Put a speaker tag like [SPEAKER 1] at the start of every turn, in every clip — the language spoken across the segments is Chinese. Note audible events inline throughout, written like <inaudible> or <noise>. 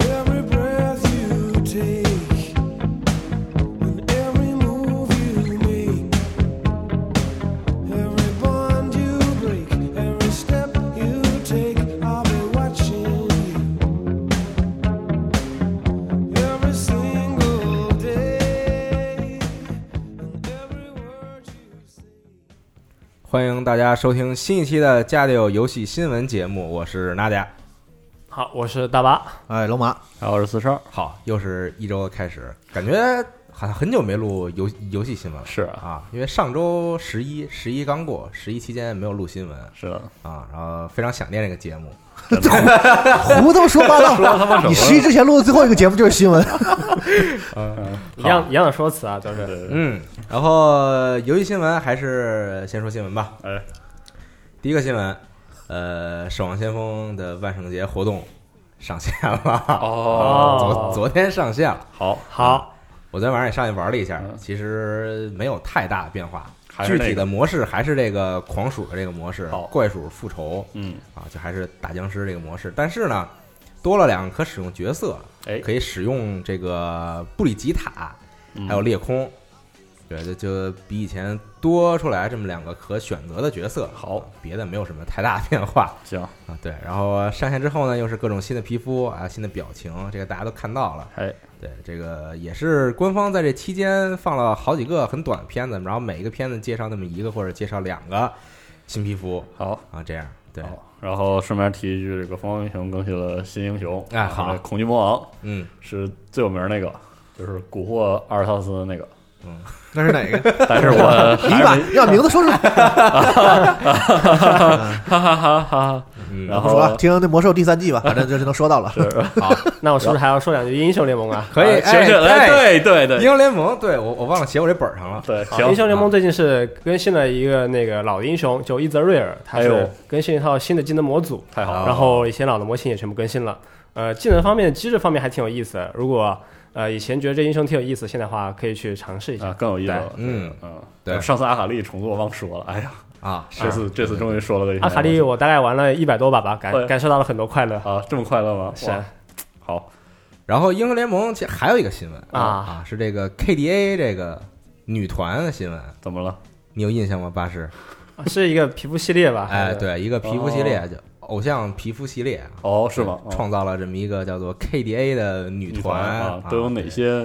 [SPEAKER 1] Every breath you take, and every move you make, every bond you break, every step you take, I'll be watching you every single day, and every word you say.
[SPEAKER 2] 欢迎大家收听新一期的《家里有游戏新闻》节目，我是娜迦。
[SPEAKER 3] 好，我是大巴，
[SPEAKER 2] 哎，龙马，
[SPEAKER 3] 然后我是四少，
[SPEAKER 2] 好，又是一周的开始，感觉好像很久没录游游戏新闻了
[SPEAKER 3] 是
[SPEAKER 2] 啊，因为上周十一，十一刚过，十一期间没有录新闻
[SPEAKER 3] 是的，
[SPEAKER 2] 啊，然后非常想念这个节目。
[SPEAKER 4] 胡他妈说八
[SPEAKER 3] <laughs>
[SPEAKER 4] 道！你十一之前录的最后一个节目就是新闻，
[SPEAKER 3] 一样一样的说辞啊，就是
[SPEAKER 2] 嗯，然后游戏新闻还是先说新闻吧。
[SPEAKER 3] 哎，
[SPEAKER 2] 第一个新闻，呃，《守望先锋》的万圣节活动上线了，
[SPEAKER 3] 哦
[SPEAKER 2] <laughs> 昨昨天上线了。
[SPEAKER 3] 好好，
[SPEAKER 2] 啊我昨天晚上也上去玩了一下
[SPEAKER 3] 嗯，
[SPEAKER 2] 其实没有太大的变化
[SPEAKER 3] 还，是
[SPEAKER 2] 具
[SPEAKER 3] 那个
[SPEAKER 2] 体的模式还是这个狂鼠的这个模式
[SPEAKER 3] 好，
[SPEAKER 2] 怪鼠复仇
[SPEAKER 3] 嗯，
[SPEAKER 2] 啊，就还是打僵尸这个模式，但是呢，多了两个可使用角色，
[SPEAKER 3] 哎，
[SPEAKER 2] 可以使用这个布里吉塔，
[SPEAKER 3] 嗯
[SPEAKER 2] 还有裂空，对，就就比以前多出来这么两个可选择的角色，
[SPEAKER 3] 好
[SPEAKER 2] 啊，别的没有什么太大的变化
[SPEAKER 3] 行，
[SPEAKER 2] 啊，对，然后上线之后呢，又是各种新的皮肤啊，新的表情，这个大家都看到了。
[SPEAKER 3] 哎，
[SPEAKER 2] 对，这个也是官方在这期间放了好几个很短的片子，然后每一个片子介绍那么一个或者介绍两个新皮肤
[SPEAKER 3] 好。
[SPEAKER 2] 啊，这样对，
[SPEAKER 3] 好，然后顺便提一句，这个方英雄更新了新英雄，
[SPEAKER 2] 哎好
[SPEAKER 3] 啊恐惧魔王
[SPEAKER 2] 嗯
[SPEAKER 3] 是最有名儿那个，就是蛊惑阿尔萨斯那
[SPEAKER 2] <laughs>
[SPEAKER 3] 个，
[SPEAKER 2] 嗯，
[SPEAKER 4] <laughs> 那是哪个？
[SPEAKER 3] 但是我
[SPEAKER 4] <laughs> 你
[SPEAKER 3] 还是
[SPEAKER 4] 把
[SPEAKER 3] 没
[SPEAKER 4] 你把名字说出
[SPEAKER 3] <laughs>
[SPEAKER 4] 来。
[SPEAKER 3] 哈哈哈哈，
[SPEAKER 2] 嗯
[SPEAKER 3] 然
[SPEAKER 4] 不说了，
[SPEAKER 3] 后
[SPEAKER 4] 听那魔兽第三季吧，反正就是能说到了。
[SPEAKER 5] 那我是不是还要说两句英雄联
[SPEAKER 2] <laughs>
[SPEAKER 5] 盟啊？
[SPEAKER 2] 可以，
[SPEAKER 3] 啊行
[SPEAKER 2] 哎
[SPEAKER 3] 行，哎，对对
[SPEAKER 2] 英
[SPEAKER 3] 对
[SPEAKER 2] 雄联盟，对我我忘了写我这本儿上了，
[SPEAKER 3] <laughs> 对，
[SPEAKER 5] 好英
[SPEAKER 3] 行，
[SPEAKER 5] 雄联盟最近是更新了一个那个老的英雄，就伊泽瑞尔，他
[SPEAKER 3] 哎呦
[SPEAKER 5] 是更新一套新的技能模组，
[SPEAKER 3] 太好了，
[SPEAKER 2] 哦
[SPEAKER 5] 然后以前老的模型也全部更新了。呃，技能方面、机制方面还挺有意思的。如果呃以前觉得这英雄挺有意思，现在的话可以去尝试一下。
[SPEAKER 3] 啊，更有意思了，
[SPEAKER 2] 嗯
[SPEAKER 3] 嗯，
[SPEAKER 2] 对
[SPEAKER 3] 上次阿卡丽重做忘说了，哎呀，
[SPEAKER 2] 啊，
[SPEAKER 3] 这次这次终于说了个
[SPEAKER 5] 阿卡丽，我大概玩了一百多把吧，感
[SPEAKER 3] 哎
[SPEAKER 5] 感受到了很多快乐。
[SPEAKER 3] 啊，这么快乐吗？
[SPEAKER 5] 是
[SPEAKER 3] 哇好，
[SPEAKER 2] 然后英雄联盟其实还有一个新闻
[SPEAKER 5] 啊
[SPEAKER 2] 是这个 KDA 这个女团的新闻，
[SPEAKER 3] 怎么了？
[SPEAKER 2] 你有印象吗？巴士，
[SPEAKER 5] 啊是一个皮肤系列
[SPEAKER 3] 啊
[SPEAKER 5] 吧？还
[SPEAKER 2] 哎，
[SPEAKER 5] 是，
[SPEAKER 2] 对，一个皮肤系列，就偶像皮肤系列啊，
[SPEAKER 3] 哦，是吗？哦
[SPEAKER 2] 创造了这么一个叫做 KDA 的女
[SPEAKER 3] 女
[SPEAKER 2] 团，
[SPEAKER 3] 啊，都有哪
[SPEAKER 2] 对
[SPEAKER 3] 些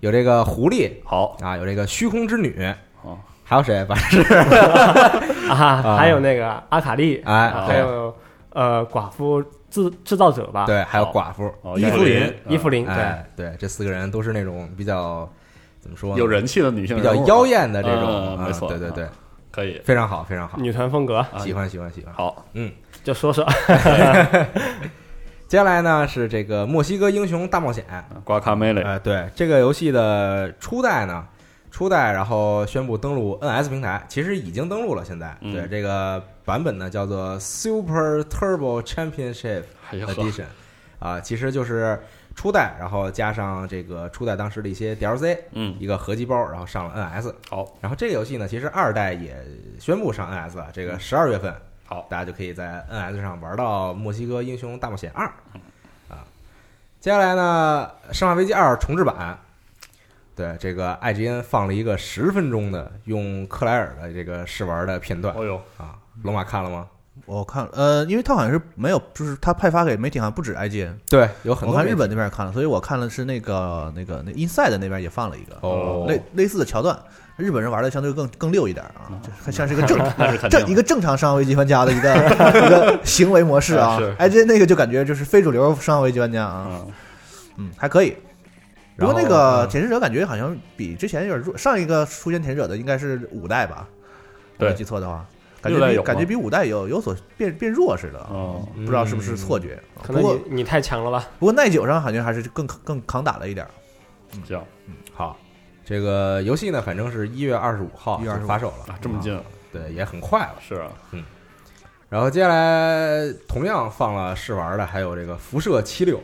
[SPEAKER 2] 有这个狐狸
[SPEAKER 3] 好？
[SPEAKER 2] 啊，有这个虚空之女，
[SPEAKER 3] 哦
[SPEAKER 2] 还有谁？反正
[SPEAKER 5] 啊，还有那个阿卡丽，
[SPEAKER 2] 哎
[SPEAKER 5] 啊
[SPEAKER 2] 对
[SPEAKER 5] 还有呃寡妇制制造者吧？
[SPEAKER 2] 对，还有
[SPEAKER 3] 好
[SPEAKER 2] 寡妇
[SPEAKER 3] 哦，
[SPEAKER 2] 伊
[SPEAKER 3] 伊芙
[SPEAKER 2] 芙
[SPEAKER 3] 琳
[SPEAKER 2] 琳，
[SPEAKER 5] 伊芙琳，对。
[SPEAKER 2] 哎，对，这四个人都是那种比较怎么说呢
[SPEAKER 3] 有人气的女性
[SPEAKER 2] 比
[SPEAKER 3] 人
[SPEAKER 2] 较
[SPEAKER 3] 物
[SPEAKER 2] 妖，艳的这种，
[SPEAKER 3] 嗯没
[SPEAKER 2] 啊
[SPEAKER 3] 错
[SPEAKER 2] 对对对，
[SPEAKER 3] 可以
[SPEAKER 2] 非常好，非常好，
[SPEAKER 5] 女团风格，
[SPEAKER 3] 啊
[SPEAKER 2] 喜欢喜欢喜欢。
[SPEAKER 3] 好
[SPEAKER 5] 就说说
[SPEAKER 2] 接下来呢是这个墨西哥英雄大冒险，
[SPEAKER 3] 瓜卡梅雷
[SPEAKER 2] 哎，对这个游戏的初代呢，初代然后宣布登陆 NS 平台，其实已经登陆了，现在、
[SPEAKER 3] 嗯
[SPEAKER 2] 对这个版本呢叫做 Super Turbo Championship
[SPEAKER 3] 哎呦呵
[SPEAKER 2] Edition，啊、其实就是初代，然后加上这个初代当时的一些 DLC，
[SPEAKER 3] 嗯
[SPEAKER 2] 一个合集包，然后上了 NS。
[SPEAKER 3] 好，
[SPEAKER 2] 然后这个游戏呢，其实二代也宣布上 NS 了，这个十二月份，
[SPEAKER 3] 好，
[SPEAKER 2] 大家就可以在 NS 上玩到《墨西哥英雄大冒险二》啊。接下来呢，《生化危机二》重置版，对这个 IGN 放了一个十分钟的用克莱尔的这个试玩的片段
[SPEAKER 3] 哦呦，
[SPEAKER 2] 啊，龙马看了吗？
[SPEAKER 4] <laughs> 我看了，呃，因为他好像是没有，就是他派发给媒体好像不止 IGN，
[SPEAKER 2] 对，有很
[SPEAKER 4] 我
[SPEAKER 2] 多
[SPEAKER 4] 看
[SPEAKER 2] 媒体
[SPEAKER 4] 日本那边看了，所以我看了是那个那个那 Inside 那边也放了一个
[SPEAKER 2] 哦，
[SPEAKER 4] 类类似的桥段。日本人玩的相对更更溜一点啊，就像是个正
[SPEAKER 3] 哦那是肯定
[SPEAKER 4] 正
[SPEAKER 3] 的
[SPEAKER 4] 一个正常《生化危机》玩家的一
[SPEAKER 3] <laughs>
[SPEAKER 4] 个一个行为模式啊
[SPEAKER 3] 啊是。
[SPEAKER 4] 哎，这那个就感觉就是非主流《生化危机》玩家啊，
[SPEAKER 3] 嗯
[SPEAKER 4] 嗯，还可以。不
[SPEAKER 2] 然后
[SPEAKER 4] 过那个
[SPEAKER 2] 嗯
[SPEAKER 4] 舔食者感觉好像比之前有点弱，上一个出现舔食者的应该是五代吧，
[SPEAKER 3] 对
[SPEAKER 4] 没记错的话，
[SPEAKER 6] 感
[SPEAKER 3] 六代有
[SPEAKER 6] 觉比
[SPEAKER 3] 吗
[SPEAKER 6] 感觉比五代有有所变变弱似的啊，
[SPEAKER 3] 嗯，
[SPEAKER 6] 不知道是不是错觉。啊不
[SPEAKER 5] 可能
[SPEAKER 6] 过
[SPEAKER 5] 你你太强
[SPEAKER 2] <laughs>
[SPEAKER 5] 了吧？
[SPEAKER 6] 不过耐久上感觉还是更更扛打了一点儿。
[SPEAKER 3] 这样
[SPEAKER 2] 好，这个游戏呢，反正是一月二十五号
[SPEAKER 4] 1月25
[SPEAKER 2] 就发售了
[SPEAKER 3] 啊，这么近，
[SPEAKER 2] 对，也很快了。
[SPEAKER 3] 是啊，
[SPEAKER 2] 然后接下来同样放了试玩的，还有这个《辐射七六》，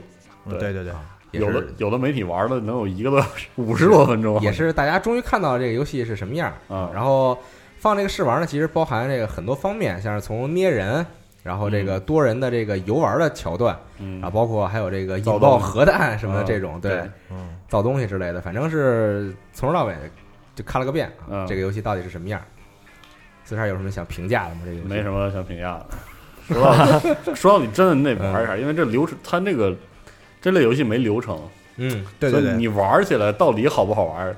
[SPEAKER 6] 嗯对对对，
[SPEAKER 2] 也
[SPEAKER 3] 有的
[SPEAKER 2] 是
[SPEAKER 3] 有的媒体玩了能有一个多 <laughs> 小时，五十多分钟，
[SPEAKER 2] 也是大家终于看到这个游戏是什么样儿。
[SPEAKER 3] 啊，
[SPEAKER 2] 然后放这个试玩呢，其实包含这个很多方面，像是从捏人，然后这个多人的这个游玩的桥段，
[SPEAKER 3] 嗯
[SPEAKER 2] 啊，包括还有这个引
[SPEAKER 3] 造
[SPEAKER 2] 爆
[SPEAKER 3] 东西
[SPEAKER 2] 核弹什么的
[SPEAKER 3] 啊
[SPEAKER 2] 这种，对
[SPEAKER 3] 对，
[SPEAKER 6] 嗯，
[SPEAKER 2] 造东西之类的，反正是从头到尾就看了个遍啊，
[SPEAKER 3] 嗯
[SPEAKER 2] 这个游戏到底是什么样儿。四十二有什么想评价的吗？这个游戏
[SPEAKER 3] 没什么想评
[SPEAKER 2] <laughs>
[SPEAKER 3] 价的。说到说到底，真的你得玩一下，因为这流程，它那个这类游戏没流程，
[SPEAKER 2] 嗯，
[SPEAKER 6] 对对
[SPEAKER 3] 所以
[SPEAKER 6] 对，
[SPEAKER 3] 你玩起来到底好不好玩，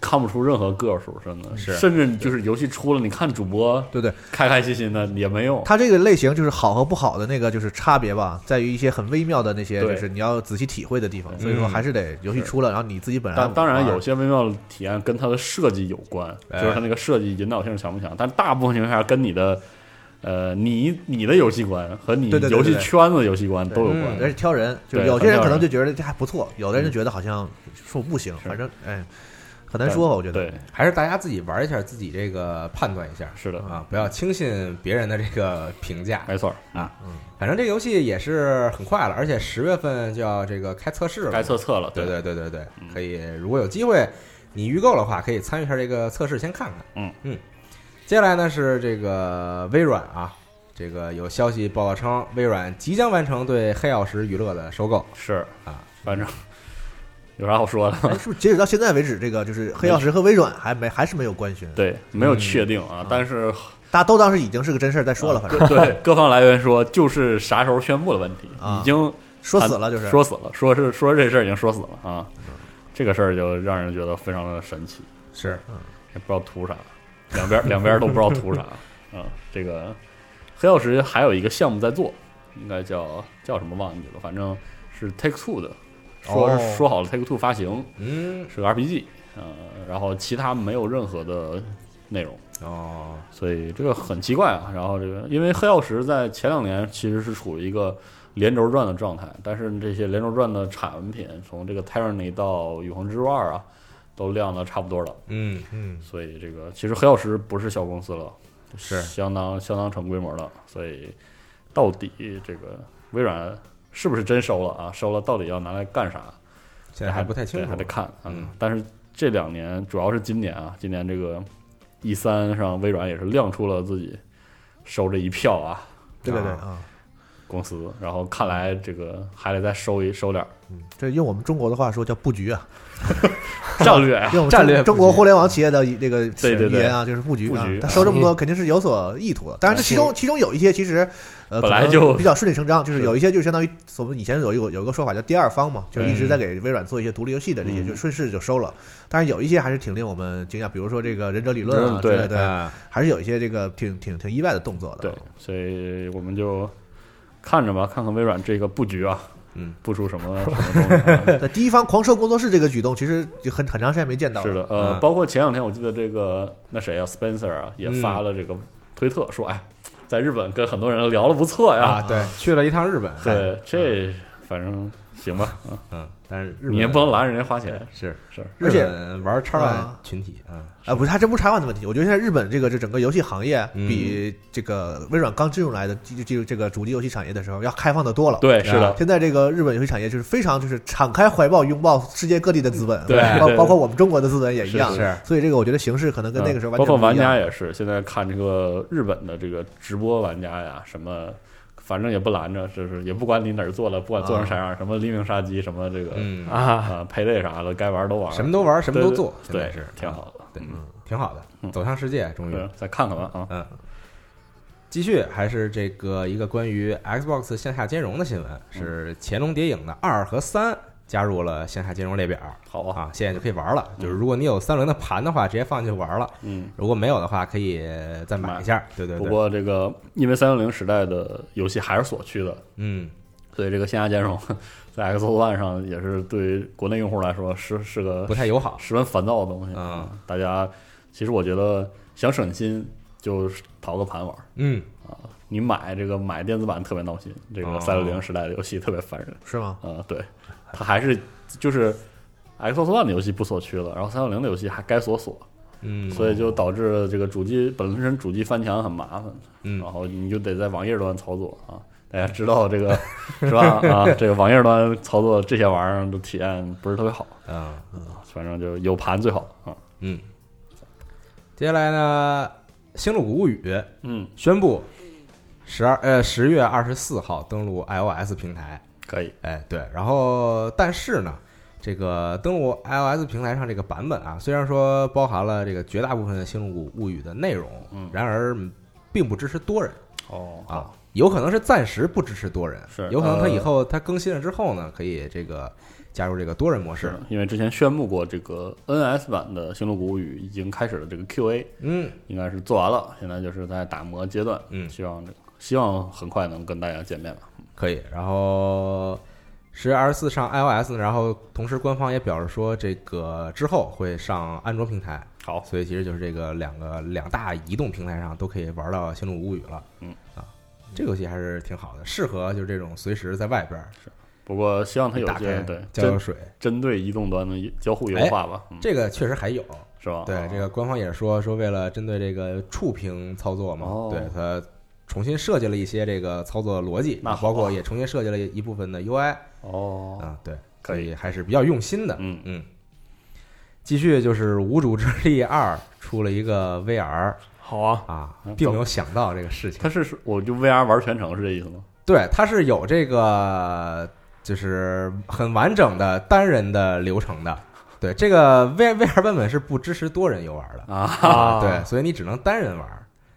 [SPEAKER 3] 看不出任何个数，真的
[SPEAKER 2] 是
[SPEAKER 3] 甚至就是游戏出了，你看主播
[SPEAKER 6] 对对，
[SPEAKER 3] 开开心心的也没用，
[SPEAKER 6] 它这个类型就是好和不好的那个就是差别吧，在于一些很微妙的那些，
[SPEAKER 3] 对
[SPEAKER 6] 就是你要仔细体会的地方。所以说
[SPEAKER 2] 嗯
[SPEAKER 6] 还是得游戏出了，然后你自己本啊来
[SPEAKER 3] 当当然
[SPEAKER 6] 玩
[SPEAKER 3] 有些微妙的体验跟它的设计有关，
[SPEAKER 2] 哎
[SPEAKER 3] 就是它那个设计引导性强不强，但大部分情况下跟你的呃你你的游戏观和你
[SPEAKER 6] 对对对
[SPEAKER 3] 游戏
[SPEAKER 6] 对
[SPEAKER 3] 圈子的游戏观都有
[SPEAKER 2] 嗯
[SPEAKER 3] 关。
[SPEAKER 6] 而且挑人，就是
[SPEAKER 3] 对
[SPEAKER 6] 有些人
[SPEAKER 3] 很挑人嗯
[SPEAKER 6] 可能就觉得这还不错，有的人就觉得好像说不行，反正哎很难说吧，我觉得。
[SPEAKER 3] <laughs> 对，
[SPEAKER 2] 还是大家自己玩一下，自己这个判断一下
[SPEAKER 3] 是的，
[SPEAKER 2] 啊，不要轻信别人的这个评价。
[SPEAKER 3] 没错儿啊，
[SPEAKER 2] 反正这个游戏也是很快了，而且十月份就要这个开测试了。
[SPEAKER 3] 该测嗯测了，
[SPEAKER 2] 对
[SPEAKER 3] 对
[SPEAKER 2] 对对对对，可以，如果有机会你预购的话，可以参与一下这个测试，先看看。
[SPEAKER 3] 嗯
[SPEAKER 2] 嗯，接下来呢是这个微软啊，这个有消息报道称，微软即将完成对黑曜石娱乐的收购。
[SPEAKER 3] 是
[SPEAKER 2] 啊，
[SPEAKER 3] 反正 <laughs> 有啥好说的？ <laughs>
[SPEAKER 6] 哎，是不是截止到现在为止，这个就是黑曜石和微软还没还是没有官宣？，
[SPEAKER 3] 对，没有确定啊，但是
[SPEAKER 6] 大家都当是已经是个真事儿在嗯说了，反正
[SPEAKER 3] 对各方来源说，就是啥时候宣布的问题，
[SPEAKER 6] 啊
[SPEAKER 3] 已经
[SPEAKER 6] 说死了就是。
[SPEAKER 3] 说死了，说是说这事儿已经说死了啊，这个事儿就让人觉得非常的神奇，
[SPEAKER 2] 是，
[SPEAKER 3] 也不知道图啥，两边两边都不知道图啥 <laughs> 啊。这个黑曜石还有一个项目在做，应该叫叫什么忘记了，反正是 Take Two 的，说是、
[SPEAKER 6] 哦
[SPEAKER 3] 说好了 Take Two 发行
[SPEAKER 2] 嗯，
[SPEAKER 3] 是个 RPG，呃，然后其他没有任何的内容。
[SPEAKER 2] 哦，
[SPEAKER 3] 所以这个很奇怪啊。然后这个，因为黑曜石在前两年其实是处于一个连轴转的状态，但是这些连轴转的产品，从这个 Tyranny 到永恒之柱二啊，都亮的差不多了。
[SPEAKER 2] 嗯，
[SPEAKER 6] 嗯，
[SPEAKER 3] 所以这个其实黑曜石不是小公司了，
[SPEAKER 2] 是
[SPEAKER 3] 相当相当成规模了。所以到底这个微软是不是真收了啊？收了到底要拿来干啥？
[SPEAKER 2] 现在还不太清
[SPEAKER 3] 对
[SPEAKER 2] 楚，
[SPEAKER 3] 还得看。
[SPEAKER 2] 嗯
[SPEAKER 3] 嗯，但是这两年，主要是今年啊，今年这个 E 三上，微软也是亮出了自己收这一票啊
[SPEAKER 6] 对对对
[SPEAKER 2] 啊
[SPEAKER 6] 啊，
[SPEAKER 3] 公司，然后看来这个还得再收一收点儿
[SPEAKER 6] 这用我们中国的话说叫布局啊，
[SPEAKER 3] 战略
[SPEAKER 2] <laughs>
[SPEAKER 3] 啊，
[SPEAKER 6] 用我们
[SPEAKER 2] 战略布局
[SPEAKER 6] 中中国互联网企业的这个
[SPEAKER 3] 对对
[SPEAKER 6] 语
[SPEAKER 3] 对
[SPEAKER 6] 言啊，就是布局啊
[SPEAKER 3] 布局。啊
[SPEAKER 6] 他收这么多肯定是有所意图的，当然这其中其中有一些其实呃
[SPEAKER 3] 本来
[SPEAKER 6] 可能
[SPEAKER 3] 就
[SPEAKER 6] 比较顺理成章，就是
[SPEAKER 3] 是
[SPEAKER 6] 有一些就相当于我们以前有一个有一个说法叫第二方嘛，就是一直
[SPEAKER 3] 嗯
[SPEAKER 6] 在给微软做一些独立游戏的这些，
[SPEAKER 3] 嗯
[SPEAKER 6] 就顺势就收了。但是有一些还是挺令我们惊讶，比如说这个忍者理论啊
[SPEAKER 3] 嗯
[SPEAKER 6] 之
[SPEAKER 3] 对
[SPEAKER 6] 类的，
[SPEAKER 2] 啊，
[SPEAKER 6] 还是有一些这个挺挺挺意外的动作的。
[SPEAKER 3] 对，所以我们就看着吧，看看微软这个布局啊，
[SPEAKER 2] 嗯，
[SPEAKER 3] 布出什么什么东西啊、
[SPEAKER 6] 对，第一方狂兽工作室这个举动，其实就很很长时间没见到了。
[SPEAKER 3] 是的，呃，
[SPEAKER 2] 嗯
[SPEAKER 3] 包括前两天我记得这个那谁啊，Spencer 啊，也发了这个推特说，哎，在日本跟很多人聊的不错呀，
[SPEAKER 2] 啊，嗯对，去了一趟日本，
[SPEAKER 3] 对，这反正行吧，啊
[SPEAKER 2] 嗯，但是日本
[SPEAKER 3] 你也不能拦人家花钱，
[SPEAKER 2] 是
[SPEAKER 3] 是
[SPEAKER 2] 日
[SPEAKER 6] 而且
[SPEAKER 2] 本玩叉 Y
[SPEAKER 6] 啊
[SPEAKER 2] 群体啊，
[SPEAKER 6] 啊，不是，还真不是台湾的问题。我觉得现在日本这个这整个游戏行业
[SPEAKER 2] 嗯
[SPEAKER 6] 比这个微软刚进入来的这这这个主机游戏产业的时候要开放的多了。，啊
[SPEAKER 3] 对，是的，
[SPEAKER 6] 现在这个日本游戏产业就是非常就是敞开怀抱拥抱世界各地的资本，
[SPEAKER 3] 嗯对
[SPEAKER 6] 包
[SPEAKER 3] 对
[SPEAKER 6] 包括我们中国的资本也一样。
[SPEAKER 2] 是是
[SPEAKER 6] 所以这个我觉得形式可能跟那个时候
[SPEAKER 3] 嗯
[SPEAKER 6] 完
[SPEAKER 3] 包
[SPEAKER 6] 全
[SPEAKER 3] 括
[SPEAKER 6] 不
[SPEAKER 3] 玩
[SPEAKER 6] 一样
[SPEAKER 3] 家也是，现在看这个日本的这个直播玩家呀，什么。反正也不拦着，就是也不管你哪儿做了，不管做成啥样，什么黎明杀机，什么这个
[SPEAKER 2] 啊嗯
[SPEAKER 5] 啊，
[SPEAKER 3] 啊配对啥的，该玩都玩，
[SPEAKER 2] 什么都玩，什么都
[SPEAKER 3] 对
[SPEAKER 2] 做，现在
[SPEAKER 3] 对，
[SPEAKER 2] 是嗯
[SPEAKER 3] 挺，好的。
[SPEAKER 2] 对，挺好的，走向世界，终于
[SPEAKER 3] 对，再看看吧啊，
[SPEAKER 2] 嗯，继续还是这个一个关于 Xbox 线下兼容的新闻，
[SPEAKER 3] 嗯
[SPEAKER 2] 是《潜龙谍影》的二和三加入了线下兼容列表
[SPEAKER 3] 好啊，
[SPEAKER 2] 啊，现在就可以玩了。就是如果你有三轮的盘的话，直接放进去玩了；
[SPEAKER 3] 嗯。
[SPEAKER 2] 如果没有的话，可以再买一下。对对
[SPEAKER 3] 不
[SPEAKER 2] 对，
[SPEAKER 3] 过这个因为三六零时代的游戏还是锁区的，
[SPEAKER 2] 嗯，
[SPEAKER 3] 所以这个线下兼容在 Xbox One 上也是对于国内用户来说是是个
[SPEAKER 2] 不太友好。
[SPEAKER 3] 十分烦躁的东西
[SPEAKER 2] 嗯。
[SPEAKER 3] 大家其实我觉得想省心，就淘个盘玩。
[SPEAKER 2] 嗯，
[SPEAKER 3] 你买这个买电子版特别闹心，这
[SPEAKER 2] 哦
[SPEAKER 3] 个三六零时代的游戏特别烦人
[SPEAKER 6] 是吗？
[SPEAKER 3] 啊、对，它还是就是 Xbox One 的游戏不锁区了，然后三六零的游戏还该锁锁，
[SPEAKER 2] 嗯，
[SPEAKER 3] 所以就导致这个主机本身主机翻墙很麻烦，
[SPEAKER 2] 嗯
[SPEAKER 3] 然后你就得在网页端操作啊。大家知道
[SPEAKER 2] <laughs>
[SPEAKER 3] 这个是吧？啊，这个网页端操作这些玩意儿的体验不是特别好，
[SPEAKER 2] 啊，
[SPEAKER 3] 反正就有盘最好啊。
[SPEAKER 2] 嗯。接下来呢，《星露谷物语》
[SPEAKER 3] 嗯，
[SPEAKER 2] 宣布十二呃十月二十四号登陆 iOS 平台。
[SPEAKER 3] 可以，
[SPEAKER 2] 哎，对，然后但是呢，这个登录 iOS 平台上这个版本啊，虽然说包含了这个绝大部分《星露谷物语》的内容，
[SPEAKER 3] 嗯
[SPEAKER 2] 然而并不支持多人
[SPEAKER 3] 哦
[SPEAKER 2] 啊，有可能是暂时不支持多人，
[SPEAKER 3] 是
[SPEAKER 2] 有可能它
[SPEAKER 3] 呃
[SPEAKER 2] 以后它更新了之后呢，可以这个加入这个多人模式
[SPEAKER 3] 是。因为之前宣布过，这个 NS 版的《星露谷物语》已经开始了这个 QA，
[SPEAKER 2] 嗯，
[SPEAKER 3] 应该是做完了，现在就是在打磨阶段。
[SPEAKER 2] 嗯
[SPEAKER 3] 希望这个希望很快能跟大家见面吧。
[SPEAKER 2] 可以。然后十月二十四上 iOS，然后同时官方也表示说，这个之后会上安卓平台。
[SPEAKER 3] 好，
[SPEAKER 2] 所以其实就是这个两个两大移动平台上都可以玩到《星露谷物语》了。
[SPEAKER 3] 嗯
[SPEAKER 2] 啊，这个游戏还是挺好的，适合就是这种随时在外边儿
[SPEAKER 3] 不过希望它
[SPEAKER 2] 一
[SPEAKER 3] 有
[SPEAKER 2] 打
[SPEAKER 3] 些
[SPEAKER 2] 开
[SPEAKER 3] 对
[SPEAKER 2] 浇浇
[SPEAKER 3] 针
[SPEAKER 2] 水，
[SPEAKER 3] 针对移动端的交互优化吧，嗯、
[SPEAKER 2] 这个确实还有。
[SPEAKER 3] 是吧？
[SPEAKER 2] 哎对，这个官方也说说为了针对这个触屏操作嘛，
[SPEAKER 3] 哦
[SPEAKER 2] 对它重新设计了一些这个操作逻辑，
[SPEAKER 3] 那好啊
[SPEAKER 2] 包括也重新设计了一部分的 UI
[SPEAKER 3] 哦，
[SPEAKER 2] 啊，对，
[SPEAKER 3] 可以
[SPEAKER 2] 所以还是比较用心的。
[SPEAKER 3] 嗯，
[SPEAKER 2] 嗯，继续就是《无主之地二》出了一个 VR
[SPEAKER 5] 好啊，
[SPEAKER 2] 啊
[SPEAKER 3] 嗯，
[SPEAKER 2] 并没有想到这个事情。
[SPEAKER 3] 它是我就 VR 玩全程是这意思吗？
[SPEAKER 2] 对，它是有这个就是很完整的单人的流程的。对，这个 V VR 版本是不支持多人游玩的
[SPEAKER 3] 啊，
[SPEAKER 2] 啊，对，所以你只能单人玩，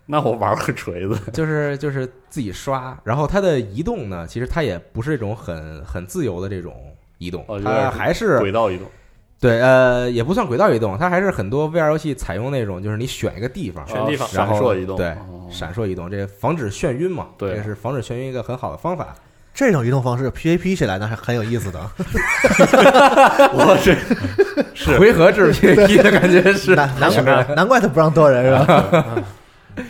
[SPEAKER 3] 那我玩个锤子，
[SPEAKER 2] 就是就是自己刷。然后它的移动呢，其实它也不是这种很很自由的这种移动
[SPEAKER 3] 哦，有点
[SPEAKER 2] 它还是
[SPEAKER 3] 轨道移动，
[SPEAKER 2] 对呃，也不算轨道移动，它还是很多 VR 游戏采用那种就是你选一个地方，
[SPEAKER 5] 全地方
[SPEAKER 2] 然
[SPEAKER 3] 闪
[SPEAKER 2] 后
[SPEAKER 3] 烁移动，
[SPEAKER 2] 啊对
[SPEAKER 3] 哦
[SPEAKER 2] 闪烁移动，这防止眩晕嘛，
[SPEAKER 3] 对
[SPEAKER 2] 这是防止眩晕一个很好的方法。
[SPEAKER 6] 这种移动方式 PVP 起来那还很有意思
[SPEAKER 3] <laughs>
[SPEAKER 6] 的，
[SPEAKER 3] 我这是
[SPEAKER 2] 回合制 PVP 的感觉
[SPEAKER 3] <laughs>
[SPEAKER 2] 是
[SPEAKER 6] 难难怪难怪他不让多人是吧？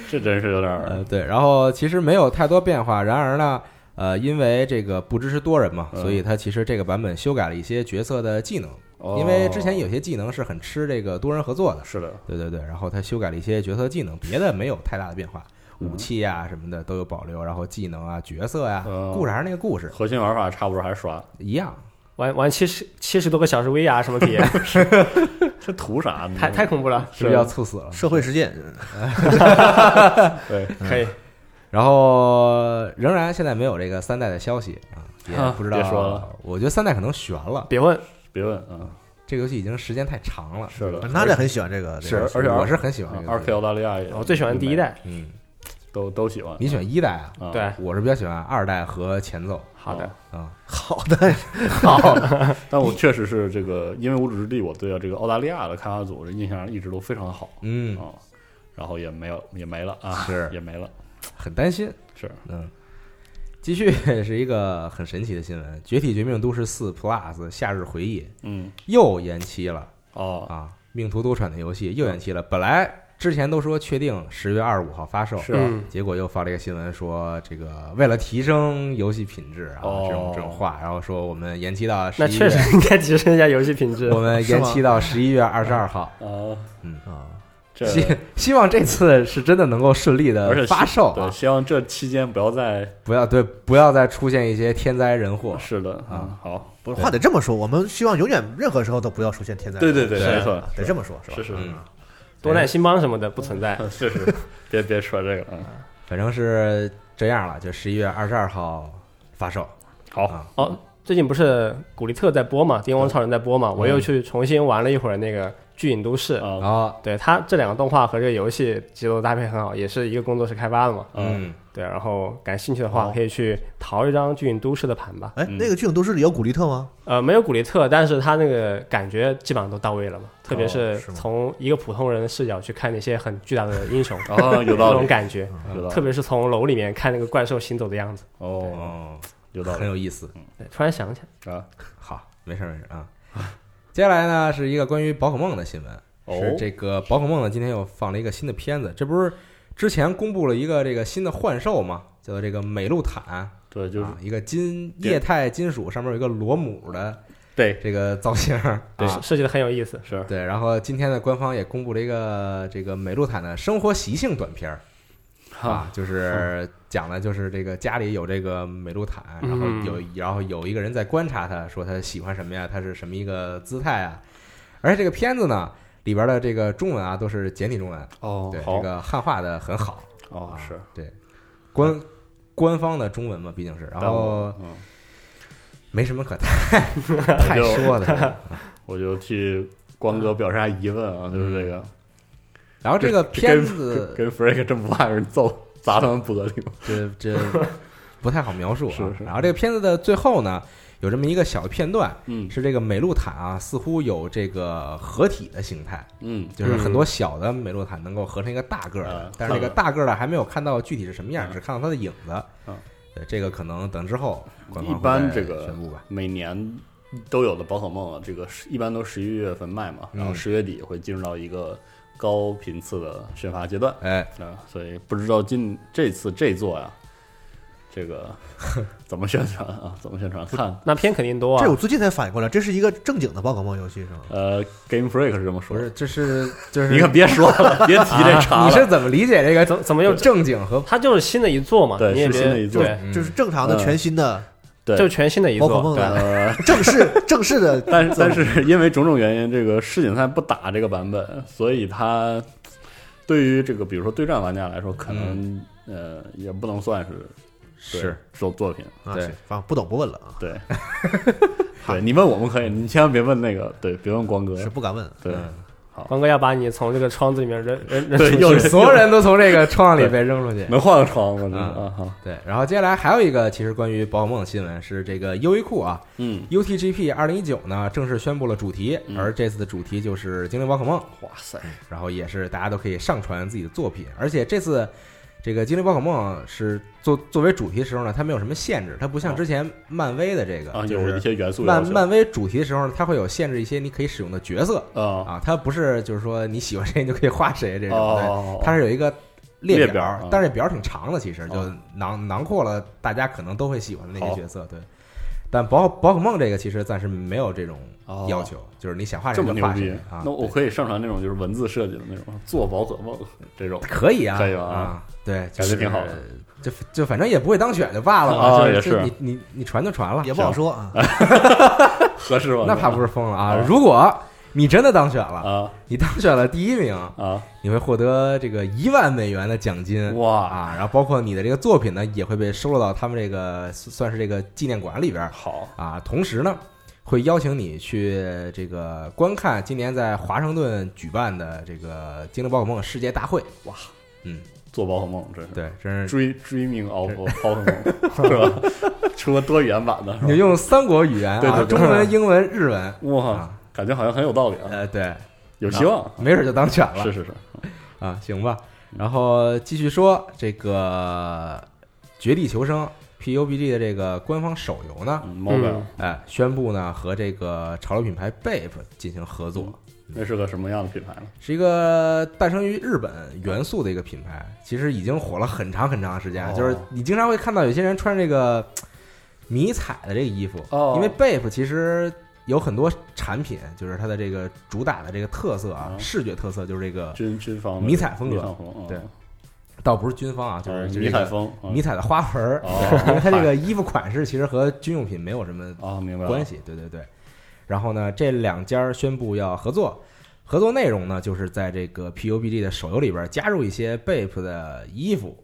[SPEAKER 3] 这真是有点
[SPEAKER 2] 呃
[SPEAKER 3] 儿，
[SPEAKER 2] 对，然后其实没有太多变化，然而呢，呃，因为这个不支持多人嘛，
[SPEAKER 3] 嗯
[SPEAKER 2] 所以它其实这个版本修改了一些角色的技能，
[SPEAKER 3] 哦
[SPEAKER 2] 因为之前有些技能是很吃这个多人合作的，
[SPEAKER 3] 是的，
[SPEAKER 2] 对对对，然后它修改了一些角色技能，别的没有太大的变化，
[SPEAKER 3] 嗯
[SPEAKER 2] 武器呀、什么的都有保留，然后技能啊、角色呀、
[SPEAKER 3] 嗯
[SPEAKER 2] 故事还是那个故事
[SPEAKER 3] 核心玩法差不多还是刷，
[SPEAKER 2] 一样，
[SPEAKER 5] 玩玩七十七十多个小时 VR 什
[SPEAKER 2] <laughs>
[SPEAKER 5] 么体验，
[SPEAKER 3] 这图啥呢？
[SPEAKER 5] 太太恐怖了，
[SPEAKER 2] 是不是要猝死了？
[SPEAKER 6] 社会实践，
[SPEAKER 3] 对，
[SPEAKER 5] 可以。
[SPEAKER 2] 然后仍然现在没有这个三代的消息啊，也
[SPEAKER 3] 啊
[SPEAKER 2] 不知道，
[SPEAKER 3] 别说了
[SPEAKER 2] 我觉得三代可能悬了，
[SPEAKER 5] 别问，
[SPEAKER 3] 别问啊，
[SPEAKER 2] 这个游戏已经时间太长了。
[SPEAKER 3] 是的，
[SPEAKER 6] 那得很喜欢这个，这个
[SPEAKER 3] 而且
[SPEAKER 2] 我是很喜欢这个游
[SPEAKER 3] 二
[SPEAKER 2] 戏
[SPEAKER 3] K 澳大利亚也，
[SPEAKER 5] 我最喜欢第一，代。
[SPEAKER 2] 嗯，
[SPEAKER 3] 都都喜欢。
[SPEAKER 2] 你选一代啊？
[SPEAKER 3] 啊
[SPEAKER 5] 对，
[SPEAKER 2] 我是比较喜欢二代和前奏
[SPEAKER 5] 好的，
[SPEAKER 2] 啊。
[SPEAKER 6] 好的，
[SPEAKER 3] 但我确实是这个，因为《无主之地》，我对这个澳大利亚的开发组的印象一直都非常好
[SPEAKER 2] 嗯，
[SPEAKER 3] 啊，然后也没有也没了啊，
[SPEAKER 2] 是
[SPEAKER 3] 也没了，
[SPEAKER 2] 很担心。
[SPEAKER 3] 是
[SPEAKER 2] 嗯，继续 <laughs> 是一个很神奇的新闻，《绝体绝命都市四 Plus 夏日回忆》
[SPEAKER 3] 嗯
[SPEAKER 2] 又延期了
[SPEAKER 3] 哦，
[SPEAKER 2] 啊！命途多舛的游戏又延期了，本来之前都说确定十月二十五号发售，
[SPEAKER 3] 是啊
[SPEAKER 5] 嗯，
[SPEAKER 2] 结果又发了一个新闻说，这个为了提升游戏品质啊，
[SPEAKER 3] 哦
[SPEAKER 2] 这种这种话，然后说我们延期到
[SPEAKER 5] 那
[SPEAKER 2] 十一
[SPEAKER 5] 确
[SPEAKER 2] 月，
[SPEAKER 5] 实应该提升一下游戏品质
[SPEAKER 2] <laughs> 我。们延
[SPEAKER 6] 是吗
[SPEAKER 2] 期到十一月二十二号。
[SPEAKER 3] 啊，
[SPEAKER 2] 嗯
[SPEAKER 6] 啊，
[SPEAKER 3] 这
[SPEAKER 2] 希希望这次是真的能够顺利
[SPEAKER 3] 而且
[SPEAKER 2] 的
[SPEAKER 3] 希
[SPEAKER 2] 发售
[SPEAKER 3] 对，
[SPEAKER 2] 啊，
[SPEAKER 3] 希望这期间不要再
[SPEAKER 2] 不要对不要再出现一些天灾人祸。
[SPEAKER 3] 是的
[SPEAKER 2] 嗯
[SPEAKER 3] 啊，好，
[SPEAKER 6] 不是话得这么说，我们希望永远任何时候都不要出现天灾人祸，
[SPEAKER 3] 对
[SPEAKER 2] 是
[SPEAKER 3] 没错，
[SPEAKER 6] 得这么说，是吧？
[SPEAKER 3] 是是
[SPEAKER 2] 嗯
[SPEAKER 5] 多难兴邦什么的不存
[SPEAKER 2] 哎
[SPEAKER 5] 在。
[SPEAKER 3] 是是是， <laughs> 别别说这个啊，
[SPEAKER 2] 反正是这样了，就十一月二十二号发售。
[SPEAKER 3] 好
[SPEAKER 2] 啊，
[SPEAKER 5] 哦，最近不是古力特在播嘛，《巅王超人》在播
[SPEAKER 2] 嗯
[SPEAKER 5] 嘛，我又去重新玩了一会儿那个《巨影都市》。
[SPEAKER 2] 然
[SPEAKER 3] 啊，
[SPEAKER 2] 后
[SPEAKER 5] 对它这两个动画和这个游戏节奏搭配很好，也是一个工作室开发的嘛。
[SPEAKER 2] 嗯，
[SPEAKER 5] 对，然后感兴趣的话
[SPEAKER 3] 哦
[SPEAKER 5] 可以去淘一张《巨影都市》的盘吧。
[SPEAKER 6] 哎，
[SPEAKER 3] 嗯
[SPEAKER 6] 那个《巨影都市》里有古力特吗？
[SPEAKER 5] 呃，没有古力特，但是他那个感觉基本上都到位了嘛，特
[SPEAKER 3] 哦
[SPEAKER 5] 别是
[SPEAKER 6] 是吗
[SPEAKER 5] 从一个普通人的视角去看那些很巨大的英雄，
[SPEAKER 3] <laughs> 哦有道理
[SPEAKER 5] 那种感觉，
[SPEAKER 3] 有道
[SPEAKER 5] 特
[SPEAKER 3] 理
[SPEAKER 5] 别是从楼里面看那个怪兽行走的样子，
[SPEAKER 3] 哦，嗯
[SPEAKER 2] 哦，
[SPEAKER 3] 有道
[SPEAKER 2] 很
[SPEAKER 3] 理
[SPEAKER 2] 有意思。
[SPEAKER 5] 对，突然想起来，
[SPEAKER 3] 啊，
[SPEAKER 2] 好，没事儿没事儿啊。接下来呢是一个关于宝可梦的新闻，
[SPEAKER 3] 哦
[SPEAKER 2] 是这个宝可梦呢今天又放了一个新的片子，这不是之前公布了一个这个新的幻兽嘛，叫做这个美露坦，
[SPEAKER 3] 对，就是
[SPEAKER 2] 啊、一个金
[SPEAKER 3] 对
[SPEAKER 2] 液态金属，上面有一个螺母的
[SPEAKER 3] 对
[SPEAKER 2] 这个造型儿
[SPEAKER 5] 对，
[SPEAKER 2] 啊。
[SPEAKER 5] 设计的很有意思。
[SPEAKER 3] 是
[SPEAKER 2] 对，然后今天的官方也公布了一个这个美露坦的生活习性短片儿啊
[SPEAKER 3] 哈，，嗯
[SPEAKER 2] 就是讲的就是这个家里有这个美露坦，
[SPEAKER 5] 嗯
[SPEAKER 2] 然后有然后有一个人在观察他，说他喜欢什么呀，他是什么一个姿态啊，而且这个片子呢里边的这个中文啊都是简体中文，
[SPEAKER 3] 哦
[SPEAKER 2] 对，
[SPEAKER 3] 好
[SPEAKER 2] 这个啊汉化的很好，
[SPEAKER 3] 哦是，
[SPEAKER 2] 官官方的中文嘛毕竟是，然
[SPEAKER 3] 但我
[SPEAKER 2] 后
[SPEAKER 3] 嗯，
[SPEAKER 2] 没什么可太
[SPEAKER 3] <laughs>
[SPEAKER 2] 太说的，
[SPEAKER 3] 我就替关哥表示下疑问啊，就是这个
[SPEAKER 2] 然嗯后这个片
[SPEAKER 3] 跟
[SPEAKER 2] 子
[SPEAKER 3] 跟 Frank 真不怕人揍砸他们玻璃吗？
[SPEAKER 2] 这这不太好描述啊。
[SPEAKER 3] 是是
[SPEAKER 2] 然后这个片子的最后呢，有这么一个小的片段，
[SPEAKER 3] 嗯
[SPEAKER 2] 是这个美露坦啊，似乎有这个合体的形态，
[SPEAKER 3] 嗯，
[SPEAKER 2] 就是很多小的美露坦能够合成一个大个儿的
[SPEAKER 3] 嗯，
[SPEAKER 2] 但是这个大个儿的还没有看到具体是什么样，
[SPEAKER 3] 嗯
[SPEAKER 2] 只看到它的影子
[SPEAKER 3] 嗯。
[SPEAKER 2] 对，这个可能等之后官
[SPEAKER 3] 一
[SPEAKER 2] 方
[SPEAKER 3] 般
[SPEAKER 2] 会
[SPEAKER 3] 这个
[SPEAKER 2] 宣布吧。
[SPEAKER 3] 每年都有的宝可梦，啊，这个是一般都十一月份卖嘛，然后
[SPEAKER 2] 嗯
[SPEAKER 3] 十月底会进入到一个高频次的宣发阶段
[SPEAKER 2] 哎，
[SPEAKER 3] 啊，所以不知道今这次这座呀，
[SPEAKER 2] <laughs>
[SPEAKER 3] 这个怎么宣传啊？怎么宣传？看，
[SPEAKER 5] 那片肯定多啊
[SPEAKER 6] 这，我最近才反应过来，这是一个正经的宝可梦游戏是吗？
[SPEAKER 3] 呃，Game Freak 是这么说
[SPEAKER 2] 不是，。
[SPEAKER 3] 的
[SPEAKER 2] 这
[SPEAKER 3] <laughs>
[SPEAKER 2] 是就是
[SPEAKER 3] 你可别说
[SPEAKER 2] <laughs>
[SPEAKER 3] 了，别提这哦茬了。
[SPEAKER 2] 你是怎么理解这个
[SPEAKER 5] 怎怎么又
[SPEAKER 2] 正经和
[SPEAKER 5] 它就是新的一座嘛，
[SPEAKER 3] 对
[SPEAKER 5] 你也
[SPEAKER 3] 是
[SPEAKER 5] 别
[SPEAKER 3] 新的一座
[SPEAKER 5] 对，
[SPEAKER 2] 嗯
[SPEAKER 6] 就是正常的、
[SPEAKER 3] 嗯
[SPEAKER 6] 全新的
[SPEAKER 3] 对
[SPEAKER 5] 就是全新的一
[SPEAKER 6] 宝可梦
[SPEAKER 5] 座，
[SPEAKER 6] 的
[SPEAKER 3] 呃，
[SPEAKER 6] <laughs> 正式正式的，
[SPEAKER 2] <laughs>
[SPEAKER 3] 但但是因为种种原因，这个世锦赛不打这个版本，所以它对于这个比如说对战玩家来说，可能、呃也不能算是
[SPEAKER 2] 嗯
[SPEAKER 3] 对
[SPEAKER 2] 是
[SPEAKER 3] 首作品。
[SPEAKER 6] 啊，
[SPEAKER 2] 对
[SPEAKER 6] 是反正不懂不问了啊，
[SPEAKER 3] 对，对你问我们可以，你千万别问那个，对，别问光哥。
[SPEAKER 6] 是不敢问。
[SPEAKER 3] 对
[SPEAKER 2] 嗯
[SPEAKER 5] 光哥要把你从这个窗子里面扔扔扔
[SPEAKER 2] <laughs>
[SPEAKER 3] <laughs> 对，
[SPEAKER 5] 出去
[SPEAKER 3] 又是
[SPEAKER 2] 所有人都从这个窗里被扔出去？
[SPEAKER 3] 能换个床吗？
[SPEAKER 2] 嗯
[SPEAKER 3] 这啊哈，
[SPEAKER 2] 对，然后接下来还有一个其实关于宝可梦的新闻是这个优衣库啊
[SPEAKER 3] 嗯，
[SPEAKER 2] ，UTGP 二零一九呢正式宣布了主题，
[SPEAKER 3] 嗯
[SPEAKER 2] 而这次的主题就是精灵宝可梦，
[SPEAKER 3] 哇塞，
[SPEAKER 2] 然后也是大家都可以上传自己的作品，而且这次这个精灵宝可梦是作作为主题的时候呢，它没有什么限制，它不像之前漫威的这个，
[SPEAKER 3] 哦啊，
[SPEAKER 2] 就
[SPEAKER 3] 有一
[SPEAKER 2] 是
[SPEAKER 3] 些元素要
[SPEAKER 2] 漫
[SPEAKER 3] 求
[SPEAKER 2] 漫威主题的时候呢，它会有限制一些你可以使用的角色
[SPEAKER 3] 啊
[SPEAKER 2] 啊，它不是就是说你喜欢谁你就可以画谁这种，对
[SPEAKER 3] 哦，
[SPEAKER 2] 它是有一个列
[SPEAKER 3] 列表啊
[SPEAKER 2] 但是表挺长的，其实就
[SPEAKER 3] 哦
[SPEAKER 2] 囊囊括了大家可能都会喜欢的那些角色，对。但宝宝可梦这个其实暂时没有这种
[SPEAKER 3] 哦
[SPEAKER 2] 要求，就是你想画
[SPEAKER 3] 这
[SPEAKER 2] 谁就
[SPEAKER 3] 么牛
[SPEAKER 2] 画
[SPEAKER 3] 逼
[SPEAKER 2] 谁啊。
[SPEAKER 3] 那我可以上传那种就是文字设计的那种做宝可
[SPEAKER 2] <laughs>
[SPEAKER 3] 梦这种
[SPEAKER 2] 对可以啊，
[SPEAKER 3] 可以吧
[SPEAKER 2] 啊，对，就
[SPEAKER 3] 感觉
[SPEAKER 2] 是
[SPEAKER 3] 挺好的。
[SPEAKER 2] 就就反正也不会当选就罢了嘛，
[SPEAKER 3] 啊
[SPEAKER 2] 就就
[SPEAKER 3] 也
[SPEAKER 2] 是你你你传就传了，
[SPEAKER 6] 也不好说啊，
[SPEAKER 3] 合适吗？
[SPEAKER 2] 那怕不是疯了啊
[SPEAKER 3] 啊！
[SPEAKER 2] 如果你真的当选了，
[SPEAKER 3] <laughs> 啊
[SPEAKER 2] 你当选了第一名，
[SPEAKER 3] 啊
[SPEAKER 2] 你会获得这个一万美元的奖金，
[SPEAKER 3] 哇，
[SPEAKER 2] 啊，然后包括你的这个作品呢，也会被收录到他们这个算算是这个纪念馆里边儿
[SPEAKER 3] 好
[SPEAKER 2] 啊。同时呢，会邀请你去这个观看今年在华盛顿举办的这个精灵宝可梦世界大会。
[SPEAKER 3] 哇，
[SPEAKER 2] 嗯，
[SPEAKER 3] 做宝可梦真是
[SPEAKER 2] 对，真是
[SPEAKER 3] 追 dreaming of <laughs> 宝可梦是吧？ <laughs> 出了多语言版的
[SPEAKER 2] 你就是
[SPEAKER 3] 吧？
[SPEAKER 2] 用三国语言
[SPEAKER 3] 对
[SPEAKER 2] 啊，
[SPEAKER 3] 对对
[SPEAKER 2] 中文、英文、日文，
[SPEAKER 3] 哇
[SPEAKER 2] 啊，
[SPEAKER 3] 感觉好像很有道理啊，
[SPEAKER 2] 呃，对，
[SPEAKER 3] 有希望。
[SPEAKER 2] 没准就当选了
[SPEAKER 3] 是是是，
[SPEAKER 2] 啊，行吧。然后继续说这个《绝地求生》PUBG 的这个官方手游呢，
[SPEAKER 3] 嗯，mobile
[SPEAKER 2] 哎，宣布呢和这个潮流品牌 Bape 进行合作，
[SPEAKER 3] 那是个什么样的品牌呢？
[SPEAKER 2] 是一个诞生于日本元素的一个品牌，其实已经火了很长很长时间了。
[SPEAKER 3] 哦
[SPEAKER 2] 就是你经常会看到有些人穿这个嘖迷彩的这个衣服，
[SPEAKER 3] 哦
[SPEAKER 2] 因为 Bape 其实有很多产品，就是它的这个主打的这个特色啊，
[SPEAKER 3] 嗯
[SPEAKER 2] 视觉特色就是这个，
[SPEAKER 3] 军军方的
[SPEAKER 2] 迷彩风格
[SPEAKER 3] 迷彩风嗯
[SPEAKER 2] 对倒不是军方啊，就是
[SPEAKER 3] 嗯
[SPEAKER 2] 就是
[SPEAKER 3] 迷
[SPEAKER 2] 这个
[SPEAKER 3] 彩风，嗯
[SPEAKER 2] 迷彩的花纹儿，
[SPEAKER 3] 哦
[SPEAKER 2] 因为它这个衣服款式其实和军用品没有什么
[SPEAKER 3] 啊，明白了
[SPEAKER 2] 关系，对对对。然后呢，这两家宣布要合作，合作内容呢就是在这个 PUBG 的手游里边加入一些 Bape 的衣服，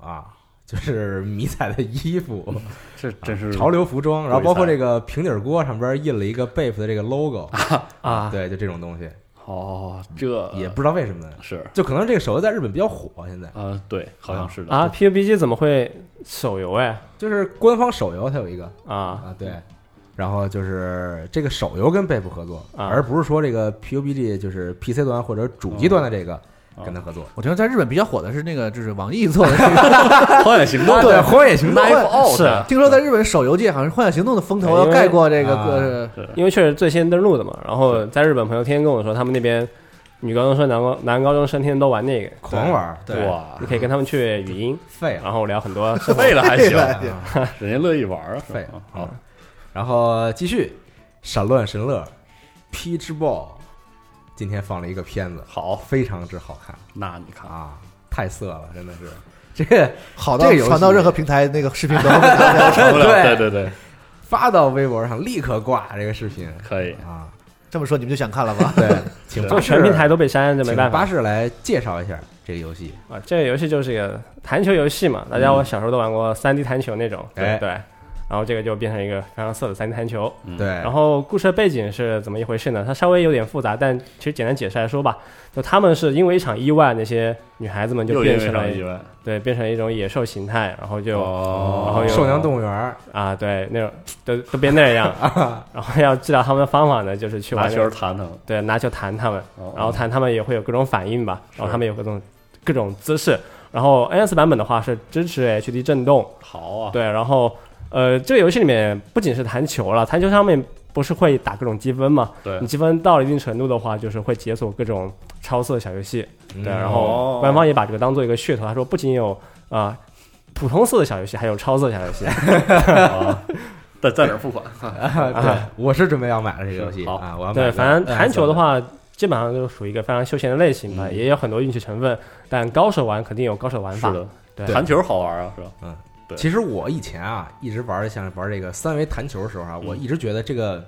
[SPEAKER 2] 啊，就是迷彩的衣服，
[SPEAKER 3] 这真
[SPEAKER 5] 嗯
[SPEAKER 3] 是
[SPEAKER 2] 啊潮流服装，然后
[SPEAKER 3] 鬼才
[SPEAKER 2] 包括这个平底儿锅上边印了一个 Bape 的这个 logo，
[SPEAKER 5] 啊，呃
[SPEAKER 2] 对，就这种东西，
[SPEAKER 3] 哦，这
[SPEAKER 2] 也不知道为什么呢，
[SPEAKER 3] 是
[SPEAKER 2] 就可能这个手游在日本比较火，现在
[SPEAKER 3] 啊，对，好像是的
[SPEAKER 5] 啊，PUBG 怎么会手游哎
[SPEAKER 2] 就是官方手游它有一个
[SPEAKER 3] <laughs>
[SPEAKER 5] 啊？
[SPEAKER 2] 啊，对。然后就是这个手游跟 Bape 合作，
[SPEAKER 5] 啊
[SPEAKER 2] 而不是说这个 PUBG 就是 PC 端或者主机端的这个跟他合作。
[SPEAKER 6] 我听说在日本比较火的是那个，就是网易做的这 <laughs> 个，
[SPEAKER 3] 荒野
[SPEAKER 5] <laughs> 哦
[SPEAKER 3] 行动，
[SPEAKER 6] 对
[SPEAKER 2] 荒野行
[SPEAKER 6] 动
[SPEAKER 3] Knife Out
[SPEAKER 5] 是
[SPEAKER 6] 听说在日本手游界好像《幻想行动》的风头要盖过这个
[SPEAKER 2] 啊
[SPEAKER 6] 呃 <laughs>
[SPEAKER 5] 因为确实最先登录的嘛。然后在日本朋友天天跟我说，他们那边女高中生、男高男高中生天天都玩那个，
[SPEAKER 2] 狂玩儿，
[SPEAKER 6] 对
[SPEAKER 3] 哇
[SPEAKER 5] 你，可以跟他们去语音，
[SPEAKER 2] 废了。
[SPEAKER 5] 然后聊很多
[SPEAKER 3] <laughs>
[SPEAKER 5] 生活
[SPEAKER 3] 废了还行，
[SPEAKER 2] 啊
[SPEAKER 3] 人家乐意玩儿啊，
[SPEAKER 2] 废
[SPEAKER 3] 是吧
[SPEAKER 2] 了。好，然后继续闪乱神乐，Peach Ball，今天放了一个片子，
[SPEAKER 3] 好，
[SPEAKER 2] 非常之好看
[SPEAKER 3] 那你看，
[SPEAKER 2] 啊，太色了，真的是这个
[SPEAKER 6] 好到
[SPEAKER 2] 这个游戏
[SPEAKER 6] 传到任何平台那个视频都会 <laughs> 打不了
[SPEAKER 3] 受不了
[SPEAKER 2] <laughs> 对
[SPEAKER 3] 对对对，
[SPEAKER 2] 发到微博上立刻挂这个视频
[SPEAKER 3] 可以，
[SPEAKER 2] 啊。
[SPEAKER 6] 这么说你们就想看了吧？
[SPEAKER 2] 对，请
[SPEAKER 5] 就
[SPEAKER 2] 巴士
[SPEAKER 5] 全平台都被删，就
[SPEAKER 2] 请
[SPEAKER 5] 没办
[SPEAKER 2] 巴
[SPEAKER 5] 法
[SPEAKER 2] 士来介绍一下这个游戏。
[SPEAKER 5] 啊。这个游戏就是一个弹球游戏嘛，大
[SPEAKER 3] 嗯
[SPEAKER 5] 家我小时候都玩过3 D 弹球那种，
[SPEAKER 2] 哎
[SPEAKER 5] 对对。然后这个就变成一个非常色的3 D 弹球。
[SPEAKER 2] 对，
[SPEAKER 5] 嗯
[SPEAKER 3] 哎
[SPEAKER 5] 然后故事的背景是怎么一回事呢？它稍微有点复杂，但其实简单解释来说吧，就他们是因为一场意外，那些女孩子们就
[SPEAKER 3] 又因
[SPEAKER 5] 变
[SPEAKER 3] 为
[SPEAKER 5] 成了
[SPEAKER 3] 啥意外，
[SPEAKER 5] 对，变成了一种野兽形态，然后就、
[SPEAKER 3] 哦
[SPEAKER 5] 然后有
[SPEAKER 2] 寿阳动物园儿
[SPEAKER 5] 啊，对，那种都都变那
[SPEAKER 2] <laughs>
[SPEAKER 5] 样，然后要治疗他们的方法呢，就是去玩
[SPEAKER 3] 拿
[SPEAKER 5] 那
[SPEAKER 3] 球
[SPEAKER 5] 个
[SPEAKER 3] 儿弹弹，
[SPEAKER 5] 对，拿球弹他们，
[SPEAKER 3] 哦
[SPEAKER 5] 然后弹他们也会有各种反应吧，然后他们有各种各种姿势。然后 NS 版本的话是支持 HD 震动，
[SPEAKER 3] 好啊，
[SPEAKER 5] 对，然后呃，这个游戏里面不仅是弹球了，弹球上面不是会打各种积分嘛？
[SPEAKER 3] 对
[SPEAKER 5] 你积分到了一定程度的话，就是会解锁各种超色小游戏。对，然
[SPEAKER 3] 哦
[SPEAKER 5] 后官方也把这个当做一个噱头，他说不仅有啊、呃普通色的小游戏，还有超色小游
[SPEAKER 3] <laughs>
[SPEAKER 5] 戏。
[SPEAKER 3] 啊，在在哪儿
[SPEAKER 2] <laughs>
[SPEAKER 3] 付款？
[SPEAKER 5] <laughs>
[SPEAKER 2] 啊，对，我是准备要买了这个游戏
[SPEAKER 3] 好
[SPEAKER 2] 啊，我要买
[SPEAKER 5] 对，
[SPEAKER 2] 了
[SPEAKER 5] 反正弹球的，
[SPEAKER 2] 哎
[SPEAKER 5] 话，基本上就属于一个非常休闲的类型吧，
[SPEAKER 3] 嗯
[SPEAKER 5] 也有很多运气成分，但高手玩肯定有高手玩
[SPEAKER 3] 是
[SPEAKER 5] 法。
[SPEAKER 3] 的，
[SPEAKER 5] 对
[SPEAKER 3] 弹球好玩啊，是吧？对
[SPEAKER 2] 其实我以前啊，一直玩像玩这个三维弹球的时候啊，
[SPEAKER 3] 嗯
[SPEAKER 2] 我一直觉得这个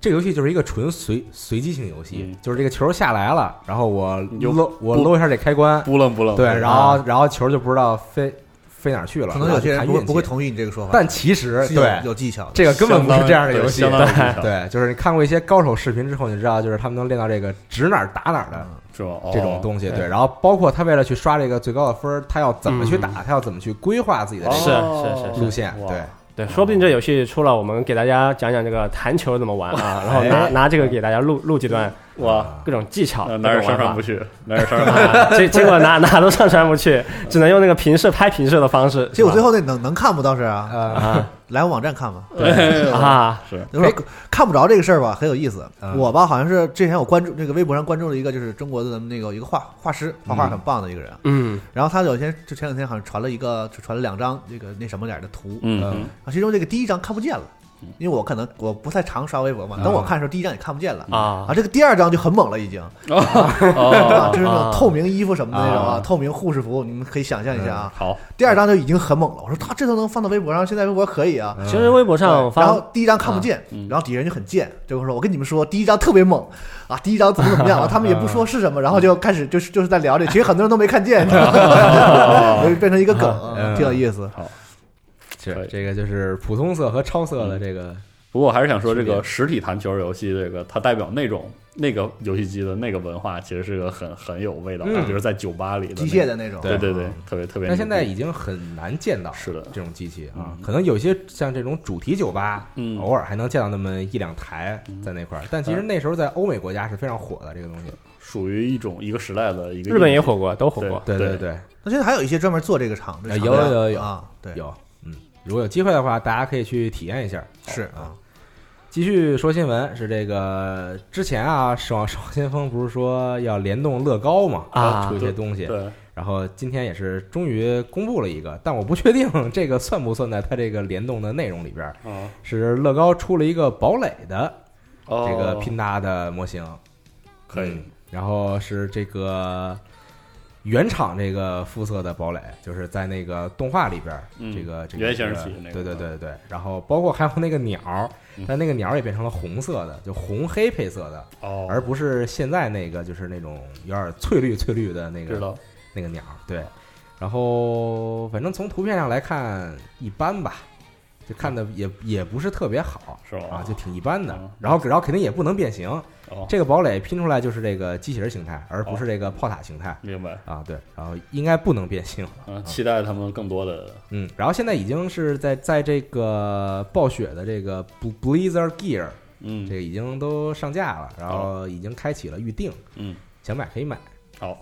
[SPEAKER 2] 这个游戏就是一个纯随随机性游戏
[SPEAKER 3] 嗯，
[SPEAKER 2] 就是这个球下来了，然后我
[SPEAKER 3] 你就
[SPEAKER 2] 搂我
[SPEAKER 3] 不
[SPEAKER 2] 搂一下这开关，
[SPEAKER 3] 不楞不楞，
[SPEAKER 2] 对，然
[SPEAKER 3] 啊
[SPEAKER 2] 后
[SPEAKER 5] 啊
[SPEAKER 2] 然后球就不知道飞飞哪儿去了，
[SPEAKER 6] 可能有些
[SPEAKER 2] 然
[SPEAKER 6] 人
[SPEAKER 2] 后
[SPEAKER 6] 不
[SPEAKER 2] 就
[SPEAKER 6] 会
[SPEAKER 2] 看运气
[SPEAKER 6] 不会，同意你这个说法，
[SPEAKER 2] 但其实
[SPEAKER 6] 是有
[SPEAKER 2] 对
[SPEAKER 6] 有技巧的。
[SPEAKER 2] 这个根本不是这样的游戏
[SPEAKER 3] 相，当对相当有技巧
[SPEAKER 2] 对，就是你看过一些高手视频之后，你就知道就是他们能练到这个指哪儿打哪儿的。
[SPEAKER 3] 是吧？哦
[SPEAKER 2] 这种东西。
[SPEAKER 5] 对
[SPEAKER 2] 对，然后包括他为了去刷这个最高的分儿，他要怎么去打，他要怎么去规划自己的这个
[SPEAKER 3] 哦
[SPEAKER 5] 是是是
[SPEAKER 2] 路线。
[SPEAKER 3] 哇
[SPEAKER 2] 对，
[SPEAKER 5] 对，说不定这游戏出了，我们给大家讲讲这个弹球怎么玩啊，
[SPEAKER 3] 哎
[SPEAKER 5] 然后拿拿这个给大家录录几段
[SPEAKER 3] 哇，
[SPEAKER 5] 各种技
[SPEAKER 2] 啊
[SPEAKER 5] 巧，
[SPEAKER 3] 那哪儿也上传不
[SPEAKER 5] 去？
[SPEAKER 3] 去，哪儿也上传不去。
[SPEAKER 5] 啊结结果 <laughs> 哪哪都上传不去，只能用那个平视拍平视的方式。
[SPEAKER 6] 结果最
[SPEAKER 5] 后
[SPEAKER 6] 后那能能看不倒是啊，
[SPEAKER 2] 呃，
[SPEAKER 5] 啊
[SPEAKER 6] 来我网站看吧。
[SPEAKER 3] 对
[SPEAKER 5] <laughs> 啊，
[SPEAKER 3] 是
[SPEAKER 6] 那会儿看不着这个事儿吧，很有意思
[SPEAKER 2] 啊。
[SPEAKER 6] 我吧，好像是之前我关注这个微博上关注了一个，就是中国的咱们那个一个画画师，画画很棒的一个人。
[SPEAKER 5] 嗯
[SPEAKER 6] 然后他有一天就前两天好像传了一个，就传了两张这个那什么点儿的图，
[SPEAKER 3] 嗯，
[SPEAKER 6] 啊，其中这个第一张看不见了，因为我可能我不太常刷微博嘛，等我看的时候，第一张也看不见了。
[SPEAKER 5] 啊
[SPEAKER 6] 啊，这个第二张就很猛了，已经，
[SPEAKER 2] 嗯
[SPEAKER 6] 啊，
[SPEAKER 3] 哦
[SPEAKER 6] 就是那
[SPEAKER 5] 啊
[SPEAKER 6] 种透明衣服什么的那种
[SPEAKER 2] 啊
[SPEAKER 6] 啊，透明护士服，你们可以想象一下啊。
[SPEAKER 3] 好，
[SPEAKER 6] 第二张就已经很猛了，我说他这都能放到微博上，现在微博可以啊。
[SPEAKER 5] 其实微博上
[SPEAKER 6] 对然后
[SPEAKER 5] 发
[SPEAKER 6] 第一张看不
[SPEAKER 3] 啊
[SPEAKER 6] 见，
[SPEAKER 3] 嗯
[SPEAKER 6] 然后底下人就很贱，就会说：“我跟你们说，第一张特别猛啊，第一张怎么怎
[SPEAKER 3] <laughs>
[SPEAKER 6] 么样。”然后他们也不说是什么，然后就开始就是就是在聊这，其实很多人都没看
[SPEAKER 3] <laughs>
[SPEAKER 6] 见，就变成一个梗
[SPEAKER 2] 嗯，
[SPEAKER 6] 挺有意思。
[SPEAKER 2] 是这个就是普通色和超色的这个
[SPEAKER 3] 不过我还是想说，这
[SPEAKER 2] 区别
[SPEAKER 3] 个实体弹球游戏，这个它代表那种那个游戏机的那个文化，其实是个很很有味道的，
[SPEAKER 2] 嗯
[SPEAKER 3] 比如在酒吧里的
[SPEAKER 6] 机
[SPEAKER 3] 那
[SPEAKER 6] 械
[SPEAKER 3] 个，
[SPEAKER 6] 的那种，
[SPEAKER 3] 对对对
[SPEAKER 2] 啊，
[SPEAKER 3] 特别特别牛逼。
[SPEAKER 2] 那现在已经很难见到
[SPEAKER 3] 是的，
[SPEAKER 2] 这种机器啊，可能有些像这种主题酒吧，
[SPEAKER 3] 嗯
[SPEAKER 2] 偶尔还能见到那么一两台在那块儿，但其实那时候在欧美国家是非常火的这个东西。
[SPEAKER 3] 属于一种一个时代的一个
[SPEAKER 5] 日本也
[SPEAKER 3] 印记
[SPEAKER 5] 火过，都火过。
[SPEAKER 2] 对
[SPEAKER 3] 对
[SPEAKER 2] 对，
[SPEAKER 6] 那现在还有一些专门做这个厂，这
[SPEAKER 2] 啊
[SPEAKER 6] 厂
[SPEAKER 2] 有
[SPEAKER 6] 家
[SPEAKER 2] 有有
[SPEAKER 6] 啊，对，
[SPEAKER 2] 有嗯，如果有机会的话，大家可以去体验一下。
[SPEAKER 6] 是
[SPEAKER 2] 啊。继续说新闻，是这个之前啊，《守望守望先锋》不是说要联动乐高嘛？
[SPEAKER 5] 啊
[SPEAKER 2] 出一些东西。
[SPEAKER 3] 对，
[SPEAKER 2] 然后今天也是终于公布了一个，但我不确定这个算不算在它这个联动的内容里边儿。
[SPEAKER 3] 啊，
[SPEAKER 2] 是乐高出了一个堡垒的
[SPEAKER 3] 哦
[SPEAKER 2] 这个拼搭的模型，
[SPEAKER 3] 可以
[SPEAKER 2] 嗯，然后是这个原厂这个肤色的堡垒，就是在那个动画里边儿，
[SPEAKER 3] 嗯
[SPEAKER 2] 这个这个
[SPEAKER 3] 原型
[SPEAKER 2] 这
[SPEAKER 3] 起那个
[SPEAKER 2] 对对对对对。然后包括还有那个鸟儿
[SPEAKER 3] 嗯，
[SPEAKER 2] 但那个鸟儿也变成了红色的，就红黑配色的，
[SPEAKER 3] 哦，
[SPEAKER 2] 而不是现在那个就是那种有点翠绿翠绿的那
[SPEAKER 3] 知
[SPEAKER 2] 个
[SPEAKER 3] 道
[SPEAKER 2] 那个鸟儿。对，然后反正从图片上来看一般吧，就看的也也不是特别好。
[SPEAKER 3] 是吧？
[SPEAKER 2] 啊，就挺一般的
[SPEAKER 3] 嗯，
[SPEAKER 2] 然后然后肯定也不能变形，
[SPEAKER 3] 哦，
[SPEAKER 2] 这个堡垒拼出来就是这个机器人形态，而不是这个炮塔形态
[SPEAKER 3] 明白，
[SPEAKER 2] 啊。对，然后应该不能变形。
[SPEAKER 3] 嗯，期待他们更多的
[SPEAKER 2] 嗯，然后现在已经是在在这个暴雪的这个 Bl- Blizzard Gear
[SPEAKER 3] 嗯
[SPEAKER 2] 这个已经都上架了，然后已经开启了预定，
[SPEAKER 3] 嗯，
[SPEAKER 2] 想买可以买。嗯
[SPEAKER 3] 好，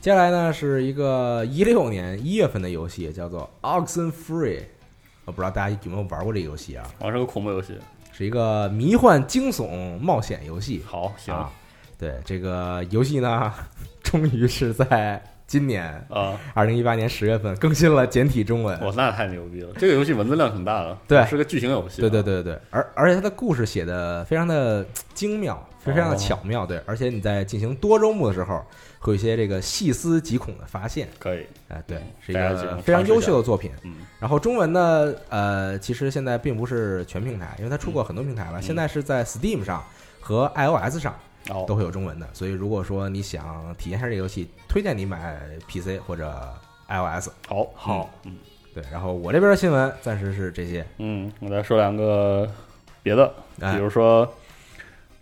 [SPEAKER 2] 接下来呢是一个一六年一月份的游戏，叫做 Oxen Free，我不知道大家有没有玩过这个游戏啊？
[SPEAKER 3] 好像是个恐怖游戏，
[SPEAKER 2] 是一个迷幻惊悚冒险游戏。
[SPEAKER 3] 好行，
[SPEAKER 2] 啊，对这个游戏呢，终于是在今年
[SPEAKER 3] 啊！
[SPEAKER 2] 二零一八年十月份更新了简体中文。
[SPEAKER 3] 我那太牛逼了，这个游戏文字量挺大的，
[SPEAKER 2] 对
[SPEAKER 3] 是个剧情游戏、啊
[SPEAKER 2] 对对，对对对，而而且它的故事写的非常的精妙，非常
[SPEAKER 3] 哦
[SPEAKER 2] 的巧妙，对，而且你在进行多周目的时候，会有一些这个细思极恐的发现，
[SPEAKER 3] 可以，
[SPEAKER 2] 哎、对
[SPEAKER 3] 嗯，
[SPEAKER 2] 是一
[SPEAKER 3] 大家喜
[SPEAKER 2] 个
[SPEAKER 3] 欢
[SPEAKER 2] 非常
[SPEAKER 3] 尝试一
[SPEAKER 2] 优
[SPEAKER 3] 下
[SPEAKER 2] 秀的作品。
[SPEAKER 3] 嗯，
[SPEAKER 2] 然后中文呢，呃，其实现在并不是全平台，因为它出过很多平台了，
[SPEAKER 3] 嗯
[SPEAKER 2] 现在是在 Steam 上和 iOS 上
[SPEAKER 3] 哦
[SPEAKER 2] 都，会有中文的，所以如果说你想体验一下这个游戏，推荐你买 PC 或者 iOS。
[SPEAKER 3] 好，
[SPEAKER 2] 好，
[SPEAKER 3] 嗯
[SPEAKER 2] 对，然后我这边的新闻暂时是这些，
[SPEAKER 3] 嗯，我再说两个别的，
[SPEAKER 2] 哎
[SPEAKER 3] 比如说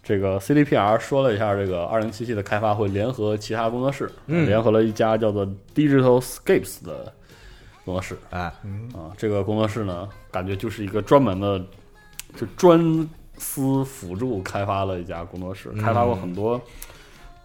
[SPEAKER 3] 这个 CDPR 说了一下，这个二零七七的开发会联合其他工作室，
[SPEAKER 2] 嗯
[SPEAKER 3] 联合了一家叫做 Digital Scapes 的工作室
[SPEAKER 2] 哎，
[SPEAKER 6] 嗯
[SPEAKER 3] 啊。这个工作室呢，感觉就是一个专门的，就专司辅助开发了一家工作室，
[SPEAKER 2] 嗯
[SPEAKER 3] 开发过很多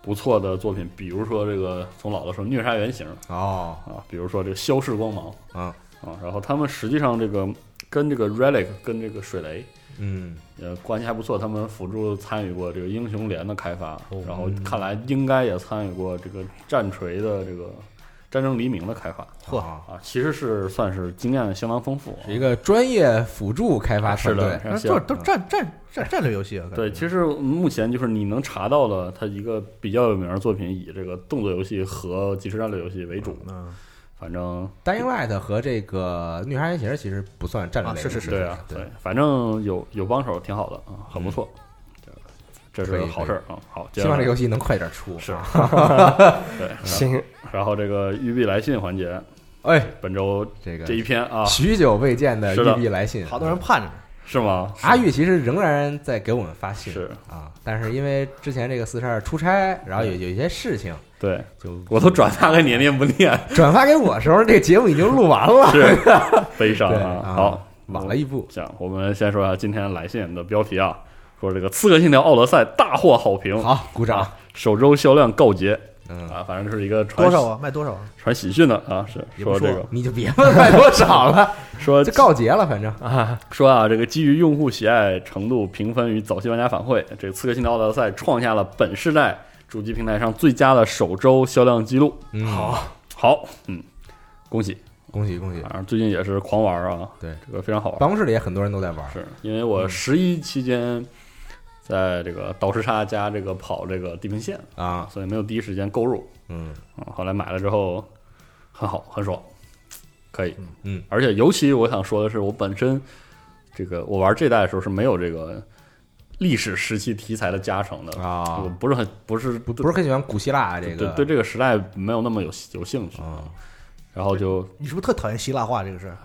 [SPEAKER 3] 不错的作品，比如说这个从老的时候虐杀原型
[SPEAKER 2] 哦，
[SPEAKER 3] 啊，比如说这个消逝光芒
[SPEAKER 2] 啊
[SPEAKER 3] 啊，然后他们实际上这个跟这个 Relic 跟这个水雷。
[SPEAKER 2] 嗯，
[SPEAKER 3] 呃，关系还不错，他们辅助参与过这个英雄联的开发，
[SPEAKER 6] 哦
[SPEAKER 3] 然后
[SPEAKER 6] 嗯
[SPEAKER 3] 看来应该也参与过这个战锤的这个战争黎明的开发
[SPEAKER 2] 嚯，
[SPEAKER 3] 啊，其实是算是经验相当丰富啊。
[SPEAKER 2] 是一个专业辅助开发
[SPEAKER 3] 是
[SPEAKER 2] 团
[SPEAKER 3] 的
[SPEAKER 2] 队，，
[SPEAKER 3] 像
[SPEAKER 6] 这都是战战战战略游戏啊，感觉
[SPEAKER 3] 对，其实目前就是你能查到的，它一个比较有名的作品，以这个动作游戏和即时战略游戏为主。
[SPEAKER 6] 嗯，
[SPEAKER 3] 反正
[SPEAKER 2] Dying Light 和这个虐杀原型其实不算战略
[SPEAKER 6] 啊
[SPEAKER 2] 类
[SPEAKER 6] 是
[SPEAKER 2] 的，
[SPEAKER 6] 是是
[SPEAKER 3] 对啊，
[SPEAKER 2] 对，，
[SPEAKER 3] 反正有有帮手挺好的啊，很不错，这这
[SPEAKER 2] 可
[SPEAKER 3] 是
[SPEAKER 2] 以
[SPEAKER 3] 好事儿啊。好，
[SPEAKER 2] 希
[SPEAKER 3] 接下
[SPEAKER 2] 望
[SPEAKER 3] 来
[SPEAKER 2] 这个游戏能快点出。
[SPEAKER 3] 是
[SPEAKER 2] 啊
[SPEAKER 3] 对，然后
[SPEAKER 5] 行，
[SPEAKER 3] 然后这个玉璧来信环节，
[SPEAKER 2] 哎，
[SPEAKER 3] 本周
[SPEAKER 2] 这个
[SPEAKER 3] 这一篇啊，
[SPEAKER 2] 许久未见的
[SPEAKER 3] 是的
[SPEAKER 2] 玉璧来信，
[SPEAKER 6] 好多人盼着。
[SPEAKER 3] 是吗？
[SPEAKER 2] 阿玉其实仍然在给我们发信，
[SPEAKER 3] 是
[SPEAKER 2] 啊，但是因为之前这个四十二出差，然后有有一些事情，
[SPEAKER 3] 对
[SPEAKER 2] 就
[SPEAKER 3] 我都转发给你，你也不念，
[SPEAKER 2] 转发给我的时候，这个节目已经录完了，
[SPEAKER 3] <laughs> 是悲伤
[SPEAKER 2] 对
[SPEAKER 3] 啊。好，
[SPEAKER 2] 晚了一步，
[SPEAKER 3] 行，我们先说一下今天来信的标题啊，说这个《刺客信条：奥德赛》大获好评，
[SPEAKER 2] 好，鼓掌
[SPEAKER 3] 啊，，首周销量告捷
[SPEAKER 2] 嗯，
[SPEAKER 3] 啊，反正就是一个传
[SPEAKER 6] 多少啊？卖多少啊？
[SPEAKER 3] 传喜讯的啊，是
[SPEAKER 6] 也不
[SPEAKER 3] 说这
[SPEAKER 6] 说
[SPEAKER 3] 个呃
[SPEAKER 2] 你就别问卖多少了，
[SPEAKER 3] <laughs> 说
[SPEAKER 2] 就告捷了，反正
[SPEAKER 3] 说啊，这个基于用户喜爱程度评分与早期玩家反馈，这个《刺客信条：奥德赛》创下了本世代主机平台上最佳的首周销量记录。
[SPEAKER 2] 嗯，好，
[SPEAKER 3] 好，嗯，恭喜！
[SPEAKER 2] 恭喜恭喜，
[SPEAKER 3] 反正最近也是狂玩啊，
[SPEAKER 2] 对，
[SPEAKER 3] 这个非常好玩。
[SPEAKER 2] 办公室里也很多人都在玩，
[SPEAKER 3] 是因为我十一期间在这个倒时差加这个跑这个地平线，
[SPEAKER 2] 啊，
[SPEAKER 3] 所以没有第一时间购入。
[SPEAKER 2] 嗯，
[SPEAKER 3] 嗯，后来买了之后很好，很爽，可以。
[SPEAKER 2] 嗯，
[SPEAKER 3] 而且尤其我想说的是，我本身这个我玩这代的时候是没有这个历史时期题材的加成的，
[SPEAKER 2] 啊
[SPEAKER 3] 我，不是很不是
[SPEAKER 2] 不不是很喜欢古希腊啊这
[SPEAKER 3] 对
[SPEAKER 2] 个，
[SPEAKER 3] 对这个时代没有那么有有兴趣，
[SPEAKER 2] 啊，
[SPEAKER 3] 然后就
[SPEAKER 6] 你是不是特讨厌希腊话这个事儿？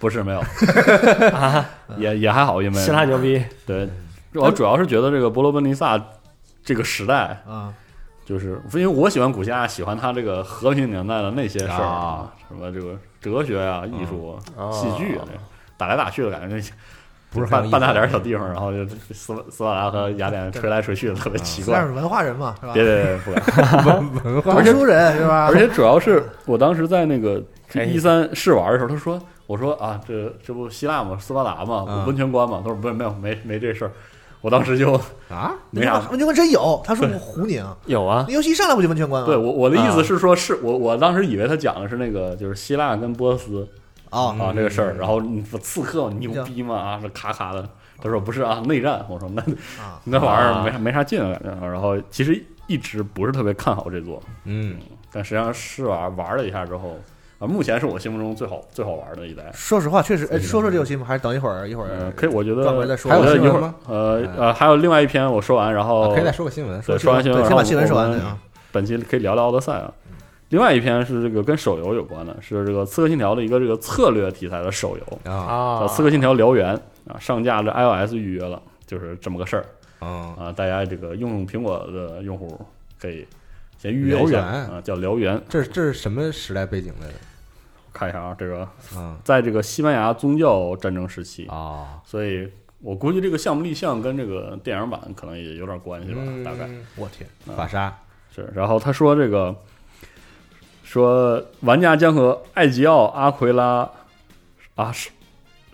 [SPEAKER 3] 不是没
[SPEAKER 2] 啊
[SPEAKER 3] 有， <laughs> 也也还好，因为
[SPEAKER 5] 希腊牛逼，
[SPEAKER 2] 嗯
[SPEAKER 3] 对，我主要是觉得这个伯罗奔尼撒这个时代，
[SPEAKER 6] 啊，
[SPEAKER 3] 就是因为我喜欢古希腊，喜欢他这个和平年代的那些事儿
[SPEAKER 2] 啊，
[SPEAKER 3] 什么这个哲学啊、艺术、
[SPEAKER 5] 哦
[SPEAKER 3] 戏剧啊，这打来打去的感觉，
[SPEAKER 2] 不是很有
[SPEAKER 3] 半
[SPEAKER 2] 意思
[SPEAKER 3] 半大点小地方，然啊后就斯斯巴达和雅典吹来吹去的，特别奇
[SPEAKER 6] 虽然
[SPEAKER 3] 怪
[SPEAKER 6] 是。文化人嘛，是吧？
[SPEAKER 5] <laughs>
[SPEAKER 3] 别别别，不敢！
[SPEAKER 2] 文化
[SPEAKER 6] 读书人是吧？
[SPEAKER 3] <laughs> 而且主要是我当时在那个一三试玩的时候，他说：“我说啊，这这不希腊吗？斯巴达吗？
[SPEAKER 2] 嗯
[SPEAKER 3] 温泉关吗？”他说：“不是，没有，没没这事儿。”我当时
[SPEAKER 2] <laughs>
[SPEAKER 3] 就
[SPEAKER 2] 啊，
[SPEAKER 3] 没啥
[SPEAKER 6] 温泉关真有，他说我唬你啊，
[SPEAKER 5] 有啊，
[SPEAKER 6] 那游戏一上来不就温泉关吗？
[SPEAKER 3] 对我我的意
[SPEAKER 2] 嗯
[SPEAKER 3] 思是说，是我我当时以为他讲的是那个就是希腊跟波斯
[SPEAKER 6] 啊，
[SPEAKER 3] 啊这个事儿，然后你说刺客牛逼嘛啊，是咔咔的。他说不是啊，内战。我说那
[SPEAKER 6] 啊
[SPEAKER 3] <laughs> 那玩意儿没啥没啥劲的感觉。然后其实一直不是特别看好这座，
[SPEAKER 2] 嗯，
[SPEAKER 3] 但实际上试玩玩了一下之后，啊，目前是我心目中最好最好玩的一代。
[SPEAKER 6] 说实话，确实，哎，说
[SPEAKER 3] 嗯
[SPEAKER 6] 说这游戏吗？还是等一会儿，一会
[SPEAKER 3] 呃
[SPEAKER 6] 儿，
[SPEAKER 3] 可以，我觉得
[SPEAKER 6] 专门再说
[SPEAKER 3] 我觉
[SPEAKER 2] 还有
[SPEAKER 3] 得
[SPEAKER 2] 新
[SPEAKER 3] 一
[SPEAKER 2] 闻
[SPEAKER 3] 会儿
[SPEAKER 2] 吗
[SPEAKER 3] 呃呃，还有另外一篇我说完，然后
[SPEAKER 2] 啊可以再说个新闻，
[SPEAKER 3] 哦
[SPEAKER 2] 说
[SPEAKER 3] 对，说完新
[SPEAKER 6] 对
[SPEAKER 3] 闻，然
[SPEAKER 6] 先
[SPEAKER 3] 后
[SPEAKER 6] 把新闻说完
[SPEAKER 3] 我们
[SPEAKER 6] 对啊
[SPEAKER 3] 本期可以聊聊奥德赛啊。另外一篇是这个跟手游有关的，是这个《刺客信条》的一个这个策略题材的手游，
[SPEAKER 2] 啊，
[SPEAKER 3] 叫
[SPEAKER 5] 啊
[SPEAKER 3] 《刺客信条：燎原》啊，上架这 iOS 预约了，就是这么个事儿
[SPEAKER 2] 嗯，
[SPEAKER 3] 啊。大家这个用苹果的用户可以先预约
[SPEAKER 2] 燎
[SPEAKER 3] 一下
[SPEAKER 2] 原
[SPEAKER 3] 啊，叫《燎原》。
[SPEAKER 2] 这是这是什么时代背景来的？
[SPEAKER 3] 看一下啊，这个
[SPEAKER 2] 嗯，
[SPEAKER 3] 在这个西班牙宗教战争时期，
[SPEAKER 2] 啊，
[SPEAKER 3] 所以我估计这个项目立项跟这个电影版可能也有点关系吧，
[SPEAKER 2] 嗯
[SPEAKER 3] 大概。啊
[SPEAKER 6] 我天，
[SPEAKER 2] 法沙，
[SPEAKER 3] 是，然后他说这个，说玩家将和艾吉奥、阿奎拉、啊，是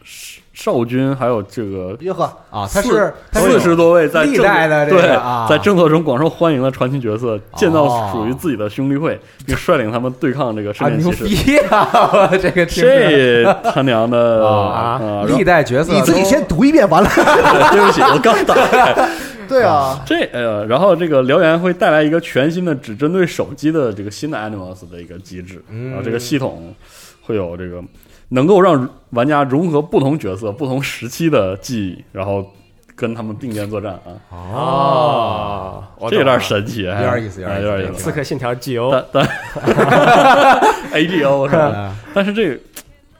[SPEAKER 3] 是赵军还有这个
[SPEAKER 6] 哟呵，
[SPEAKER 2] 啊，他
[SPEAKER 3] 四
[SPEAKER 2] 是他
[SPEAKER 3] 四十多位在
[SPEAKER 2] 历
[SPEAKER 3] 正
[SPEAKER 2] 代的这
[SPEAKER 3] 对
[SPEAKER 2] 个啊，
[SPEAKER 3] 在正作中广受欢迎的传奇角色，建
[SPEAKER 2] 哦
[SPEAKER 3] 造属于自己的兄弟会，并率领他们对抗这个
[SPEAKER 2] 啊
[SPEAKER 3] 圣
[SPEAKER 2] 牛
[SPEAKER 3] 剑骑士。
[SPEAKER 2] 逼啊！我这个听着
[SPEAKER 3] 这他娘的
[SPEAKER 2] 啊
[SPEAKER 3] 啊！
[SPEAKER 2] 历代角色
[SPEAKER 6] 你自己
[SPEAKER 2] 都
[SPEAKER 6] 先读一遍完了。
[SPEAKER 3] 然后对不起，我刚打开。
[SPEAKER 6] 对啊，
[SPEAKER 3] 这呃，然后这个燎原会带来一个全新的只针对手机的这个新的 Animals 的一个机制，
[SPEAKER 2] 嗯
[SPEAKER 3] 然后这个系统会有这个能够让玩家融合不同角色、不同时期的记忆，然后跟他们并肩作战啊，
[SPEAKER 5] 哦，我
[SPEAKER 3] 这有
[SPEAKER 5] 懂了
[SPEAKER 3] 点神奇，有
[SPEAKER 2] 有点意思
[SPEAKER 3] 有
[SPEAKER 2] 有点意思
[SPEAKER 3] 点意
[SPEAKER 2] 有点意
[SPEAKER 3] 思
[SPEAKER 2] 思。
[SPEAKER 5] 刺客信条 GO
[SPEAKER 3] 但但哦 <laughs> A G O 是吧？
[SPEAKER 2] 啊
[SPEAKER 3] <laughs> 但是这个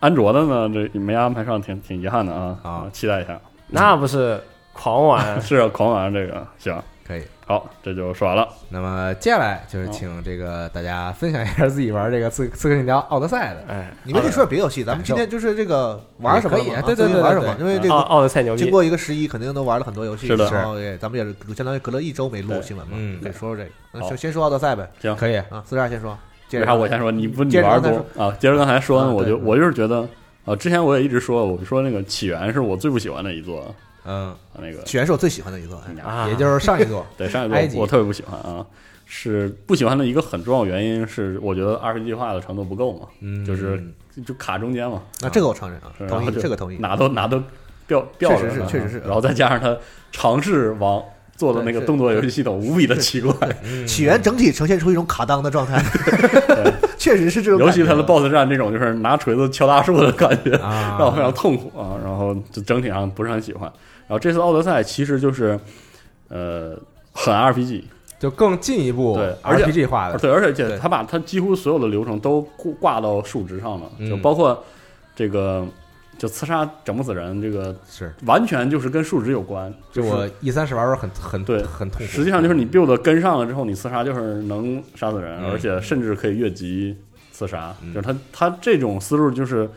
[SPEAKER 3] 安卓的呢，这没安排上挺，挺遗憾的啊
[SPEAKER 2] 啊
[SPEAKER 3] 期待一下。
[SPEAKER 5] 那不是狂
[SPEAKER 3] <laughs>
[SPEAKER 5] 玩
[SPEAKER 3] 是啊，狂玩这个行，
[SPEAKER 2] 可以。
[SPEAKER 3] 好，这就说完了。
[SPEAKER 2] <laughs> 那么接下来就是请这个大家分享一下自己玩这个《刺刺客信条：奥德赛》的
[SPEAKER 6] 你们可以说点别的游戏，咱们今天就是这个玩什么了
[SPEAKER 2] 也
[SPEAKER 6] 嘛
[SPEAKER 2] 可以
[SPEAKER 6] 啊
[SPEAKER 2] 对对对
[SPEAKER 6] 最近玩什么
[SPEAKER 2] 对，
[SPEAKER 6] 因为这
[SPEAKER 3] 啊
[SPEAKER 5] 奥
[SPEAKER 6] 个
[SPEAKER 5] 奥德赛牛
[SPEAKER 6] 经
[SPEAKER 5] 逼，
[SPEAKER 6] 过一个十一，肯定都玩了很多游戏，
[SPEAKER 3] 是的
[SPEAKER 6] 然后也咱们也是相当于隔了一周没录
[SPEAKER 3] 对
[SPEAKER 6] 新闻嘛，
[SPEAKER 2] 嗯
[SPEAKER 6] 可以说说这个。那
[SPEAKER 3] 好
[SPEAKER 6] 先先说奥德赛呗，
[SPEAKER 2] 可以
[SPEAKER 6] 啊，四十二先说，接
[SPEAKER 3] 为
[SPEAKER 6] 着
[SPEAKER 3] 啥我先说？你不你
[SPEAKER 6] 接着
[SPEAKER 3] 玩
[SPEAKER 6] 刚才
[SPEAKER 3] 过啊？接着刚才说呢，
[SPEAKER 6] 啊
[SPEAKER 3] 我就
[SPEAKER 6] 对
[SPEAKER 3] 我就是觉得啊，之前我也一直说，我说那个起源是我最不喜欢的一座，
[SPEAKER 2] 嗯，
[SPEAKER 3] 啊那个
[SPEAKER 6] 起源是我最喜欢的一座，哎
[SPEAKER 5] 啊
[SPEAKER 2] 也就是上一
[SPEAKER 3] <laughs>
[SPEAKER 2] 座
[SPEAKER 3] 对上
[SPEAKER 2] 埃
[SPEAKER 3] 一
[SPEAKER 2] 及
[SPEAKER 3] 座我特别不喜欢啊。是不喜欢的一个很重要原因是，我觉得 RPG 化的程度不够嘛，
[SPEAKER 2] 嗯
[SPEAKER 3] 就是就卡中间嘛，
[SPEAKER 6] 那这个我承认啊，
[SPEAKER 3] 是
[SPEAKER 6] 同
[SPEAKER 3] 嗯然
[SPEAKER 6] 意
[SPEAKER 3] 后就
[SPEAKER 6] 这个同意。
[SPEAKER 3] 哪都哪都掉掉
[SPEAKER 6] 确实是
[SPEAKER 3] 了，
[SPEAKER 6] 确实是
[SPEAKER 3] 然后再加上他尝试往做的那
[SPEAKER 6] 对
[SPEAKER 3] 个
[SPEAKER 6] 是
[SPEAKER 3] 动作游戏系统无比的奇怪，
[SPEAKER 2] 嗯
[SPEAKER 6] 起源整体呈现出一种卡裆的状态， <laughs> 确实是这种感
[SPEAKER 3] 尤
[SPEAKER 6] 觉。
[SPEAKER 3] 其他的 BOSS 战这种就是拿锤子敲大树的感觉，
[SPEAKER 2] 啊，
[SPEAKER 3] 让我非常痛苦啊。然后就整体上不是很喜欢。然后这次奥德赛其实就是呃很 RPG，
[SPEAKER 2] 就更进一步
[SPEAKER 3] 对而且
[SPEAKER 2] RPG 化
[SPEAKER 6] 哎
[SPEAKER 2] 的，
[SPEAKER 3] 对，而且
[SPEAKER 2] 对
[SPEAKER 3] 他把他几乎所有的流程都挂挂到数值上了，
[SPEAKER 2] 嗯
[SPEAKER 3] 就包括这个就刺杀整不死人这个
[SPEAKER 2] 是，
[SPEAKER 3] 完全就是跟数值有关，
[SPEAKER 2] 就是我 E 三十玩的时候很很
[SPEAKER 3] 对
[SPEAKER 2] 很痛苦，
[SPEAKER 3] 实际上就是你 build 跟上了之后，你刺杀就是能杀死人，
[SPEAKER 2] 嗯
[SPEAKER 3] 而且甚至可以越级刺杀。
[SPEAKER 2] 嗯
[SPEAKER 3] 就是他他这种思路就是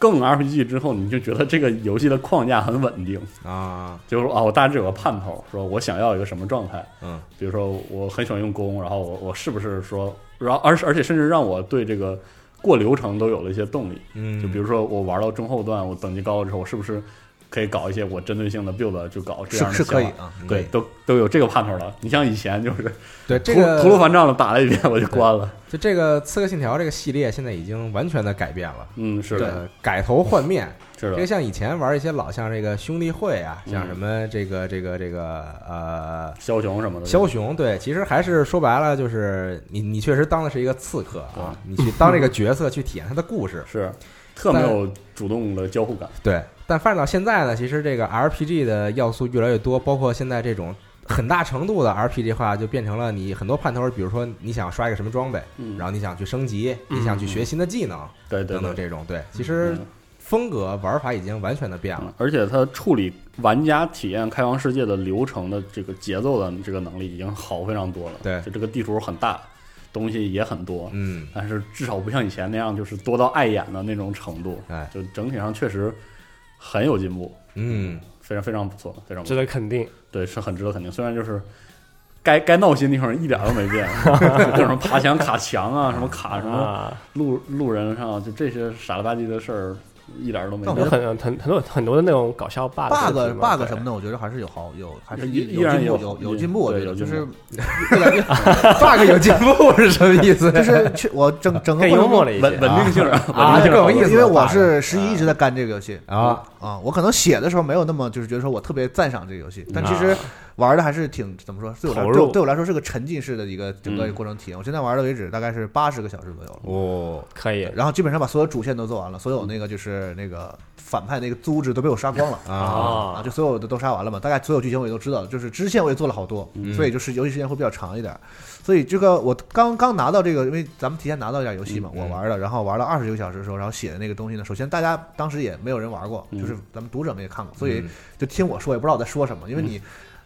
[SPEAKER 3] 更 RPG 之后，你就觉得这个游戏的框架很稳定，
[SPEAKER 2] 啊，
[SPEAKER 3] 就是说啊，我大致有个盼头，说我想要一个什么状态。
[SPEAKER 2] 嗯，
[SPEAKER 3] 比如说我很喜欢用弓，然后我我是不是说，然后而而且甚至让我对这个过流程都有了一些动力。
[SPEAKER 2] 嗯，
[SPEAKER 3] 就比如说我玩到中后段，我等级高了之后，我是不是可以搞一些我针对性的 build，就搞这
[SPEAKER 6] 是
[SPEAKER 3] 样的
[SPEAKER 6] 是可以
[SPEAKER 3] 想法
[SPEAKER 6] 啊，
[SPEAKER 2] 嗯
[SPEAKER 3] 对，都都有这个盼头了。你像以前就是
[SPEAKER 2] 对这
[SPEAKER 3] 吐吐
[SPEAKER 2] 个
[SPEAKER 3] 鲁番账的打了一遍我就关了，
[SPEAKER 2] 就这个《刺客信条》这个系列现在已经完全的改变了，
[SPEAKER 3] 嗯，是的，
[SPEAKER 2] 呃，改头换面，
[SPEAKER 3] 是
[SPEAKER 2] 这
[SPEAKER 3] 的
[SPEAKER 2] 个，像以前玩一些老像这个兄弟会啊，
[SPEAKER 3] 嗯
[SPEAKER 2] 像什么这个这个这个呃
[SPEAKER 3] 枭雄什么的，
[SPEAKER 2] 枭雄，对，其实还是说白了就是你你确实当的是一个刺客啊
[SPEAKER 3] 啊，
[SPEAKER 2] 你去当这个角色去体验他的故事，
[SPEAKER 3] 是特没有主动的交互感，
[SPEAKER 2] 对。 <laughs> 但发展到现在呢，其实这个 RPG 的要素越来越多，包括现在这种很大程度的 RPG 化，就变成了你很多盼头，比如说你想刷一个什么装备，
[SPEAKER 3] 嗯，
[SPEAKER 2] 然后你想去升级，你想去学新的技能
[SPEAKER 3] 对对
[SPEAKER 2] 等
[SPEAKER 3] 嗯对
[SPEAKER 2] 等，这种，对，其实
[SPEAKER 3] 嗯
[SPEAKER 2] 风格玩法已经完全的变了，
[SPEAKER 3] 而且它处理玩家体验开放世界的流程的这个节奏的这个能力已经好非常多了。
[SPEAKER 2] 对
[SPEAKER 3] 就这个地图很大，东西也很多，
[SPEAKER 2] 嗯，
[SPEAKER 3] 但是至少不像以前那样就是多到碍眼的那种程度。
[SPEAKER 2] 哎，
[SPEAKER 3] 就整体上确实很有进步，
[SPEAKER 2] 嗯，
[SPEAKER 3] 非常非常不错，非常不
[SPEAKER 5] 值
[SPEAKER 3] 错。
[SPEAKER 5] 得肯定。
[SPEAKER 3] 对，是很值得肯定。虽然就是该该闹心的地方一点都没变，啊 <laughs> 就什么爬墙卡墙啊，什么卡什么
[SPEAKER 5] 啊，
[SPEAKER 3] 路路人上，就这些傻了吧唧的事儿一点儿都没
[SPEAKER 6] 但
[SPEAKER 5] 有
[SPEAKER 3] 变。
[SPEAKER 5] 很很很多很多的那种搞笑 bug 的
[SPEAKER 6] bug
[SPEAKER 5] 事情嘛
[SPEAKER 6] bug
[SPEAKER 5] 对
[SPEAKER 6] 什么的，我觉得还是有好有还是
[SPEAKER 3] 依依
[SPEAKER 6] 有
[SPEAKER 3] 然
[SPEAKER 6] 进步
[SPEAKER 3] 有
[SPEAKER 6] 有有进步，我
[SPEAKER 3] 对
[SPEAKER 6] 觉得
[SPEAKER 3] 有
[SPEAKER 6] 就
[SPEAKER 3] 进
[SPEAKER 6] 是
[SPEAKER 3] 步
[SPEAKER 2] bug 有进步是什么意思？
[SPEAKER 6] 就是去我整整个过程
[SPEAKER 5] 更幽
[SPEAKER 6] 中
[SPEAKER 5] 默了一些
[SPEAKER 3] 稳稳定性啊，
[SPEAKER 2] <laughs> 啊
[SPEAKER 3] 稳定性
[SPEAKER 2] 更有意思了
[SPEAKER 6] 因为我是十一一直在干这个游戏
[SPEAKER 2] 啊
[SPEAKER 6] 啊，我可能写的时候没有那么就是觉得说我特别赞赏这个游戏，但其实
[SPEAKER 3] 啊
[SPEAKER 6] 玩的还是挺怎么说，对我来
[SPEAKER 5] 投入
[SPEAKER 6] 对我对我来说是个沉浸式的一个整
[SPEAKER 3] 嗯
[SPEAKER 6] 个过程体验。我现在玩到为止大概是八十个小时左右了。
[SPEAKER 2] 哦，
[SPEAKER 5] 可以
[SPEAKER 6] 然后基本上把所有主线都做完了，所有那个就是那个反派那个组织都被我杀光了
[SPEAKER 5] 哦
[SPEAKER 2] 啊
[SPEAKER 6] 啊，就所有的都杀完了嘛，大概所有剧情我也都知道了，就是支线我也做了好多，
[SPEAKER 2] 嗯
[SPEAKER 6] 所以就是游戏时间会比较长一点儿。所以这个我刚刚拿到这个，因为咱们提前拿到一点游戏嘛，
[SPEAKER 2] 嗯
[SPEAKER 6] 我玩了，然后玩了二十个小时的时候，然后写的那个东西呢，首先大家当时也没有人玩过，就是咱们读者们也看过，所以
[SPEAKER 2] 嗯
[SPEAKER 6] 就听我说，也不知道我在说什么，因为你。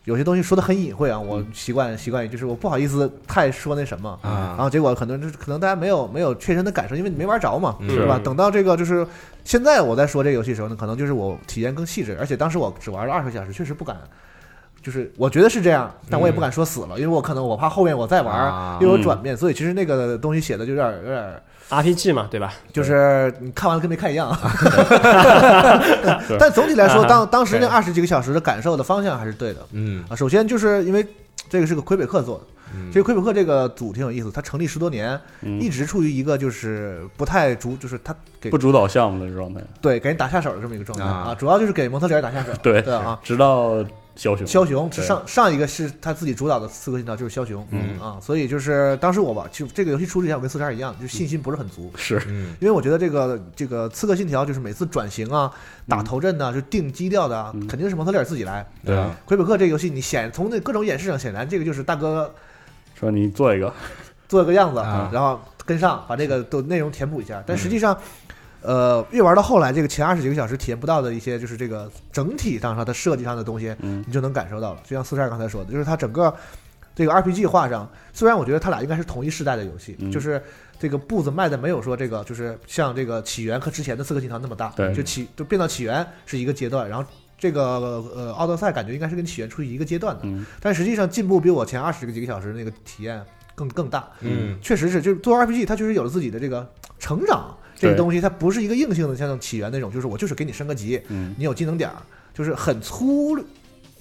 [SPEAKER 6] 有些东西说的很隐晦啊，我习惯习惯于就是我不好意思太说那什么
[SPEAKER 2] 嗯啊
[SPEAKER 6] 然后结果很多人就是可能大家没有没有切身的感受，因为你没玩着嘛，
[SPEAKER 2] 嗯
[SPEAKER 6] 是吧？
[SPEAKER 5] 嗯
[SPEAKER 6] 等到这个就是现在我在说这个游戏的时候呢，可能就是我体验更细致，而且当时我只玩了二十个小时，确实不敢就是我觉得是这样，但我也不敢说死了，因为我可能我怕后面我再玩儿
[SPEAKER 2] 啊
[SPEAKER 6] 又有转变，所以其实那个东西写的就有点有点，
[SPEAKER 5] RPG 嘛，对吧？
[SPEAKER 6] 就是你看完了跟没看一
[SPEAKER 2] <laughs>
[SPEAKER 6] 样。但总体来
[SPEAKER 2] 啊
[SPEAKER 6] 说，当当时那
[SPEAKER 5] 对
[SPEAKER 6] 二十几个小时的感受的方向还是对的
[SPEAKER 2] 嗯
[SPEAKER 6] 啊。首先就是因为这个是个魁北克做的，
[SPEAKER 2] 嗯
[SPEAKER 6] 这个魁北克这个组挺有意思，它成立十多年，一
[SPEAKER 3] 嗯，
[SPEAKER 6] 直处于一个就是不太主，就是它给
[SPEAKER 3] 不主导项目的状态，
[SPEAKER 6] 对给人打下手的这么一个状态
[SPEAKER 2] 啊
[SPEAKER 6] 啊，主要就是给蒙特利尔打下手。
[SPEAKER 3] 对
[SPEAKER 6] 对啊，
[SPEAKER 3] 直到枭雄，
[SPEAKER 6] 枭雄
[SPEAKER 3] 对
[SPEAKER 6] 上上一个是他自己主导的《刺客信条》，就是枭雄，
[SPEAKER 3] 嗯
[SPEAKER 6] 啊，所以就是当时我吧，就这个游戏出之前，我跟四十二一样，就信心不是很足，
[SPEAKER 3] 是
[SPEAKER 2] 嗯
[SPEAKER 6] 因为我觉得这个这个《刺客信条》就是每次转型啊、打头阵呐、就定基调的啊，
[SPEAKER 3] 嗯
[SPEAKER 6] 肯定是蒙特利尔自己来。
[SPEAKER 2] 对啊，
[SPEAKER 6] 魁北克这个游戏，你显从那各种演示上，显然这个就是大哥
[SPEAKER 3] 说你做一个，
[SPEAKER 6] 做个样子，
[SPEAKER 2] 啊
[SPEAKER 6] 然后跟上，把这个都内容填补一下。
[SPEAKER 3] 嗯
[SPEAKER 6] 但实际上，呃，越玩到后来，这个前二十几个小时体验不到的一些，就是这个整体上它的设计上的东西，
[SPEAKER 3] 嗯
[SPEAKER 6] 你就能感受到了。就像四十二刚才说的，就是它整个这个 RPG 化上，虽然我觉得它俩应该是同一世代的游戏，
[SPEAKER 3] 嗯
[SPEAKER 6] 就是这个步子迈的没有说这个就是像这个起源和之前的刺客信条那么大，
[SPEAKER 3] 对
[SPEAKER 6] 就起就变到起源是一个阶段，然后。这个呃，奥德赛感觉应该是跟起源处于一个阶段的，
[SPEAKER 3] 嗯
[SPEAKER 6] 但实际上进步比我前二十个几个小时那个体验更更大。
[SPEAKER 2] 嗯
[SPEAKER 6] 确实是，就是做 RPG，它确实有了自己的这个成长这个东西，它不是一个硬性的，像那种起源那种，就是我就是给你升个级，
[SPEAKER 3] 嗯，
[SPEAKER 6] 你有技能点儿，就是很粗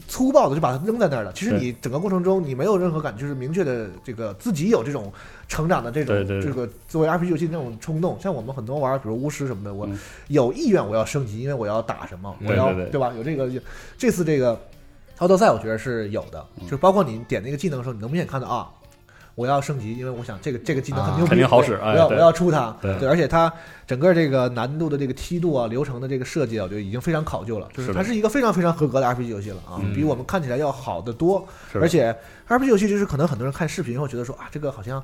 [SPEAKER 6] 粗暴的就把它扔在那儿了。其实
[SPEAKER 3] 对
[SPEAKER 6] 你整个过程中，你没有任何感，就是明确的这个自己有这种成长的这种
[SPEAKER 3] 对对对
[SPEAKER 6] 这个作为 RPG 游戏那种冲动。像我们很多玩，比如巫师什么的，我
[SPEAKER 3] 嗯
[SPEAKER 6] 有意愿我要升级，因为我要打什么，我
[SPEAKER 3] 对
[SPEAKER 6] 要
[SPEAKER 3] 对对
[SPEAKER 6] 吧？有这个这次这个奥德赛，我觉得是有的，
[SPEAKER 3] 嗯
[SPEAKER 6] 就是包括你点那个技能的时候，你能明显看到啊。我要升级，因为我想这个这个技能很
[SPEAKER 2] 啊
[SPEAKER 6] 牛逼，
[SPEAKER 3] 肯定好使
[SPEAKER 6] 对
[SPEAKER 3] 哎
[SPEAKER 6] 我要我
[SPEAKER 3] 对
[SPEAKER 6] 要出它，
[SPEAKER 3] 对
[SPEAKER 6] 而且它整个这个难度的这个梯度啊、流程的这个设计啊，我觉得已经非常考究了，就是
[SPEAKER 3] 是的
[SPEAKER 6] 它是一个非常非常合格的 RPG 游戏了啊，
[SPEAKER 3] 嗯
[SPEAKER 6] 比我们看起来要好得多。
[SPEAKER 3] 是
[SPEAKER 6] 而且 RPG 游戏就是可能很多人看视频会觉得说啊，这个好像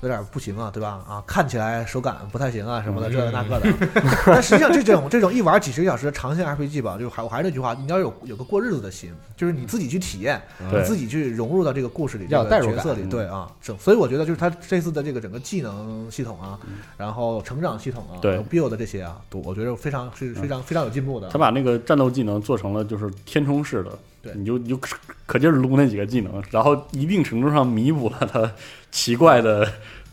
[SPEAKER 6] 有点不行啊，对吧？啊，看起来手感不太行啊什么的，
[SPEAKER 2] 嗯
[SPEAKER 6] 这个那个的。 <laughs> 但实际上这种这种一玩几十个小时的长线 RPG 吧，就是还我还是那句话，你要有有个过日子的心，就是你自己去体验，
[SPEAKER 3] 对
[SPEAKER 6] 你自己去融入到这个故事里，
[SPEAKER 2] 嗯要有
[SPEAKER 6] 这个
[SPEAKER 2] 代入
[SPEAKER 6] 角色里，
[SPEAKER 3] 感
[SPEAKER 6] 对啊，整。所以我觉得就是他这次的这个整个技能系统啊，然后成长系统啊，
[SPEAKER 3] 对
[SPEAKER 6] build 的这些啊，都我觉得非常是
[SPEAKER 2] 嗯
[SPEAKER 6] 非常非常有进步的啊。
[SPEAKER 3] 他把那个战斗技能做成了就是填充式的，
[SPEAKER 6] 对
[SPEAKER 3] 你就你就可可劲儿撸那几个技能，然后一定程度上弥补了他奇怪的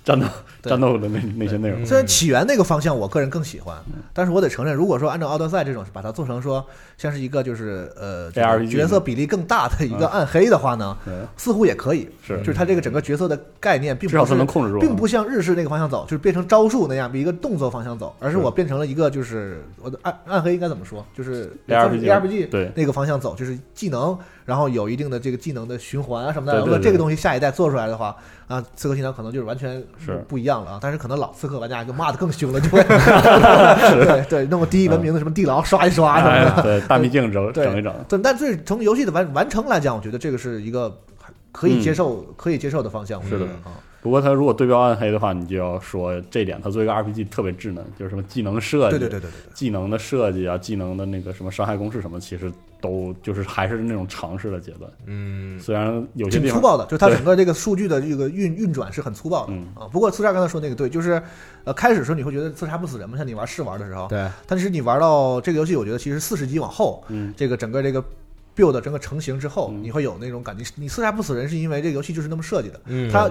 [SPEAKER 3] 战斗
[SPEAKER 6] 对
[SPEAKER 3] 战斗的那那些内容
[SPEAKER 2] 嗯。
[SPEAKER 6] 虽然起源那个方向我个人更喜欢，
[SPEAKER 3] 嗯
[SPEAKER 6] 但是我得承认，如果说按照奥德赛这种把它做成说像是一个就是呃这个
[SPEAKER 3] ARPG
[SPEAKER 6] 角色比例更大的一个暗黑的话呢，
[SPEAKER 3] 嗯
[SPEAKER 6] 似乎也可以，
[SPEAKER 3] 是
[SPEAKER 6] 就是它这个整个角色的概念并
[SPEAKER 3] 至少
[SPEAKER 6] 不
[SPEAKER 3] 他能
[SPEAKER 6] 是。
[SPEAKER 3] 控制住，
[SPEAKER 6] 并不像日式那个方向走，就是变成招数那样，比一个动作方向走，而是
[SPEAKER 3] 是
[SPEAKER 6] 我变成了一个就是我的暗暗黑应该怎么说，就是
[SPEAKER 3] ARPG
[SPEAKER 6] ARPG
[SPEAKER 3] 对
[SPEAKER 6] 那个方向走，就是技能，然后有一定的这个技能的循环啊什么的。
[SPEAKER 3] 对
[SPEAKER 6] 如
[SPEAKER 3] 对
[SPEAKER 6] 果
[SPEAKER 3] 对
[SPEAKER 6] 这个东西下一代做出来的话，啊，刺客信条可能就是完全
[SPEAKER 3] 是
[SPEAKER 6] 不一样了啊。但是可能老刺客玩家就骂的更凶了，
[SPEAKER 3] <laughs>
[SPEAKER 6] 就会 <laughs> 对对，弄个第一文明的什么地牢刷一刷什么的。
[SPEAKER 3] <laughs> 哎，对大秘境整
[SPEAKER 6] <laughs> 对
[SPEAKER 3] 整一整，
[SPEAKER 6] 但但是从游戏的完完成来讲，我觉得这个是一个可以接受、可以接受的方向。我觉
[SPEAKER 3] 嗯是的
[SPEAKER 6] 得啊，
[SPEAKER 3] 不过他如果对标暗黑的话，你就要说这点，他作为一个 RPG 特别智能，就是什么技能设计，
[SPEAKER 6] 对对对对对。
[SPEAKER 3] 技能的设计啊，技能的那个什么伤害公式什么，其实都就是还是那种尝试的阶段。
[SPEAKER 2] 嗯
[SPEAKER 3] 虽然有些
[SPEAKER 6] 挺
[SPEAKER 3] 地
[SPEAKER 6] 粗
[SPEAKER 3] 方，
[SPEAKER 6] 暴的，就是它
[SPEAKER 3] 对
[SPEAKER 6] 整个这个数据的这个运运转是很粗暴的、
[SPEAKER 3] 嗯
[SPEAKER 6] 啊。不过四十二刚才说那个对，就是呃开始的时候你会觉得自杀不死人嘛，像你玩试玩的时候，
[SPEAKER 2] 对，
[SPEAKER 6] 但是你玩到这个游戏，我觉得其实四十级往后，
[SPEAKER 3] 嗯，
[SPEAKER 6] 这个整个这个 build 整个成型之后，
[SPEAKER 3] 嗯
[SPEAKER 6] 你会有那种感觉，你刺杀不死人是因为这个游戏就是那么设计的，
[SPEAKER 2] 嗯
[SPEAKER 6] 它。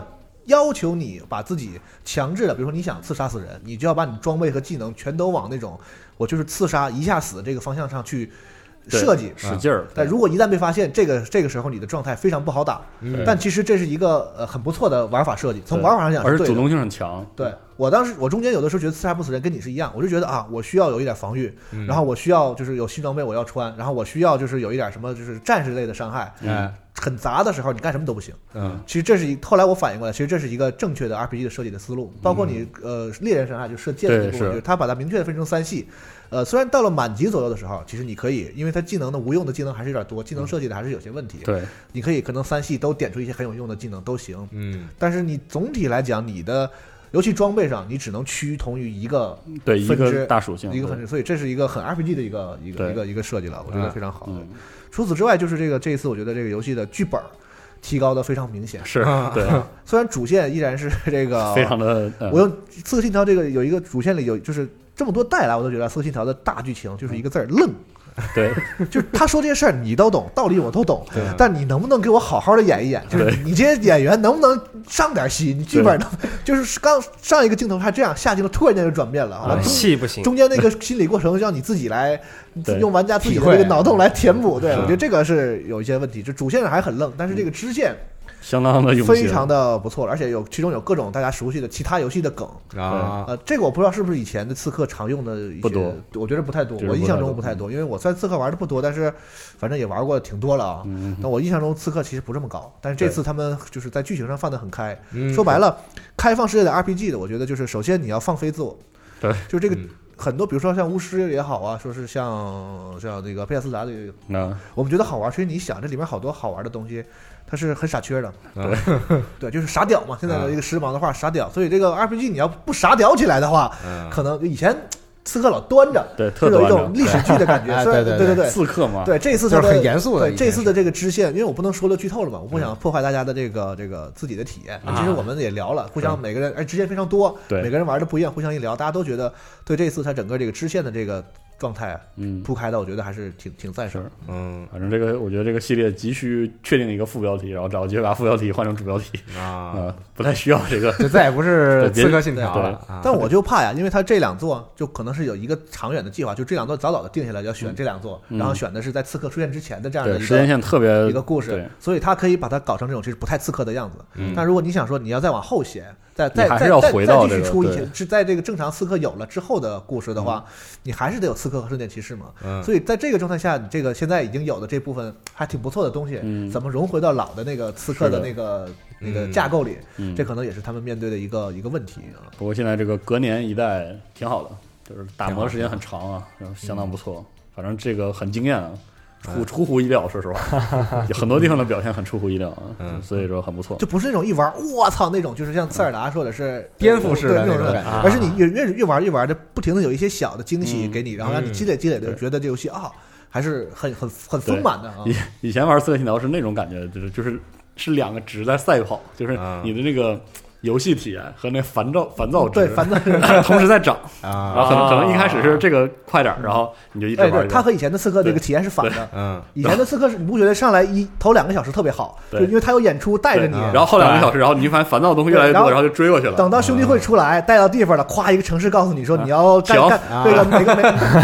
[SPEAKER 6] 要求你把自己强制的，比如说你想刺杀死人，你就要把你装备和技能全都往那种我就是刺杀一下死这个方向上去
[SPEAKER 3] 对
[SPEAKER 6] 设计。
[SPEAKER 3] 使劲儿，
[SPEAKER 6] 啊但如果一旦被发现，这个这个时候你的状态非常不好打。
[SPEAKER 2] 嗯
[SPEAKER 6] 但其实这是一个呃很不错的玩法设计，从
[SPEAKER 3] 对
[SPEAKER 6] 玩法上讲
[SPEAKER 3] 而
[SPEAKER 6] 是
[SPEAKER 3] 且
[SPEAKER 6] 对
[SPEAKER 3] 主
[SPEAKER 6] 的。
[SPEAKER 3] 动性很强，
[SPEAKER 6] 对我当时，我中间有的时候觉得刺杀不死人跟你是一样，我就觉得啊，我需要有一点防御，
[SPEAKER 2] 嗯
[SPEAKER 6] 然后我需要就是有新装备我要穿，然后我需要就是有一点什么就是战士类的伤害，
[SPEAKER 2] 哎
[SPEAKER 6] 很杂的时候你干什么都不行。
[SPEAKER 2] 嗯
[SPEAKER 6] 其实这是一后来我反应过来，其实这是一个正确的 RPG 的设计的思路，包括你呃猎人伤害就射箭的那
[SPEAKER 3] 对
[SPEAKER 6] 部分，
[SPEAKER 3] 是
[SPEAKER 6] 就是他把它明确的分成三系。呃，虽然到了满级左右的时候，其实你可以，因为它技能的无用的技能还是有点多，技能设计的还是有些问题。
[SPEAKER 3] 对，
[SPEAKER 6] 你可以可能三系都点出一些很有用的技能都行，
[SPEAKER 2] 嗯
[SPEAKER 6] 但是你总体来讲，你的尤其装备上，你只能趋同于一个
[SPEAKER 3] 对一
[SPEAKER 6] 分支
[SPEAKER 3] 个大属性，
[SPEAKER 6] 一个分
[SPEAKER 3] 对
[SPEAKER 6] 支，所以这是一个很 RPG 的一个一个
[SPEAKER 3] 对
[SPEAKER 6] 一个一个设计了，我觉得非常好。
[SPEAKER 3] 嗯，
[SPEAKER 6] 除此之外，就是这个这一次我觉得这个游戏的剧本儿提高的非常明显，
[SPEAKER 3] 是对，
[SPEAKER 6] 虽然主线依然是这个
[SPEAKER 3] 非常的，嗯
[SPEAKER 6] 啊我用《刺客信条》这个有一个主线里有，就是这么多代来，我都觉得《刺客信条》的大剧情就是一个字儿愣，
[SPEAKER 3] 嗯对，
[SPEAKER 6] <laughs> 就是他说这些事儿你都懂，道理我都懂，但你能不能给我好好的演一演？就是
[SPEAKER 3] 对
[SPEAKER 6] 你你这些演员能不能上点戏？你剧本能 <laughs> 就是刚上一个镜头还这样，下镜头突然间就转变了，完
[SPEAKER 3] 哎
[SPEAKER 5] 啊
[SPEAKER 6] 了中
[SPEAKER 5] 戏不行，
[SPEAKER 6] 中间那个心理过程让你自己来
[SPEAKER 3] <laughs> 对嗯
[SPEAKER 6] 用玩家自己的
[SPEAKER 2] 体会
[SPEAKER 6] 这个脑洞来填补。对
[SPEAKER 3] 是
[SPEAKER 6] 我觉得这个是有一些问题，就主线还很愣，但是这个支
[SPEAKER 3] <laughs>
[SPEAKER 6] 线
[SPEAKER 3] 相当的用心，
[SPEAKER 6] 非常的不错了，而且有其中有各种大家熟悉的其他游戏的梗。
[SPEAKER 2] 啊，
[SPEAKER 6] 呃，这个我不知道是不是以前的刺客常用的一些，
[SPEAKER 3] 不多
[SPEAKER 6] 我觉得不太多
[SPEAKER 3] 这。个
[SPEAKER 6] 我印象
[SPEAKER 3] 不太
[SPEAKER 6] 中
[SPEAKER 3] 多嗯
[SPEAKER 6] 不太多，因为我虽然刺客玩的不多，但是反正也玩过挺多了啊。
[SPEAKER 3] 嗯，
[SPEAKER 6] 但我印象中刺客其实不这么高，但是这
[SPEAKER 3] 对
[SPEAKER 6] 次他们就是在剧情上放得很开。
[SPEAKER 2] 嗯
[SPEAKER 6] 说白了，开放世界的 RPG 的，我觉得就是首先你要放飞自我，
[SPEAKER 3] 对，
[SPEAKER 6] 就这个
[SPEAKER 2] 嗯
[SPEAKER 6] 很多，比如说像巫师也好啊，说是像像那个贝亚斯达的
[SPEAKER 3] 那
[SPEAKER 6] 我们觉得好玩，其实你想这里面好多好玩的东西，它是很傻缺的。
[SPEAKER 2] 嗯
[SPEAKER 6] 对， <laughs> 对，就是傻屌嘛。现在的一个时髦的话，傻屌。所以这个 RPG 你要不傻屌起来的话，
[SPEAKER 2] 嗯
[SPEAKER 6] 可能以前刺客老端着，
[SPEAKER 3] 对
[SPEAKER 6] 就
[SPEAKER 3] 特
[SPEAKER 6] 有一
[SPEAKER 3] 端
[SPEAKER 6] 种
[SPEAKER 3] 着
[SPEAKER 6] 历史剧的
[SPEAKER 2] <laughs>
[SPEAKER 6] 感觉。
[SPEAKER 2] 哎
[SPEAKER 6] 虽然
[SPEAKER 2] 对
[SPEAKER 6] 对
[SPEAKER 2] 对对
[SPEAKER 6] 对。
[SPEAKER 3] 刺客嘛，
[SPEAKER 6] 对，这次
[SPEAKER 2] 就是
[SPEAKER 6] 它
[SPEAKER 2] 很严肃的
[SPEAKER 6] 对，
[SPEAKER 2] 一
[SPEAKER 6] 这
[SPEAKER 2] 件嗯
[SPEAKER 6] 次的这个支线，因为我不能说了剧透了嘛，我不想破坏大家的这个这个自己的体验。
[SPEAKER 5] 啊
[SPEAKER 6] 其实我们也聊了，互
[SPEAKER 2] 嗯
[SPEAKER 6] 相每个人哎，支线非常多，
[SPEAKER 3] 对
[SPEAKER 6] 每个人玩的不一样，互相一聊，大家都觉得对这次它整个这个支线的这个状态
[SPEAKER 3] 嗯，
[SPEAKER 6] 铺开的，我觉得还是挺挺赞赏的。
[SPEAKER 3] 是，
[SPEAKER 2] 嗯
[SPEAKER 3] 反正这个我觉得这个系列急需确定一个副标题，然后找个机会把副标题换成主标题啊、
[SPEAKER 2] 啊，
[SPEAKER 3] 不太需要
[SPEAKER 2] <laughs>
[SPEAKER 3] 这个。
[SPEAKER 2] 就再也不是
[SPEAKER 3] <laughs> 对别
[SPEAKER 2] 刺客信条
[SPEAKER 3] 对
[SPEAKER 2] 了啊。
[SPEAKER 6] 但我就怕呀，因为他这两座就可能是有一个长远的计划，就这两座早早的定下来要选这两座，
[SPEAKER 3] 嗯
[SPEAKER 6] 然后选的是在刺客出现之前的这样的
[SPEAKER 3] 对，
[SPEAKER 6] 一
[SPEAKER 3] 时间
[SPEAKER 6] 个
[SPEAKER 3] 线特别
[SPEAKER 6] 一个故事
[SPEAKER 3] 对，
[SPEAKER 6] 所以他可以把它搞成这种其实不太刺客的样子。
[SPEAKER 3] 嗯
[SPEAKER 6] 但如果你想说你要再往后写，再再
[SPEAKER 3] 你还是
[SPEAKER 6] 再
[SPEAKER 3] 要
[SPEAKER 6] 再
[SPEAKER 3] 回到
[SPEAKER 6] 再继
[SPEAKER 3] 这
[SPEAKER 6] 续
[SPEAKER 3] 个
[SPEAKER 6] 出一
[SPEAKER 3] 对嗯
[SPEAKER 6] 些，是在这个正常刺客有了之后的故事的话，你还是得有刺客和圣殿骑士嘛。
[SPEAKER 2] 嗯
[SPEAKER 6] 所以在这个状态下，你这个现在已经有的这部分还挺不错的东西，
[SPEAKER 3] 嗯
[SPEAKER 6] 怎么融回到老的那个刺客的
[SPEAKER 3] 是的
[SPEAKER 6] 那个那个
[SPEAKER 2] 嗯
[SPEAKER 6] 架构里？
[SPEAKER 3] 嗯
[SPEAKER 6] 这可能也是他们面对的一个一个问题啊。
[SPEAKER 3] 不过现在这个隔年一代挺好的，就是打
[SPEAKER 2] 挺好
[SPEAKER 3] 磨的时间很长啊，然后相当不错。反正这个很惊艳啊，出出乎意料，说实话，有很多地方的表现很出乎意料啊，
[SPEAKER 2] 嗯
[SPEAKER 3] 所以说很不错。
[SPEAKER 6] 就不是那种一玩我操那种，就是像塞尔达或者是
[SPEAKER 2] 颠覆式的
[SPEAKER 6] 对那
[SPEAKER 2] 那种
[SPEAKER 6] 种
[SPEAKER 2] 感
[SPEAKER 5] 觉
[SPEAKER 6] 而是你越越越玩越玩的，不停的有一些小的惊喜给你，然后让你
[SPEAKER 2] 嗯
[SPEAKER 6] 积累积累的，
[SPEAKER 3] 对
[SPEAKER 6] 觉得这游戏啊还是很很很丰满的啊。
[SPEAKER 3] 以以前玩《刺客信条》是那种感觉，就是就是是两个值在赛跑，就是
[SPEAKER 2] 啊
[SPEAKER 3] 你的那个游戏体验和那烦躁烦躁值
[SPEAKER 6] 对，反正
[SPEAKER 3] <laughs> 同时在涨，然
[SPEAKER 2] 啊，
[SPEAKER 3] 后可能可能一开始是这个快点儿，然后你就一直
[SPEAKER 6] 哎，
[SPEAKER 3] 玩
[SPEAKER 6] 对，
[SPEAKER 3] 儿。
[SPEAKER 6] 它和以前的刺客这个
[SPEAKER 3] 对
[SPEAKER 6] 体验是反的。
[SPEAKER 2] 嗯，
[SPEAKER 6] 以前的刺客是你不觉得上来一头两个小时特别好，就
[SPEAKER 3] 对啊
[SPEAKER 6] 因为它有演出带着你，
[SPEAKER 2] 对
[SPEAKER 3] 然后后两个小时，然后你就发现烦躁的东西越来越
[SPEAKER 6] 对
[SPEAKER 3] 多，然
[SPEAKER 6] 然后
[SPEAKER 3] 后就追过去了。
[SPEAKER 6] 等到兄弟会出来，带到地方了，夸一个城市告诉你说你要占
[SPEAKER 3] 停
[SPEAKER 6] 干
[SPEAKER 2] 啊
[SPEAKER 6] 那个每个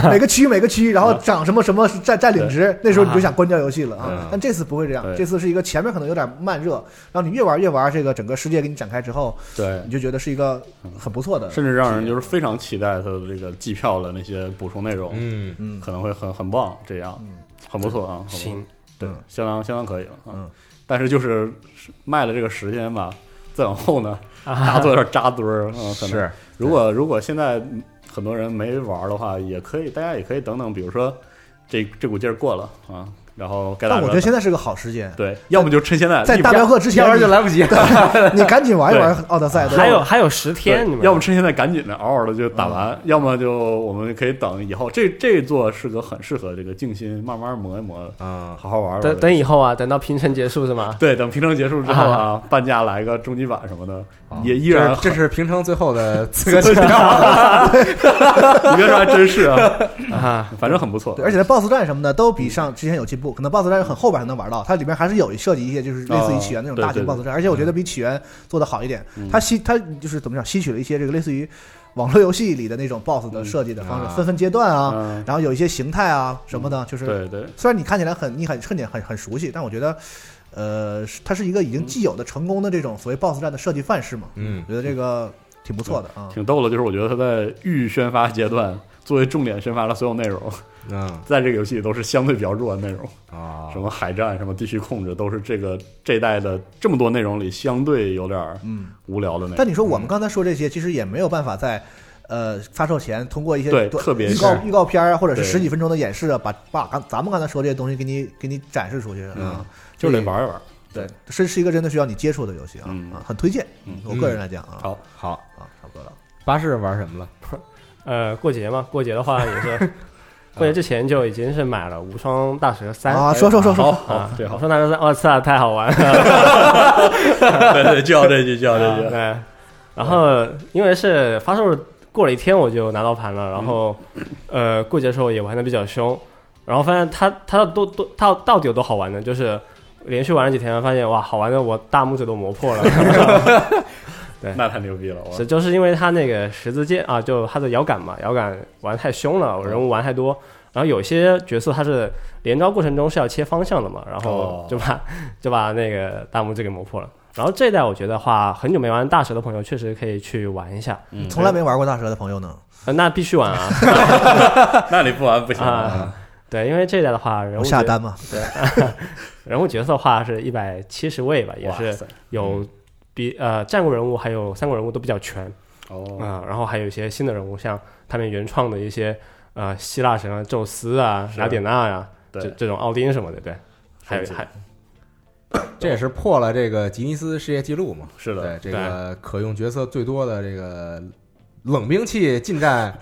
[SPEAKER 6] 每每个区每个区，然后涨什么什么占占领值，那时候你就想关掉游戏了
[SPEAKER 2] 嗯
[SPEAKER 6] 啊。但这次不会这样，
[SPEAKER 3] 对
[SPEAKER 6] 这次是一个前面可能有点慢热，然后你越玩越玩，这个整个世界给你展开之
[SPEAKER 2] 嗯
[SPEAKER 6] 后，
[SPEAKER 3] 对
[SPEAKER 6] 你，就觉得是一个很不错的，
[SPEAKER 3] 甚至让人就是非常期待它的这个季票的那些补充内容，
[SPEAKER 2] 嗯
[SPEAKER 6] 嗯
[SPEAKER 3] 可能会很很棒，这样很不错啊。很不错，
[SPEAKER 5] 行，
[SPEAKER 3] 对
[SPEAKER 6] 嗯，
[SPEAKER 3] 相当相当可以了。啊
[SPEAKER 6] 嗯，
[SPEAKER 3] 但是就是卖了这个时间吧，再往后呢，大家都有点扎堆儿。嗯，可能
[SPEAKER 2] 啊是，
[SPEAKER 3] 如果如果现在很多人没玩儿的话，也可以，大家也可以等等，比如说这这股劲儿过了啊，然后该打
[SPEAKER 6] 但
[SPEAKER 3] 折
[SPEAKER 6] 我觉得现在是个好时 <laughs> 间，
[SPEAKER 3] 对，要么就趁现在
[SPEAKER 6] 在
[SPEAKER 3] 立
[SPEAKER 6] 大
[SPEAKER 3] 马
[SPEAKER 6] 镖客之前
[SPEAKER 2] 要不然就来不及。
[SPEAKER 6] 你，你赶紧玩一玩奥德赛。对吧
[SPEAKER 5] 还有还有十天，你
[SPEAKER 3] 对
[SPEAKER 5] 们
[SPEAKER 3] 要么趁现在赶紧的，嗷嗷的就打
[SPEAKER 6] 嗯
[SPEAKER 3] 完，要么就我们可以等以后。这这座是个很适合这个静心慢慢磨一磨，
[SPEAKER 2] 嗯，
[SPEAKER 3] 好好玩玩的。
[SPEAKER 5] 等等以后啊，等到平城结束是吗？
[SPEAKER 3] 对，等平城结束之后啊，半价来个终极版什么的，
[SPEAKER 6] 啊
[SPEAKER 3] 也依然
[SPEAKER 2] 这是这是平城最后
[SPEAKER 3] <laughs>
[SPEAKER 2] 的刺客信条。
[SPEAKER 3] 你别说还真是 <laughs>
[SPEAKER 5] <laughs>
[SPEAKER 3] 啊，
[SPEAKER 5] 啊，
[SPEAKER 3] 反正很不错
[SPEAKER 6] 对，。而且在 BOSS 战什么的都
[SPEAKER 3] 嗯
[SPEAKER 6] 比上之前有进步，可能 BOSS 战很后边才能玩到，它里面还是有设计一些就是类似于起源那种大型
[SPEAKER 3] 哦对对嗯
[SPEAKER 6] BOSS 战，而且我觉得比起源做的好一点，它吸它就是怎么讲，吸取了一些这个类似于网络游戏里的那种 BOSS 的设计的方
[SPEAKER 2] 啊
[SPEAKER 6] 式，分分阶段啊，
[SPEAKER 3] 嗯，
[SPEAKER 6] 然后有一些形态啊什么的，就是
[SPEAKER 3] 对对，
[SPEAKER 6] 虽然你看起来很你很很很很熟悉，但我觉得。呃，是它是一个
[SPEAKER 3] 嗯
[SPEAKER 6] 已经既有的成功的这种所谓 BOSS 战的设计范式嘛，
[SPEAKER 2] 嗯
[SPEAKER 6] 我觉得这个挺不错的啊。
[SPEAKER 3] 挺逗的，就是我觉得他在预宣发阶段作为重点宣发的所有内容，
[SPEAKER 2] 嗯
[SPEAKER 3] 在这个游戏里都是相对比较弱的内容，
[SPEAKER 2] 啊
[SPEAKER 3] 什么海战、什么地区控制，都是这个这代的这么多内容里相对有点儿
[SPEAKER 6] 嗯，
[SPEAKER 3] 无聊的内容
[SPEAKER 6] 但。你说我们刚才说这些，其实也没有办法在呃发售前通过一些
[SPEAKER 3] 对
[SPEAKER 6] 短
[SPEAKER 3] 特别
[SPEAKER 6] 预
[SPEAKER 3] 是
[SPEAKER 6] 告预告片儿啊，或者是
[SPEAKER 3] 对
[SPEAKER 6] 十几分钟的演示啊，把把刚咱们刚才说这些东西给你给你展示出去。
[SPEAKER 3] 嗯
[SPEAKER 6] 啊，，
[SPEAKER 3] 就得玩一玩。
[SPEAKER 6] 对，是是一个真的需要你接触的游戏啊，
[SPEAKER 3] 嗯
[SPEAKER 6] 啊很推荐。
[SPEAKER 3] 嗯
[SPEAKER 6] 我个人来讲啊，
[SPEAKER 3] 好
[SPEAKER 2] 好，
[SPEAKER 6] 啊，差不多了。
[SPEAKER 2] 巴士玩什么了？
[SPEAKER 5] 呃，过节嘛，过节的话也是，过节之前就已经是买了《无双大蛇三》
[SPEAKER 6] 啊，说说说说，
[SPEAKER 3] 好，
[SPEAKER 5] 啊，
[SPEAKER 3] 这
[SPEAKER 5] 我
[SPEAKER 3] 好，
[SPEAKER 5] 说大蛇三，我操，太好玩了。
[SPEAKER 3] 对对，就要这句，就要这句。
[SPEAKER 5] <laughs> 对，然后因为是发售过了一天我就拿到盘了，然后呃过节的时候也玩的比较凶，然后发现它它到多多到到底有多好玩呢？就是连续玩了几天，发现哇，好玩的我大拇指都磨破了。
[SPEAKER 3] 那太牛逼了！我
[SPEAKER 5] 是，就是因为它那个十字键啊，就它的摇杆嘛，摇杆玩太凶
[SPEAKER 3] 嗯
[SPEAKER 5] 了，人物玩太多。然后有些角色它是连招过程中是要切方向的嘛，然后
[SPEAKER 3] 哦
[SPEAKER 5] 就把、就把那个大拇指给磨破了。然后这一代我觉得话，很久没玩大蛇的朋友确实可以去玩一下，
[SPEAKER 3] 嗯
[SPEAKER 4] 从来没玩过大蛇的朋友呢，
[SPEAKER 5] 呃、那必须玩啊
[SPEAKER 3] <laughs> 那你不玩不行
[SPEAKER 5] 啊！对，因为这一代的话，人
[SPEAKER 4] 我
[SPEAKER 5] 物
[SPEAKER 4] 下
[SPEAKER 5] 角
[SPEAKER 4] 单嘛。
[SPEAKER 5] 人物角色的话是一百七十位吧，也
[SPEAKER 3] 哇
[SPEAKER 5] 是
[SPEAKER 3] 塞
[SPEAKER 5] 有比呃战国人物还有三国人物都比较全，
[SPEAKER 3] 哦，
[SPEAKER 5] 啊、然后还有一些新的人物，像他们原创的一些呃希腊神啊，宙斯啊、
[SPEAKER 3] 是
[SPEAKER 5] 雅典娜呀、这
[SPEAKER 3] 对
[SPEAKER 5] 这种奥丁什么的，对，还有
[SPEAKER 3] 是
[SPEAKER 5] 还
[SPEAKER 2] 这也是破了这个吉尼斯世界纪录嘛？
[SPEAKER 3] 是的，
[SPEAKER 2] 对，这个可用角色最多的这个冷兵器近战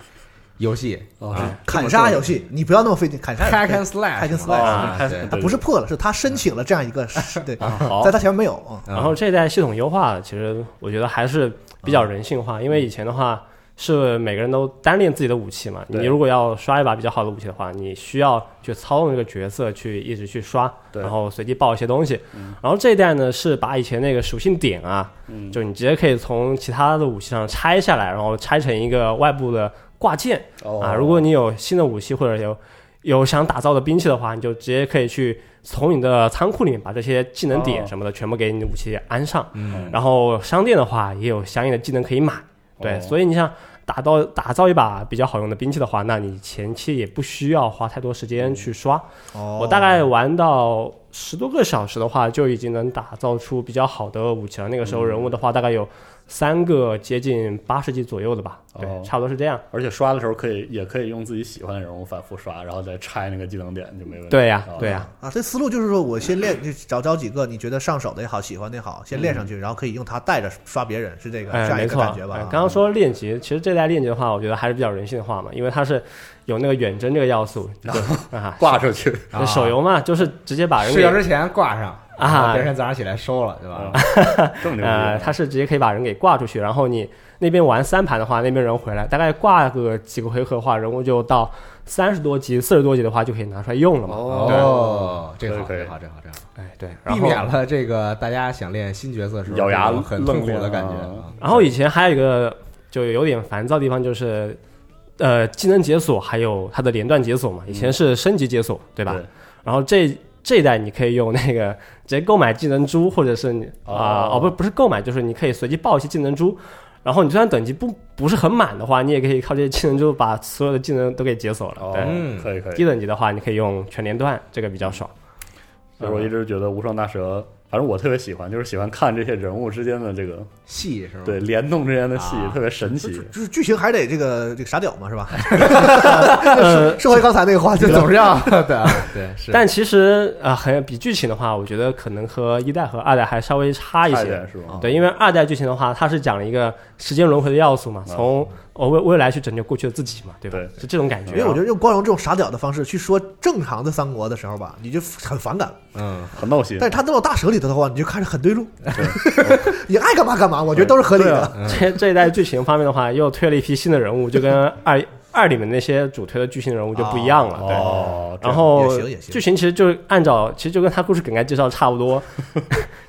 [SPEAKER 2] 游戏
[SPEAKER 3] 哦
[SPEAKER 2] 啊
[SPEAKER 4] 砍杀游戏，你不要那么费劲，砍 <laughs> 杀游
[SPEAKER 2] Hack
[SPEAKER 4] 戏
[SPEAKER 2] and Slash，
[SPEAKER 4] Hack and
[SPEAKER 2] 嘛
[SPEAKER 4] slash
[SPEAKER 2] 啊
[SPEAKER 3] 啊
[SPEAKER 2] 对
[SPEAKER 4] 啊不是破了，是他申请了这样一个，对，
[SPEAKER 3] 好
[SPEAKER 4] 在他前面没有啊。
[SPEAKER 2] 嗯
[SPEAKER 5] 然后这一代系统优化，其实我觉得还是比
[SPEAKER 3] 嗯
[SPEAKER 5] 较人性化，因为以前的话是每个人都单练自己的武器嘛，
[SPEAKER 3] 对
[SPEAKER 5] 你如果要刷一把比较好的武器的话，你需要去操纵这个角色去一直去刷，
[SPEAKER 3] 对
[SPEAKER 5] 然后随机爆一些东西。然后这一代呢是把以前那个属性点啊，
[SPEAKER 3] 嗯
[SPEAKER 5] 就你直接可以从其他的武器上拆下来，然后拆成一个外部的挂件。
[SPEAKER 3] 哦
[SPEAKER 5] 啊，如果你有新的武器或者有有想打造的兵器的话，你就直接可以去从你的仓库里面把这些技能点
[SPEAKER 3] 哦
[SPEAKER 5] 什么的全部给你的武器安上。
[SPEAKER 2] 嗯
[SPEAKER 5] 然后商店的话也有相应的技能可以买。对，
[SPEAKER 3] 哦
[SPEAKER 5] 所以你想打到打造一把比较好用的兵器的话，那你前期也不需要花太多时间去刷。
[SPEAKER 4] 哦
[SPEAKER 5] 我大概玩到十多个小时的话，就已经能打造出比较好的武器了。那个时候人物的话，大概有三个接近八十级左右的吧，
[SPEAKER 3] 哦
[SPEAKER 5] 对，差不多是这样。
[SPEAKER 3] 而且刷的时候可以，也可以用自己喜欢的人物反复刷，然后再拆那个技能点就没问题。
[SPEAKER 5] 对呀
[SPEAKER 3] 哦，
[SPEAKER 5] 对呀，
[SPEAKER 4] 啊，这思路就是说我先练，就找找几个你觉得上手的也好，喜欢的也好，先练上去，然后可以用它带着刷别人，是这个这
[SPEAKER 5] 嗯哎，
[SPEAKER 4] 样一
[SPEAKER 5] 没
[SPEAKER 4] 个
[SPEAKER 5] 错。
[SPEAKER 4] 感
[SPEAKER 5] 哎
[SPEAKER 4] 觉吧？啊
[SPEAKER 5] 刚刚说练级，其实这代练级的话，我觉得还是比较人性化嘛，因为它是有那个远征这个
[SPEAKER 4] <laughs>
[SPEAKER 5] 要素，对啊，
[SPEAKER 3] 哦挂上去，
[SPEAKER 2] 啊
[SPEAKER 5] 手游嘛，就是直接把人
[SPEAKER 2] 睡
[SPEAKER 5] 给
[SPEAKER 2] 觉之前挂上
[SPEAKER 5] 啊
[SPEAKER 2] 然后第二天早上起来收了，对吧
[SPEAKER 3] <laughs> 啊？这么牛逼
[SPEAKER 5] 呃，
[SPEAKER 3] 啊！
[SPEAKER 5] 它是直接可以把人给挂出去，然后你那边玩三盘的话，那边人回来，大概挂个几个回合的话，人物就到三十多级、四十多级的话就可以拿出来用了嘛。
[SPEAKER 4] 哦
[SPEAKER 2] 哦，这个好，
[SPEAKER 3] 可以
[SPEAKER 2] 这个好，这个好，这个好，
[SPEAKER 5] 哎，对，然
[SPEAKER 2] 避
[SPEAKER 5] 后
[SPEAKER 2] 免了这个大家想练新角色的时候
[SPEAKER 3] 咬牙
[SPEAKER 2] 这种很痛苦
[SPEAKER 3] 愣
[SPEAKER 2] 的
[SPEAKER 3] 练
[SPEAKER 2] 感觉
[SPEAKER 3] 啊
[SPEAKER 2] 啊。
[SPEAKER 5] 然后以前还有一个就有点烦躁的地方就是，呃，技能解锁还有它的连段解锁嘛，以
[SPEAKER 4] 嗯
[SPEAKER 5] 前是升级解锁，对吧？
[SPEAKER 3] 对
[SPEAKER 5] 然后这这一代你可以用那个直接购买技能珠，或者是你
[SPEAKER 3] 哦
[SPEAKER 5] 啊、哦不不是购买，就是你可以随机爆一些技能珠。然后你就算等级不不是很满的话，你也可以靠这些技能珠把所有的技能都给解锁了。
[SPEAKER 3] 哦
[SPEAKER 5] 对，
[SPEAKER 2] 嗯
[SPEAKER 3] 可以可以
[SPEAKER 5] 低。等级的话，你可以用全连段，这个比较
[SPEAKER 3] 嗯
[SPEAKER 5] 爽。
[SPEAKER 3] 所以我一直觉得《无双大蛇》，反正我特别喜欢，就是喜欢看这些人物之间的这个
[SPEAKER 2] 戏是吗？
[SPEAKER 5] 嗯
[SPEAKER 3] 对联动之间的戏
[SPEAKER 2] 啊，
[SPEAKER 3] 特别神奇。
[SPEAKER 4] 就是剧情还得这个这个傻屌嘛，是吧？ <laughs>
[SPEAKER 5] 呃，
[SPEAKER 4] 说回刚才那个话题
[SPEAKER 2] <laughs> 就
[SPEAKER 4] 了，
[SPEAKER 2] 总是要对啊对是。
[SPEAKER 5] 但其实啊，呃很比剧情的话，我觉得可能和一代和二代还稍微差一
[SPEAKER 3] 差一
[SPEAKER 5] 些啊
[SPEAKER 3] 点。是哦吗？
[SPEAKER 5] 对，因为二代剧情的话，它是讲了一个时间轮回的要素嘛，从呃未未来去拯救过去的自己嘛，对吧？
[SPEAKER 3] 哦对
[SPEAKER 5] 是这种感觉。
[SPEAKER 4] 因为我觉得用光荣这种傻屌的方式去说正常的三国的时候吧，你就很反感。
[SPEAKER 2] 嗯，
[SPEAKER 3] 很闹心
[SPEAKER 4] 但。是他弄到大蛇里头的话，你就看着很对路， <laughs> 你爱干嘛干嘛，我觉得都是合理
[SPEAKER 3] 对
[SPEAKER 4] 的。
[SPEAKER 3] 啊
[SPEAKER 5] 这这一代剧情方面的话，又推了一批新的人物，就跟二二里面那些主推的剧情人物就不一样了。对，
[SPEAKER 3] 哦，这样
[SPEAKER 5] 然后
[SPEAKER 4] 也行也行
[SPEAKER 5] 剧情其实就是按照，其实就跟他故事梗概介绍差不多，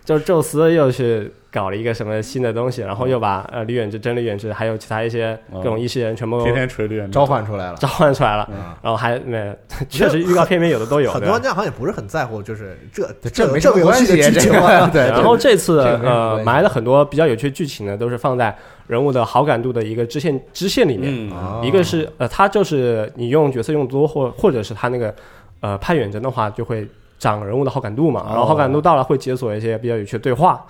[SPEAKER 5] 就是宙斯又去搞了一个什么新的东西，然后又把呃李远志、真李远志还有其他一些各种异世人全部
[SPEAKER 3] 天天锤绿
[SPEAKER 2] 召唤出来了。
[SPEAKER 5] 召唤出来了，
[SPEAKER 2] 嗯
[SPEAKER 5] 然后还没确实预告片里面有的都有
[SPEAKER 4] 很
[SPEAKER 5] 对
[SPEAKER 4] 多
[SPEAKER 5] 吧
[SPEAKER 4] 玩家好像也不是很在乎，就是这
[SPEAKER 2] 没
[SPEAKER 4] 这
[SPEAKER 2] 什
[SPEAKER 4] 个
[SPEAKER 2] 么
[SPEAKER 4] 游
[SPEAKER 2] 关
[SPEAKER 4] 戏
[SPEAKER 2] 系，
[SPEAKER 4] 的剧
[SPEAKER 2] 这
[SPEAKER 4] 情啊。
[SPEAKER 2] 个对。
[SPEAKER 5] 然后这次
[SPEAKER 2] 这个没什么关
[SPEAKER 5] 呃
[SPEAKER 2] 系
[SPEAKER 5] 埋了很多比较有趣的剧情呢，都是放在人物的好感度的一个支线支线里面。
[SPEAKER 3] 嗯，
[SPEAKER 2] 哦
[SPEAKER 5] 一个是呃，它就是你用角色用多或或者是它那个呃派远征的话，就会涨人物的好感度嘛。然后好感度到了，会解锁一些比较有趣的对话，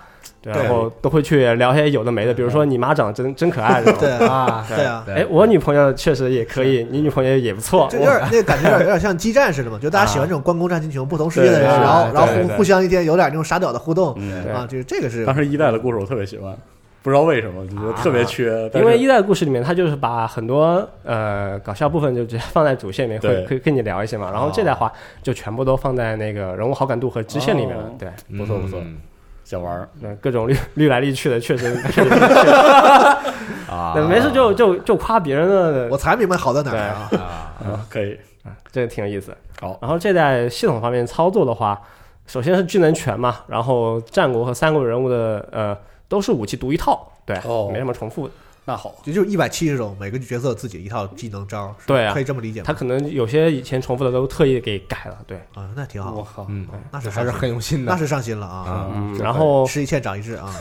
[SPEAKER 4] 哦
[SPEAKER 5] 对，
[SPEAKER 4] 对
[SPEAKER 5] 然后都会去聊一些有的没的，比如说你妈长得真真可
[SPEAKER 4] <laughs>
[SPEAKER 5] 爱，是吧
[SPEAKER 4] 对啊，
[SPEAKER 2] 啊，
[SPEAKER 4] 对啊
[SPEAKER 5] 哎，我女朋友确实也可以，你女朋友也不错，
[SPEAKER 4] 这有点那个感觉，有点有点像激战似的嘛，就大家喜欢这种关公战秦琼，不同世界的人，
[SPEAKER 2] 对对
[SPEAKER 4] 然后
[SPEAKER 2] 对
[SPEAKER 4] 然后
[SPEAKER 2] 对
[SPEAKER 4] 互
[SPEAKER 2] 对
[SPEAKER 4] 互相一天有点那种傻屌的互动
[SPEAKER 5] 对
[SPEAKER 4] 啊，就是这个是
[SPEAKER 3] 当时一代的故事我特别喜欢，不知道为什么就觉得特别缺，
[SPEAKER 4] 嗯
[SPEAKER 3] 但
[SPEAKER 5] 因为
[SPEAKER 3] 是
[SPEAKER 5] 一代的故事里面，它就是把很多呃搞笑部分就直接放在主线里面，
[SPEAKER 3] 对
[SPEAKER 5] 会会跟你聊一些嘛。然后
[SPEAKER 4] 哦
[SPEAKER 5] 这代话就全部都放在那个人物好感度和支线里面了
[SPEAKER 3] 哦。
[SPEAKER 5] 对，
[SPEAKER 3] 不错不错
[SPEAKER 2] 嗯
[SPEAKER 3] 想玩儿
[SPEAKER 5] 那各种绿 <laughs> 绿来绿去的，确实 <laughs> 确实
[SPEAKER 2] 啊
[SPEAKER 3] 啊
[SPEAKER 5] 对，没事就就就夸别人的
[SPEAKER 4] 我才明白好在哪儿啊！
[SPEAKER 2] 啊，
[SPEAKER 3] 啊，可以
[SPEAKER 5] 啊，这个挺有意思。
[SPEAKER 3] 好
[SPEAKER 5] 然后这在系统方面操作的话，首先是技能全嘛，然后战国和三国人物的呃都是武器独一套，对，
[SPEAKER 3] 哦
[SPEAKER 5] 没什么重复的。
[SPEAKER 3] 那好，
[SPEAKER 6] 也就是一百七十种，每个角色自己一套技能招，是
[SPEAKER 5] 对啊
[SPEAKER 6] 可以这么理解吗？
[SPEAKER 5] 他可能有些以前重复的都特意给改了，对，
[SPEAKER 6] 啊，那挺好，
[SPEAKER 3] 我靠，
[SPEAKER 2] 嗯，
[SPEAKER 6] 那是
[SPEAKER 2] 这还是
[SPEAKER 6] 上心
[SPEAKER 2] 很有心的
[SPEAKER 6] 那是上心了啊，
[SPEAKER 2] 啊。
[SPEAKER 5] 嗯，然后
[SPEAKER 6] 吃一堑长一智啊，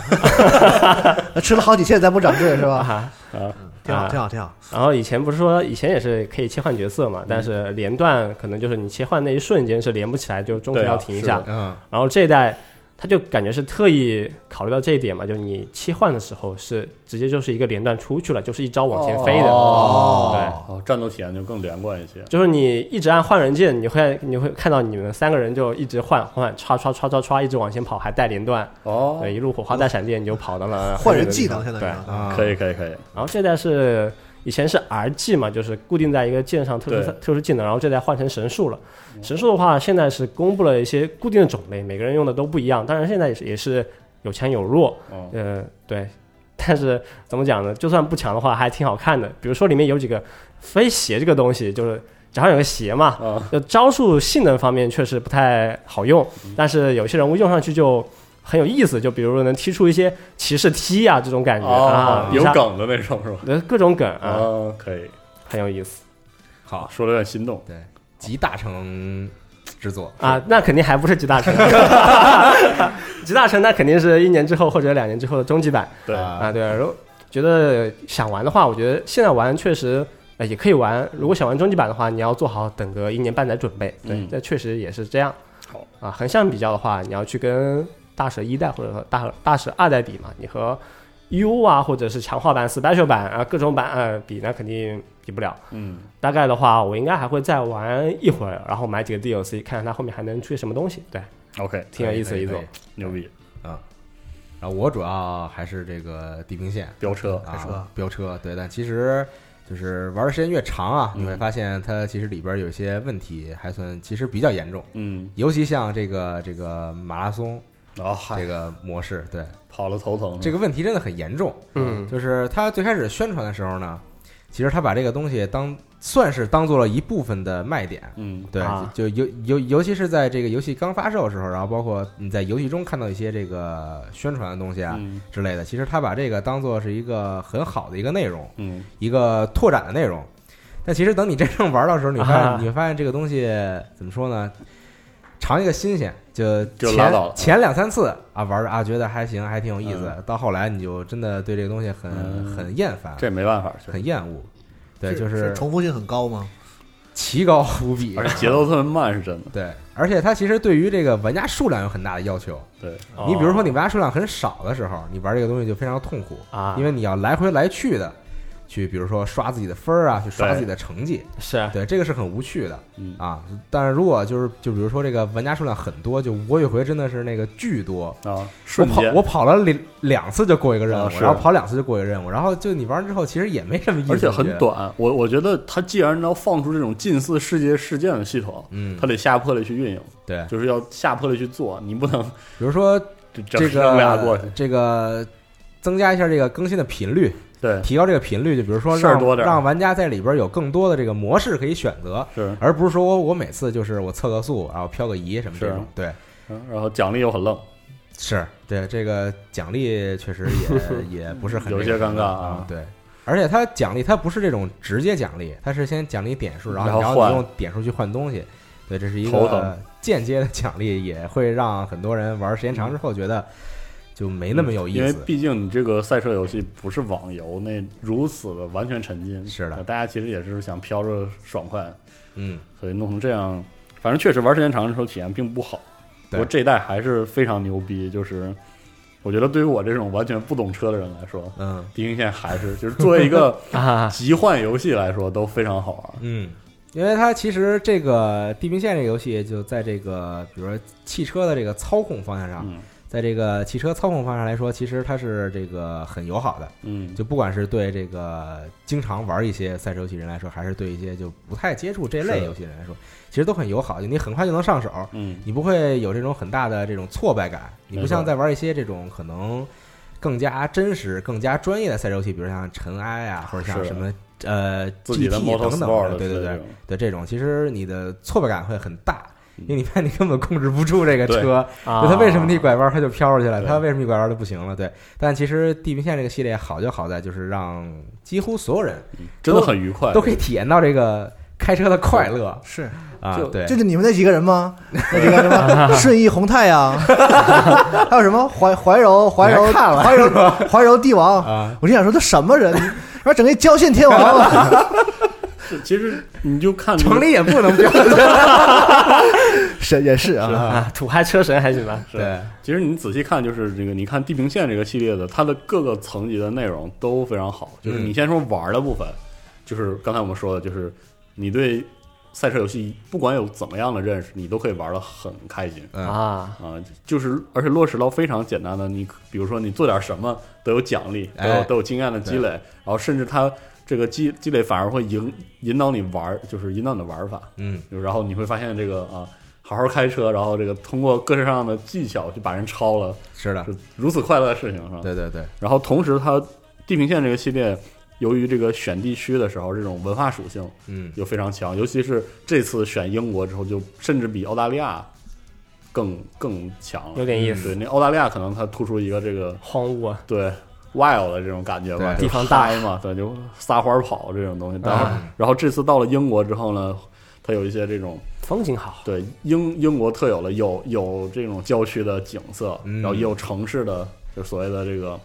[SPEAKER 6] 吃了好几堑咱不长智是吧？
[SPEAKER 5] 啊，
[SPEAKER 6] 挺好，
[SPEAKER 5] 啊
[SPEAKER 6] 挺好，挺好。
[SPEAKER 5] 然后以前不是说以前也是可以切换角色嘛，但是连段可能就是你切换那一瞬间是连不起来，就中途
[SPEAKER 3] 对啊
[SPEAKER 5] 要停一下
[SPEAKER 3] 是。
[SPEAKER 2] 嗯，
[SPEAKER 5] 然后这一代他就感觉是特意考虑到这一点嘛，就是你切换的时候是直接就是一个连段出去了，就是一招往前飞的。
[SPEAKER 3] 哦，哦战斗体验就更连贯一些
[SPEAKER 5] 对，就是你一直按换人键，你会你会看到你们三个人就一直换换刷刷刷刷刷一直往前跑，还带连段，呃
[SPEAKER 3] 哦
[SPEAKER 5] 对，一路火花带闪电你就跑到了
[SPEAKER 6] 换人
[SPEAKER 5] 很远的
[SPEAKER 6] 技
[SPEAKER 5] 地
[SPEAKER 6] 能
[SPEAKER 5] 方
[SPEAKER 6] 相当于
[SPEAKER 5] 对。
[SPEAKER 6] 啊
[SPEAKER 2] 啊
[SPEAKER 3] 可以可以可以，
[SPEAKER 5] <laughs> 然后这代是以前是 R G 嘛，就是固定在一个键上特殊
[SPEAKER 3] 对嗯
[SPEAKER 5] 特殊技能，然后这代换成神术了。神术的话，现在是公布了一些固定的种类，每个人用的都不一样。当然现在也是也是有强有弱，
[SPEAKER 3] 哦，
[SPEAKER 5] 呃，对。但是怎么讲呢？就算不强的话，还挺好看的。比如说里面有几个飞鞋这个东西，就是只要有个鞋嘛，
[SPEAKER 3] 啊，
[SPEAKER 5] 就招数性能方面确实不太好用，
[SPEAKER 3] 嗯
[SPEAKER 5] 但是有些人物用上去就很有意思，就比如能踢出一些骑士踢啊这种感觉、
[SPEAKER 3] 哦
[SPEAKER 5] 啊，
[SPEAKER 3] 有
[SPEAKER 5] 一下，
[SPEAKER 3] 梗的那种是吧？
[SPEAKER 5] 呃各种梗啊，
[SPEAKER 3] 啊，可以，
[SPEAKER 5] 很有意思
[SPEAKER 2] 好，
[SPEAKER 3] 说的有点心动，
[SPEAKER 2] 对，集大成之作，
[SPEAKER 5] 啊。那肯定还不是集
[SPEAKER 3] <laughs>
[SPEAKER 5] 大成，集大成那肯定是一年之后或者两年之后的终极版
[SPEAKER 3] 对，
[SPEAKER 5] 啊。对，如果觉得想玩的话，我觉得现在玩确实。呃也可以玩。如果想玩终极版的话，你要做好等个一年半载准备。对，
[SPEAKER 3] 嗯
[SPEAKER 5] 这确实也是这样。
[SPEAKER 3] 好
[SPEAKER 5] 啊，横向比较的话，你要去跟大蛇一代或者和大大蛇二代比嘛，你和 U 啊，或者是强化版、Special 版啊，各种版呃比，那肯定比不了。
[SPEAKER 3] 嗯，
[SPEAKER 5] 大概的话，我应该还会再玩一会儿，然后买几个 DLC，看看它后面还能出些什么东西。对，
[SPEAKER 3] OK，
[SPEAKER 5] 挺有意思的一
[SPEAKER 2] 可以
[SPEAKER 5] 座
[SPEAKER 2] 可以。
[SPEAKER 3] 牛逼，
[SPEAKER 2] 然后我主要还是这个地平线
[SPEAKER 3] 飙车，
[SPEAKER 2] 啊
[SPEAKER 6] 车，
[SPEAKER 2] 飙车，对，但其实就是玩的时间越长啊，
[SPEAKER 3] 嗯
[SPEAKER 2] 你会发现它其实里边有一些问题还算其实比较严重，
[SPEAKER 3] 嗯，
[SPEAKER 2] 尤其像这个这个马拉松
[SPEAKER 3] 然后还
[SPEAKER 2] 这个模式，对
[SPEAKER 3] 啊跑了头疼，
[SPEAKER 2] 这个问题真的很严重。
[SPEAKER 5] 嗯
[SPEAKER 2] 就是他最开始宣传的时候呢，其实他把这个东西当算是当做了一部分的卖点，
[SPEAKER 3] 嗯，
[SPEAKER 2] 对，
[SPEAKER 5] 啊
[SPEAKER 2] 就尤尤尤其是在这个游戏刚发售的时候，然后包括你在游戏中看到一些这个宣传的东西啊、
[SPEAKER 3] 嗯
[SPEAKER 2] 之类的，其实他把这个当做是一个很好的一个内容，
[SPEAKER 3] 嗯，
[SPEAKER 2] 一个拓展的内容。但其实等你真正玩到的时候，你会发现、
[SPEAKER 5] 啊
[SPEAKER 2] 你会发现这个东西怎么说呢？尝一个新鲜，就
[SPEAKER 3] 就
[SPEAKER 2] 前
[SPEAKER 3] 拉倒了
[SPEAKER 2] 前两三次啊玩着啊，觉得还行，还挺有意思。
[SPEAKER 3] 嗯
[SPEAKER 2] 到后来你就真的对这个东西很、
[SPEAKER 3] 嗯
[SPEAKER 2] 很厌烦，
[SPEAKER 3] 这没办法，确实
[SPEAKER 2] 很厌恶。对，就是
[SPEAKER 6] 重复性很高吗？
[SPEAKER 2] 奇高无比，
[SPEAKER 3] 而且节奏特别慢，是真的。
[SPEAKER 2] 对，而且它其实对于这个玩家数量有很大的要求。
[SPEAKER 3] 对，
[SPEAKER 7] 哦
[SPEAKER 2] 你比如说，你玩家数量很少的时候，你玩这个东西就非常痛苦，
[SPEAKER 5] 啊，
[SPEAKER 2] 因为你要来回来去的去，比如说刷自己的分儿啊，去刷
[SPEAKER 3] 对
[SPEAKER 2] 自己的成绩，
[SPEAKER 5] 是啊
[SPEAKER 2] 对，这个是很无趣的
[SPEAKER 3] 嗯，
[SPEAKER 2] 啊。但是如果就是就比如说这个玩家数量很多，就我有回真的是那个巨多。
[SPEAKER 3] 啊，
[SPEAKER 2] 我
[SPEAKER 3] 瞬
[SPEAKER 2] 跑
[SPEAKER 3] 间
[SPEAKER 2] 我，跑了两两次就过一个任
[SPEAKER 3] 啊
[SPEAKER 2] 务，
[SPEAKER 3] 是
[SPEAKER 2] 然后跑两次就过一个任务，然后就你玩完之后其实也没什么意思，
[SPEAKER 3] 而且
[SPEAKER 2] 我觉
[SPEAKER 3] 很
[SPEAKER 2] 得。
[SPEAKER 3] 短。我我觉得他既然能放出这种近似世界事件的系统，
[SPEAKER 2] 嗯
[SPEAKER 3] 他，得下破力去运营，
[SPEAKER 2] 对，
[SPEAKER 3] 就是要下破力去做，你不能
[SPEAKER 2] 比如说
[SPEAKER 3] 这
[SPEAKER 2] 这
[SPEAKER 3] 扔俩过去
[SPEAKER 2] 个。这个增加一下这个更新的频率，
[SPEAKER 3] 对，
[SPEAKER 2] 提高这个频率，就比如说
[SPEAKER 3] 事儿
[SPEAKER 2] 让
[SPEAKER 3] 多点儿
[SPEAKER 2] 让玩家在里边有更多的这个模式可以选择，
[SPEAKER 3] 是。
[SPEAKER 2] 而不是说我我每次就是我测个速，然后飘个移什么这种
[SPEAKER 3] 是。
[SPEAKER 2] 对，
[SPEAKER 3] 嗯然后奖励又很愣，
[SPEAKER 2] 是对这个奖励确实
[SPEAKER 3] <laughs>
[SPEAKER 2] 也也不是很
[SPEAKER 3] 有些
[SPEAKER 2] 这个
[SPEAKER 3] 尴尬啊
[SPEAKER 2] 嗯对。而且它奖励它不是这种直接奖励，它是先奖励点数，然后
[SPEAKER 3] 然后
[SPEAKER 2] 然后
[SPEAKER 3] 换
[SPEAKER 2] 你用点数去换东西，对，这是一
[SPEAKER 3] 头
[SPEAKER 2] 个
[SPEAKER 3] 疼
[SPEAKER 2] 间接的奖励，也会让很多人玩时间长之后觉得就没那么有意
[SPEAKER 3] 因为
[SPEAKER 2] 思。
[SPEAKER 3] 毕竟你这个赛车游戏不是网游那如此的完全沉浸，
[SPEAKER 2] 是的
[SPEAKER 3] 大家其实也是想飘着爽快，
[SPEAKER 2] 嗯，
[SPEAKER 3] 所以弄成这样，反正确实玩时间长的时候体验并不好。不
[SPEAKER 2] 对
[SPEAKER 3] 过这一代还是非常牛逼，就是我觉得对于我这种完全不懂车的人来说，
[SPEAKER 2] 嗯
[SPEAKER 3] 地平线还是就是作为一个
[SPEAKER 5] 啊
[SPEAKER 3] 集换游戏来说都非常好啊玩。
[SPEAKER 2] 嗯，因为它其实这个《地平线》这个游戏就在这个，比如说汽车的这个操控方向上，
[SPEAKER 3] 嗯
[SPEAKER 2] 在这个汽车操控方向来说，其实它是这个很友好的。
[SPEAKER 3] 嗯，
[SPEAKER 2] 就不管是对这个经常玩一些赛车游戏人来说，还是对一些就不太接触这
[SPEAKER 3] 是
[SPEAKER 2] 类
[SPEAKER 3] 的
[SPEAKER 2] 游戏人来说，其实都很友好，就你很快就能上手，
[SPEAKER 3] 嗯
[SPEAKER 2] 你不会有这种很大的这种挫败感。你不
[SPEAKER 3] 没错
[SPEAKER 2] 像在玩一些这种可能更加真实、更加专业的赛车游戏，比如像尘埃啊，或者像
[SPEAKER 3] 是
[SPEAKER 2] 什么呃
[SPEAKER 3] 自己
[SPEAKER 2] GT
[SPEAKER 3] 的 Motor
[SPEAKER 2] 等等
[SPEAKER 3] Sport，
[SPEAKER 2] 的，对对
[SPEAKER 3] 这
[SPEAKER 2] 对
[SPEAKER 3] 种，
[SPEAKER 2] 对这种，其实你的挫败感会很大，
[SPEAKER 3] 嗯
[SPEAKER 2] 因为你看你根本控制不住这个
[SPEAKER 3] 对
[SPEAKER 2] 车，
[SPEAKER 3] 哦
[SPEAKER 5] 啊
[SPEAKER 7] 哦
[SPEAKER 2] 就它为什么你拐弯它就飘出去了？
[SPEAKER 3] 对
[SPEAKER 2] 它为什么一拐弯就不行了？对，但其实《地平线》这个系列好就好在就是让几乎所有人
[SPEAKER 3] 真的很愉快，
[SPEAKER 2] 都可以体验到这个开车的快乐
[SPEAKER 6] 是，
[SPEAKER 2] 啊
[SPEAKER 3] 就！
[SPEAKER 2] 对
[SPEAKER 6] 这，就你们那几个人吗？那几个人吗？顺义宏泰呀， <laughs> 还有什么怀怀柔、怀柔、
[SPEAKER 2] 你还看了
[SPEAKER 6] 怀柔、怀柔帝王。
[SPEAKER 2] 啊，
[SPEAKER 6] 我就想说，这什么人？说整一交线天王啊了，
[SPEAKER 3] 是其实你就看
[SPEAKER 2] 城里也不能飙
[SPEAKER 6] 是也是啊，
[SPEAKER 5] 啊， <laughs> 土嗨车神还行吧？
[SPEAKER 2] <laughs>
[SPEAKER 3] 是
[SPEAKER 2] 对，嗯
[SPEAKER 3] 其实你仔细看，就是这个，你看《地平线》这个系列的，它的各个层级的内容都非常好。
[SPEAKER 2] 嗯
[SPEAKER 3] 就是你先说玩儿的部分，就是刚才我们说的，就是你对赛车游戏不管有怎么样的认识，你都可以玩的很开心
[SPEAKER 2] 嗯，
[SPEAKER 5] 啊，
[SPEAKER 3] 啊、就是而且落实到非常简单的，你比如说你做点什么都有奖励，都有、
[SPEAKER 2] 哎
[SPEAKER 3] 都有经验的积累，然后甚至它这个积积累反而会引引导你玩儿，就是引导你的玩法。
[SPEAKER 2] 嗯，
[SPEAKER 3] 就是然后你会发现这个啊。好好开车，然后这个通过各式各样的技巧去把人超了，
[SPEAKER 2] 是的，
[SPEAKER 3] 是啊如此快乐的事情，是吧？
[SPEAKER 2] 啊对对对，
[SPEAKER 3] 然后同时，它《地平线》这个系列，由于这个选地区的时候，这种文化属性
[SPEAKER 2] 嗯，
[SPEAKER 3] 又非常强，尤其是这次选英国之后，就甚至比澳大利亚更更强了，
[SPEAKER 5] 有点意思
[SPEAKER 3] 对，那澳大利亚可能它突出一个这个
[SPEAKER 5] 荒芜啊，
[SPEAKER 3] 对 wild 的这种感觉
[SPEAKER 2] 对
[SPEAKER 3] 吧，就
[SPEAKER 5] 地方大
[SPEAKER 3] 嗨嘛，对，就撒欢儿跑这种东西。但是，
[SPEAKER 5] 啊
[SPEAKER 3] 然后这次到了英国之后呢，它有一些这种
[SPEAKER 5] 风景好，
[SPEAKER 3] 对英英国特有的有有这种郊区的景色，
[SPEAKER 2] 嗯
[SPEAKER 3] 然后也有城市的，就所谓的这个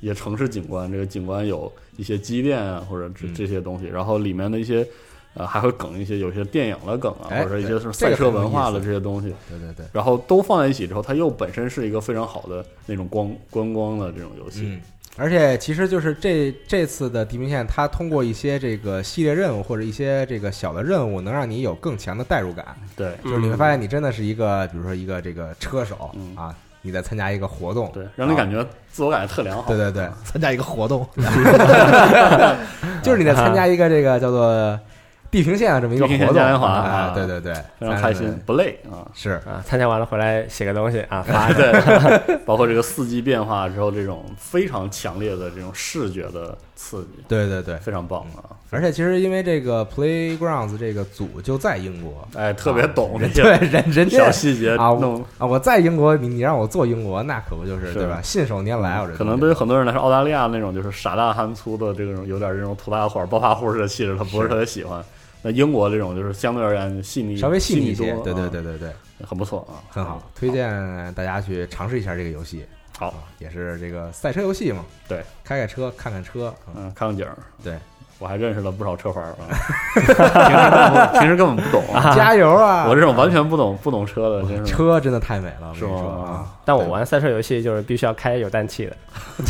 [SPEAKER 3] 一些城市景观。这个景观有一些积淀啊，或者这
[SPEAKER 2] 嗯
[SPEAKER 3] 这些东西，然后里面的一些呃还会梗一些，有些电影的梗啊，
[SPEAKER 2] 哎
[SPEAKER 3] 或者一些
[SPEAKER 2] 对
[SPEAKER 3] 是
[SPEAKER 2] 这
[SPEAKER 3] 赛
[SPEAKER 2] 个
[SPEAKER 3] 车
[SPEAKER 2] 很有
[SPEAKER 3] 文化
[SPEAKER 2] 意
[SPEAKER 3] 的
[SPEAKER 2] 思
[SPEAKER 3] 这些东西，
[SPEAKER 2] 对对对，
[SPEAKER 3] 然后都放在一起之后，它又本身是一个非常好的那种光观光的这种游戏。
[SPEAKER 2] 嗯。而且其实就是这这次的地平线，它通过一些这个系列任务或者一些这个小的任务，能让你有更强的代入感。
[SPEAKER 3] 对
[SPEAKER 2] 就是你会发现，你真的是一个，比如说一个这个车手
[SPEAKER 3] 嗯
[SPEAKER 2] 啊，你在参加一个活动，
[SPEAKER 3] 对，让你感
[SPEAKER 2] 觉，
[SPEAKER 3] 觉自我感觉特良好。
[SPEAKER 2] 对对对，
[SPEAKER 6] 参加一个活动，
[SPEAKER 2] <laughs> 就是你在参加一个这个叫做地平线的这么一个
[SPEAKER 3] 地平线
[SPEAKER 2] 活动
[SPEAKER 3] 嘉年华
[SPEAKER 2] 啊
[SPEAKER 3] 啊，
[SPEAKER 2] 对对对，
[SPEAKER 3] 非常开心，不累啊。
[SPEAKER 2] 是，
[SPEAKER 5] 啊，参加完了回来写个东西啊，发
[SPEAKER 3] 啊，对， <laughs> 包括这个四季变化之后，这种非常强烈的这种视觉的刺激，
[SPEAKER 2] 对对对。
[SPEAKER 3] 非常棒啊！
[SPEAKER 2] 而且其实因为这个 Playgrounds 这个组就在英国，
[SPEAKER 3] 哎，特别懂这
[SPEAKER 2] 啊对
[SPEAKER 3] 些
[SPEAKER 2] 人人家
[SPEAKER 3] 小细节
[SPEAKER 2] 啊
[SPEAKER 3] 呃弄，
[SPEAKER 2] 啊，我在英国，你你让我做英国，那可不就是
[SPEAKER 3] 是
[SPEAKER 2] 对吧？信手拈来，我这
[SPEAKER 3] 可能对于很多人来说，澳大利亚那种就是傻大憨粗的这种有点这种土大伙儿、暴发户式的气质，他不是特别喜欢。那英国这种就是相对而言细腻，
[SPEAKER 2] 稍微细
[SPEAKER 3] 腻
[SPEAKER 2] 腻一些，
[SPEAKER 3] 多
[SPEAKER 2] 对对，对
[SPEAKER 3] 啊
[SPEAKER 2] 对对，
[SPEAKER 3] 很不错啊，
[SPEAKER 2] 很好，推荐大家去尝试一下这个游戏，啊
[SPEAKER 3] 好，
[SPEAKER 2] 也是这个赛车游戏嘛，
[SPEAKER 3] 对，
[SPEAKER 2] 开开车，看看车，嗯
[SPEAKER 3] 嗯，看看景儿，
[SPEAKER 2] 对
[SPEAKER 3] <laughs> 我还认识了不少车牌儿
[SPEAKER 2] <laughs>
[SPEAKER 3] 啊，平时根本不平时根本不懂啊，
[SPEAKER 2] 加油啊！
[SPEAKER 3] 我这种完全不懂不懂车的，真是
[SPEAKER 2] 车真的太美了，我
[SPEAKER 3] 是
[SPEAKER 2] 跟你说
[SPEAKER 3] 吗
[SPEAKER 2] 啊，？
[SPEAKER 5] 但我玩赛车游戏就是必须要开有氮气的，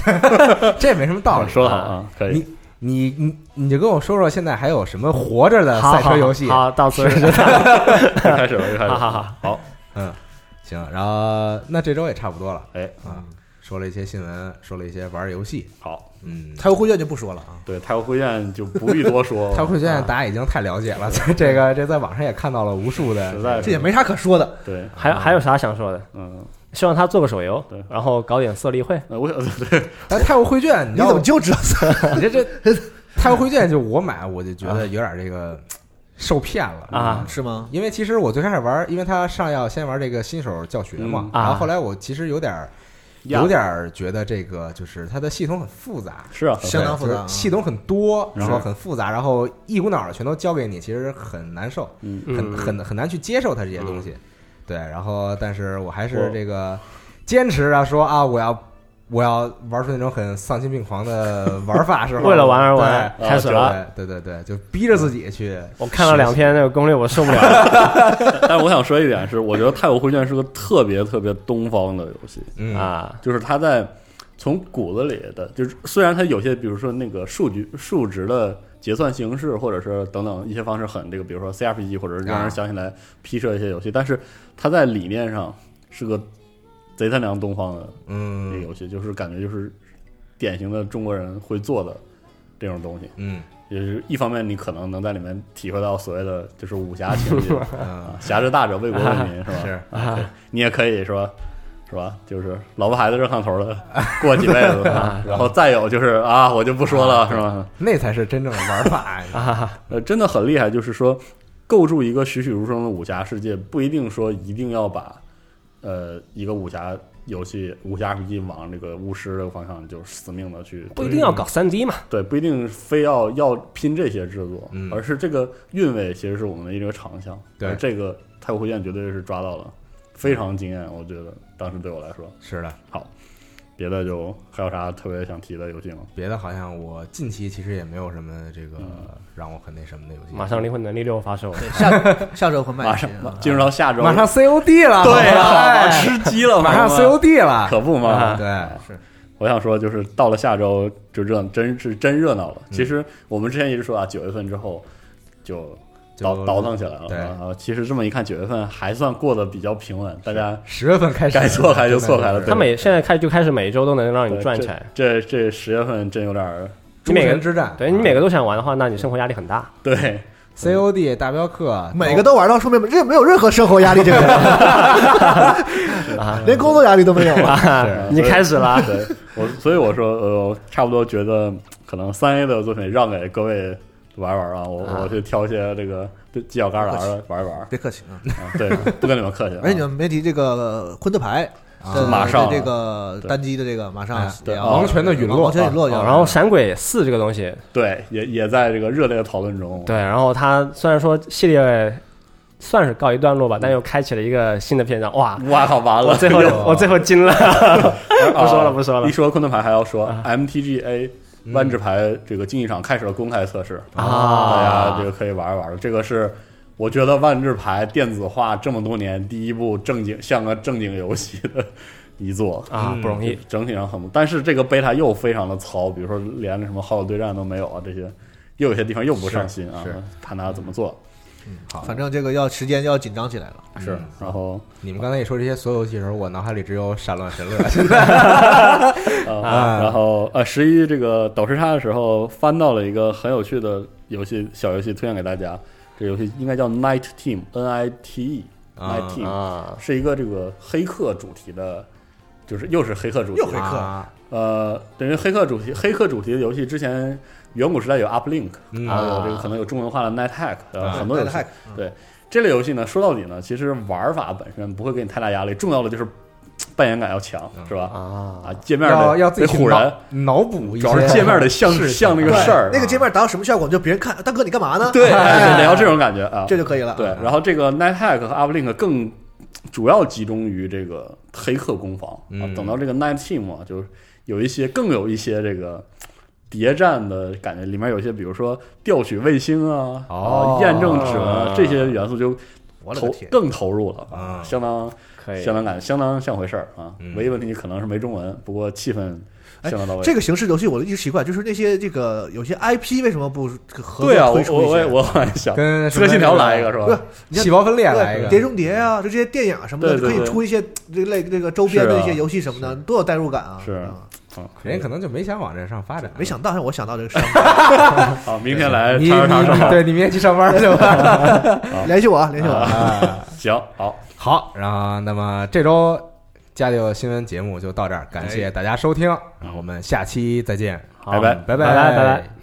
[SPEAKER 2] 啊这没什么
[SPEAKER 3] <laughs>
[SPEAKER 2] 道理。
[SPEAKER 3] 说的好啊，可以。
[SPEAKER 2] 你你你你就跟我说说，现在还有什么活着的赛车游戏？
[SPEAKER 5] 好，好好到此为止。
[SPEAKER 3] 又开始了，又开始了。
[SPEAKER 5] 好好
[SPEAKER 3] 好，
[SPEAKER 2] 嗯， <laughs> 行，然后那这周也差不多了
[SPEAKER 3] 哎，
[SPEAKER 2] 啊，说了一些新闻，说了一些玩儿游戏，
[SPEAKER 3] 好，
[SPEAKER 2] 嗯，。
[SPEAKER 6] 太湖会卷就不说了啊。
[SPEAKER 3] 对，太湖会宴就不必多
[SPEAKER 2] <laughs>
[SPEAKER 3] 说
[SPEAKER 2] 太湖学
[SPEAKER 3] 啊
[SPEAKER 2] 院大家已经太了解了，这这个这在网上也看到了无数
[SPEAKER 3] 实
[SPEAKER 2] 的，
[SPEAKER 3] 在
[SPEAKER 6] 这也
[SPEAKER 3] 是
[SPEAKER 6] 没啥可说的。
[SPEAKER 3] 对，
[SPEAKER 5] 还有还有啥想说的？
[SPEAKER 3] 嗯，
[SPEAKER 5] 希望他做个手游
[SPEAKER 3] 对，
[SPEAKER 5] 然后搞点色例会。
[SPEAKER 3] 那我想 <laughs> 对，
[SPEAKER 2] 但太湖绘卷，你
[SPEAKER 6] 你
[SPEAKER 2] 知道
[SPEAKER 6] 怎么就知道这？
[SPEAKER 2] 你这这 <laughs> 太湖绘卷就我买我就觉
[SPEAKER 3] 啊
[SPEAKER 2] 得有点这个受骗了嗯
[SPEAKER 5] 啊
[SPEAKER 6] 是吗？
[SPEAKER 2] 因为其实我最开始玩，因为他上要先玩这个新手教学嘛，
[SPEAKER 5] 嗯啊
[SPEAKER 2] 然后后来我其实有点儿
[SPEAKER 3] 呀
[SPEAKER 2] 有点儿觉得这个就是它的系统很复杂，
[SPEAKER 3] 是啊，
[SPEAKER 6] 相当
[SPEAKER 2] 对
[SPEAKER 6] 复杂
[SPEAKER 2] 就是
[SPEAKER 6] 啊
[SPEAKER 2] 系统很多，
[SPEAKER 3] 嗯是
[SPEAKER 2] 然后很复杂，然后一股脑儿全都交给你，其实很难受，
[SPEAKER 3] 嗯
[SPEAKER 2] 很
[SPEAKER 5] 嗯
[SPEAKER 2] 很很难去接受它这些东西。对，然后但是我还是
[SPEAKER 3] 我
[SPEAKER 2] 这个坚持啊，说啊，我要。我要玩出那种很丧心病狂的玩
[SPEAKER 5] <laughs>
[SPEAKER 2] 法，是吧？
[SPEAKER 5] 为了玩而玩
[SPEAKER 2] 对啊
[SPEAKER 5] 开始了嗯
[SPEAKER 2] 对对对，对就逼着自己去。
[SPEAKER 5] 我看了两篇那个攻略，我受不了。
[SPEAKER 3] 但是我想说一点是，我觉得太湖会宴是个特别特别东方的游戏，
[SPEAKER 2] 嗯
[SPEAKER 5] 啊
[SPEAKER 3] 就是它在从骨子里的，就是虽然它有些，比如说那个数据数值的。结算形式，或者是等等一些方式很这个，比如说 CRPG，或者是让
[SPEAKER 2] 啊
[SPEAKER 3] 人想起来 P 社一些游戏，但是它在理念上是个贼他娘东方的那
[SPEAKER 5] 哎
[SPEAKER 3] 个
[SPEAKER 2] 嗯
[SPEAKER 3] 游戏，就是感觉就是典型的中国人会做的这种东西。
[SPEAKER 5] <laughs>
[SPEAKER 2] 嗯
[SPEAKER 3] 也就是一方面，你可能能在里面体会到所谓的就是武侠情节
[SPEAKER 2] 嗯 <laughs>
[SPEAKER 3] 啊，侠之大者为国为民是吧？
[SPEAKER 2] 是
[SPEAKER 3] 啊，对你也可以说是吧？就是老婆孩子热炕头的，过几辈子啊，然后再有就是啊，我就不说了，是吧？
[SPEAKER 2] 那才是真正的玩法。啊
[SPEAKER 3] 呃，真的很厉害，就是说构筑一个栩栩如生的武侠世界，不一定说一定要把呃一个武侠游戏、武侠 RPG 往这个巫师这个方向就死命的去，
[SPEAKER 5] 不一定要搞三 D 嘛，
[SPEAKER 3] 对，不一定非要要拼这些制作，
[SPEAKER 2] 嗯
[SPEAKER 3] 而是这个韵味其实是我们的一个长项。
[SPEAKER 2] 对
[SPEAKER 3] 而这个《太湖回剑》绝对是抓到了，非常惊艳，我觉得当时对我来说。
[SPEAKER 2] <laughs> 是的，
[SPEAKER 3] 别的就还有啥特别想提的游戏吗？
[SPEAKER 2] 别的好像我近期其实也没有什么这个让我很那什么的游戏。
[SPEAKER 5] 嗯马上灵魂能力六发售，
[SPEAKER 6] <laughs> 下下周会卖
[SPEAKER 3] 马上进入到下周，
[SPEAKER 2] 啊马上 COD 了，
[SPEAKER 3] 对呀、
[SPEAKER 2] 哎
[SPEAKER 3] 啊，吃鸡了，
[SPEAKER 2] 马上
[SPEAKER 3] 朋友们
[SPEAKER 2] COD 了，
[SPEAKER 3] 可不嘛。
[SPEAKER 2] 对，
[SPEAKER 3] 我想说，就是到了下周就热，真是真热闹
[SPEAKER 2] 嗯
[SPEAKER 3] 了。其实我们之前一直说啊，九月份之后就
[SPEAKER 2] 就
[SPEAKER 3] 倒倒腾起来了。
[SPEAKER 2] 对
[SPEAKER 3] 啊，其实这么一看，九月份还算过得比较平稳，大家
[SPEAKER 2] 十月份开始
[SPEAKER 3] 该错开就错开了
[SPEAKER 2] 真
[SPEAKER 5] 他
[SPEAKER 2] 的
[SPEAKER 5] 每现在开就开始每周都能让你
[SPEAKER 3] 呃
[SPEAKER 5] 赚
[SPEAKER 3] 这
[SPEAKER 5] 钱。
[SPEAKER 3] 这这十月份真有点儿
[SPEAKER 2] 是
[SPEAKER 5] 你每
[SPEAKER 2] 诸
[SPEAKER 5] 个
[SPEAKER 2] 神之战，
[SPEAKER 5] 对你每个都想玩的话，那你生活压力很大。
[SPEAKER 3] 对
[SPEAKER 2] COD 大镖客，
[SPEAKER 6] 每个都玩到，说明任没有任何生活压力，这个人 <laughs> 连工作压力都没有了。
[SPEAKER 3] 啊
[SPEAKER 5] 你开始了，
[SPEAKER 3] 对，我所以我说，呃，我差不多觉得可能三 A 的作品让给各位玩玩啊，我
[SPEAKER 5] 啊
[SPEAKER 3] 我去挑一些这个犄角旮旯的玩一玩。
[SPEAKER 6] 别客气啊！
[SPEAKER 3] 啊对，不跟你们客气啊。
[SPEAKER 6] 而且你们没提这个昆特啊牌，在
[SPEAKER 3] 马上
[SPEAKER 6] 在这个单机的这个马上
[SPEAKER 2] 啊哎
[SPEAKER 6] 也要
[SPEAKER 2] 王权的陨落
[SPEAKER 6] 王权陨落要
[SPEAKER 5] 哦然后《闪鬼四》这个东西，
[SPEAKER 3] 对，也也在这个热烈的讨论中。
[SPEAKER 5] 对，然后它虽然说系列算是告一段落吧，但又开启了一个新的篇章。哇，
[SPEAKER 3] 哇靠，完
[SPEAKER 5] 我
[SPEAKER 3] 了！
[SPEAKER 5] 最后我最后
[SPEAKER 3] <laughs>
[SPEAKER 5] 惊了，不说了不说了啊嗯
[SPEAKER 3] 一说昆特牌还要说 MTGA 万智牌这个竞技场开始了公开测试
[SPEAKER 5] 啊
[SPEAKER 3] 大家这个可以玩一玩。这个是我觉得万智牌电子化这么多年第一部正经像个正经游戏的一作
[SPEAKER 5] 啊不容易，
[SPEAKER 3] 整体上很不，但是这个贝塔又非常的糙，比如说连那什么好友对战都没有啊，这些又有些地方又不上心啊
[SPEAKER 2] 是是，
[SPEAKER 3] 看他怎么做。
[SPEAKER 6] 啊反正这个要时间要紧张起来了。
[SPEAKER 3] 是，然后
[SPEAKER 2] 你们刚才一说这些所有游戏的时候，我脑海里只有《闪乱
[SPEAKER 6] <laughs>
[SPEAKER 2] 神乐》
[SPEAKER 3] 啊，然后呃，十一这个倒时差的时候翻到了一个很有趣的游戏，小游戏推荐给大家。这游戏应该叫 Night Team，N I T E Night
[SPEAKER 2] 啊
[SPEAKER 3] Team，、
[SPEAKER 5] 啊
[SPEAKER 3] 是一个这个黑客主题的，就是又是黑客主题
[SPEAKER 6] 又黑
[SPEAKER 3] 的
[SPEAKER 6] 客
[SPEAKER 2] 啊，
[SPEAKER 3] 呃，等于黑客主题，黑客主题的游戏之前远古时代有 Uplink，
[SPEAKER 2] 嗯
[SPEAKER 3] 然后有这个可能有中文化的 Night Hack，呃，
[SPEAKER 2] 啊
[SPEAKER 3] 很多游戏。
[SPEAKER 6] Night Hack，
[SPEAKER 3] 对这类游戏呢，说到底呢，其实玩法本身不会给你太大压力，重要的就是扮演感要强，是吧？
[SPEAKER 5] 啊
[SPEAKER 3] 啊，界面
[SPEAKER 2] 嗯要
[SPEAKER 3] 得
[SPEAKER 2] 要自己
[SPEAKER 3] 得
[SPEAKER 2] 去
[SPEAKER 3] 唬人，
[SPEAKER 2] 脑脑补一
[SPEAKER 3] 主要是
[SPEAKER 2] 些
[SPEAKER 3] 界
[SPEAKER 2] <laughs>
[SPEAKER 3] 面得像
[SPEAKER 2] 事情
[SPEAKER 3] 像那个
[SPEAKER 6] 对
[SPEAKER 3] 事儿，啊
[SPEAKER 6] 那个界面达到什么效果，就别人看，大哥你干嘛 <laughs> 呢？
[SPEAKER 3] 对，
[SPEAKER 6] 哎
[SPEAKER 3] 得要这种感觉啊，
[SPEAKER 6] 这就可以了。
[SPEAKER 3] 对。然后这个 NetHack 和 Uplink 更主要集中于这个黑客攻防啊
[SPEAKER 2] 嗯，
[SPEAKER 3] 等到这个 Night Team 啊，就是有一些更有一些这个。谍战的感觉，里面有一些，比如说调取卫星啊，
[SPEAKER 2] 哦
[SPEAKER 3] 啊验证指纹啊，这些元素就
[SPEAKER 6] 我勒个
[SPEAKER 3] 投
[SPEAKER 6] 天！
[SPEAKER 3] 更投入了
[SPEAKER 2] 啊
[SPEAKER 3] 相当
[SPEAKER 5] 可以
[SPEAKER 3] 相当感，相当像回事儿啊
[SPEAKER 2] 嗯。
[SPEAKER 3] 唯一问题可能是没中文，不过气氛相当到位。
[SPEAKER 6] 这个形式游戏我一直奇怪，就是那些这个有些 IP 为什么不合
[SPEAKER 3] 对啊，
[SPEAKER 6] 作
[SPEAKER 3] 我
[SPEAKER 6] 推出
[SPEAKER 3] 我
[SPEAKER 6] 一
[SPEAKER 3] 我
[SPEAKER 6] 些
[SPEAKER 3] 也？我好像想，
[SPEAKER 2] 跟
[SPEAKER 3] 刺客信条来一个是
[SPEAKER 6] 不是
[SPEAKER 3] 吧？
[SPEAKER 6] 你看
[SPEAKER 2] 细胞分裂来一
[SPEAKER 6] 对，
[SPEAKER 2] 个，
[SPEAKER 6] 碟中谍啊，就这些电影啊什么的，
[SPEAKER 3] 对对
[SPEAKER 6] 可以
[SPEAKER 3] 对
[SPEAKER 6] 出一些这类这个周边
[SPEAKER 3] 是
[SPEAKER 6] 的
[SPEAKER 3] 啊
[SPEAKER 6] 一些游戏什么的，多有代入感啊！
[SPEAKER 3] 是
[SPEAKER 6] 啊
[SPEAKER 3] 嗯，
[SPEAKER 2] 人家可能就没想往这上发展，
[SPEAKER 6] 没想到让我想到这个事儿，
[SPEAKER 3] <laughs> 好，明天来
[SPEAKER 2] 你
[SPEAKER 3] 查查查
[SPEAKER 2] 你
[SPEAKER 3] 查。
[SPEAKER 2] 对你明天去上班去吧。
[SPEAKER 6] 联系我啊，联系我啊。
[SPEAKER 2] 啊
[SPEAKER 3] 行，好，
[SPEAKER 2] 好，然后那么这周家里有新闻节目就到这儿，感谢大家收听，我们下期再见，
[SPEAKER 5] 好
[SPEAKER 3] 哎拜拜
[SPEAKER 2] 拜
[SPEAKER 5] 拜拜拜拜。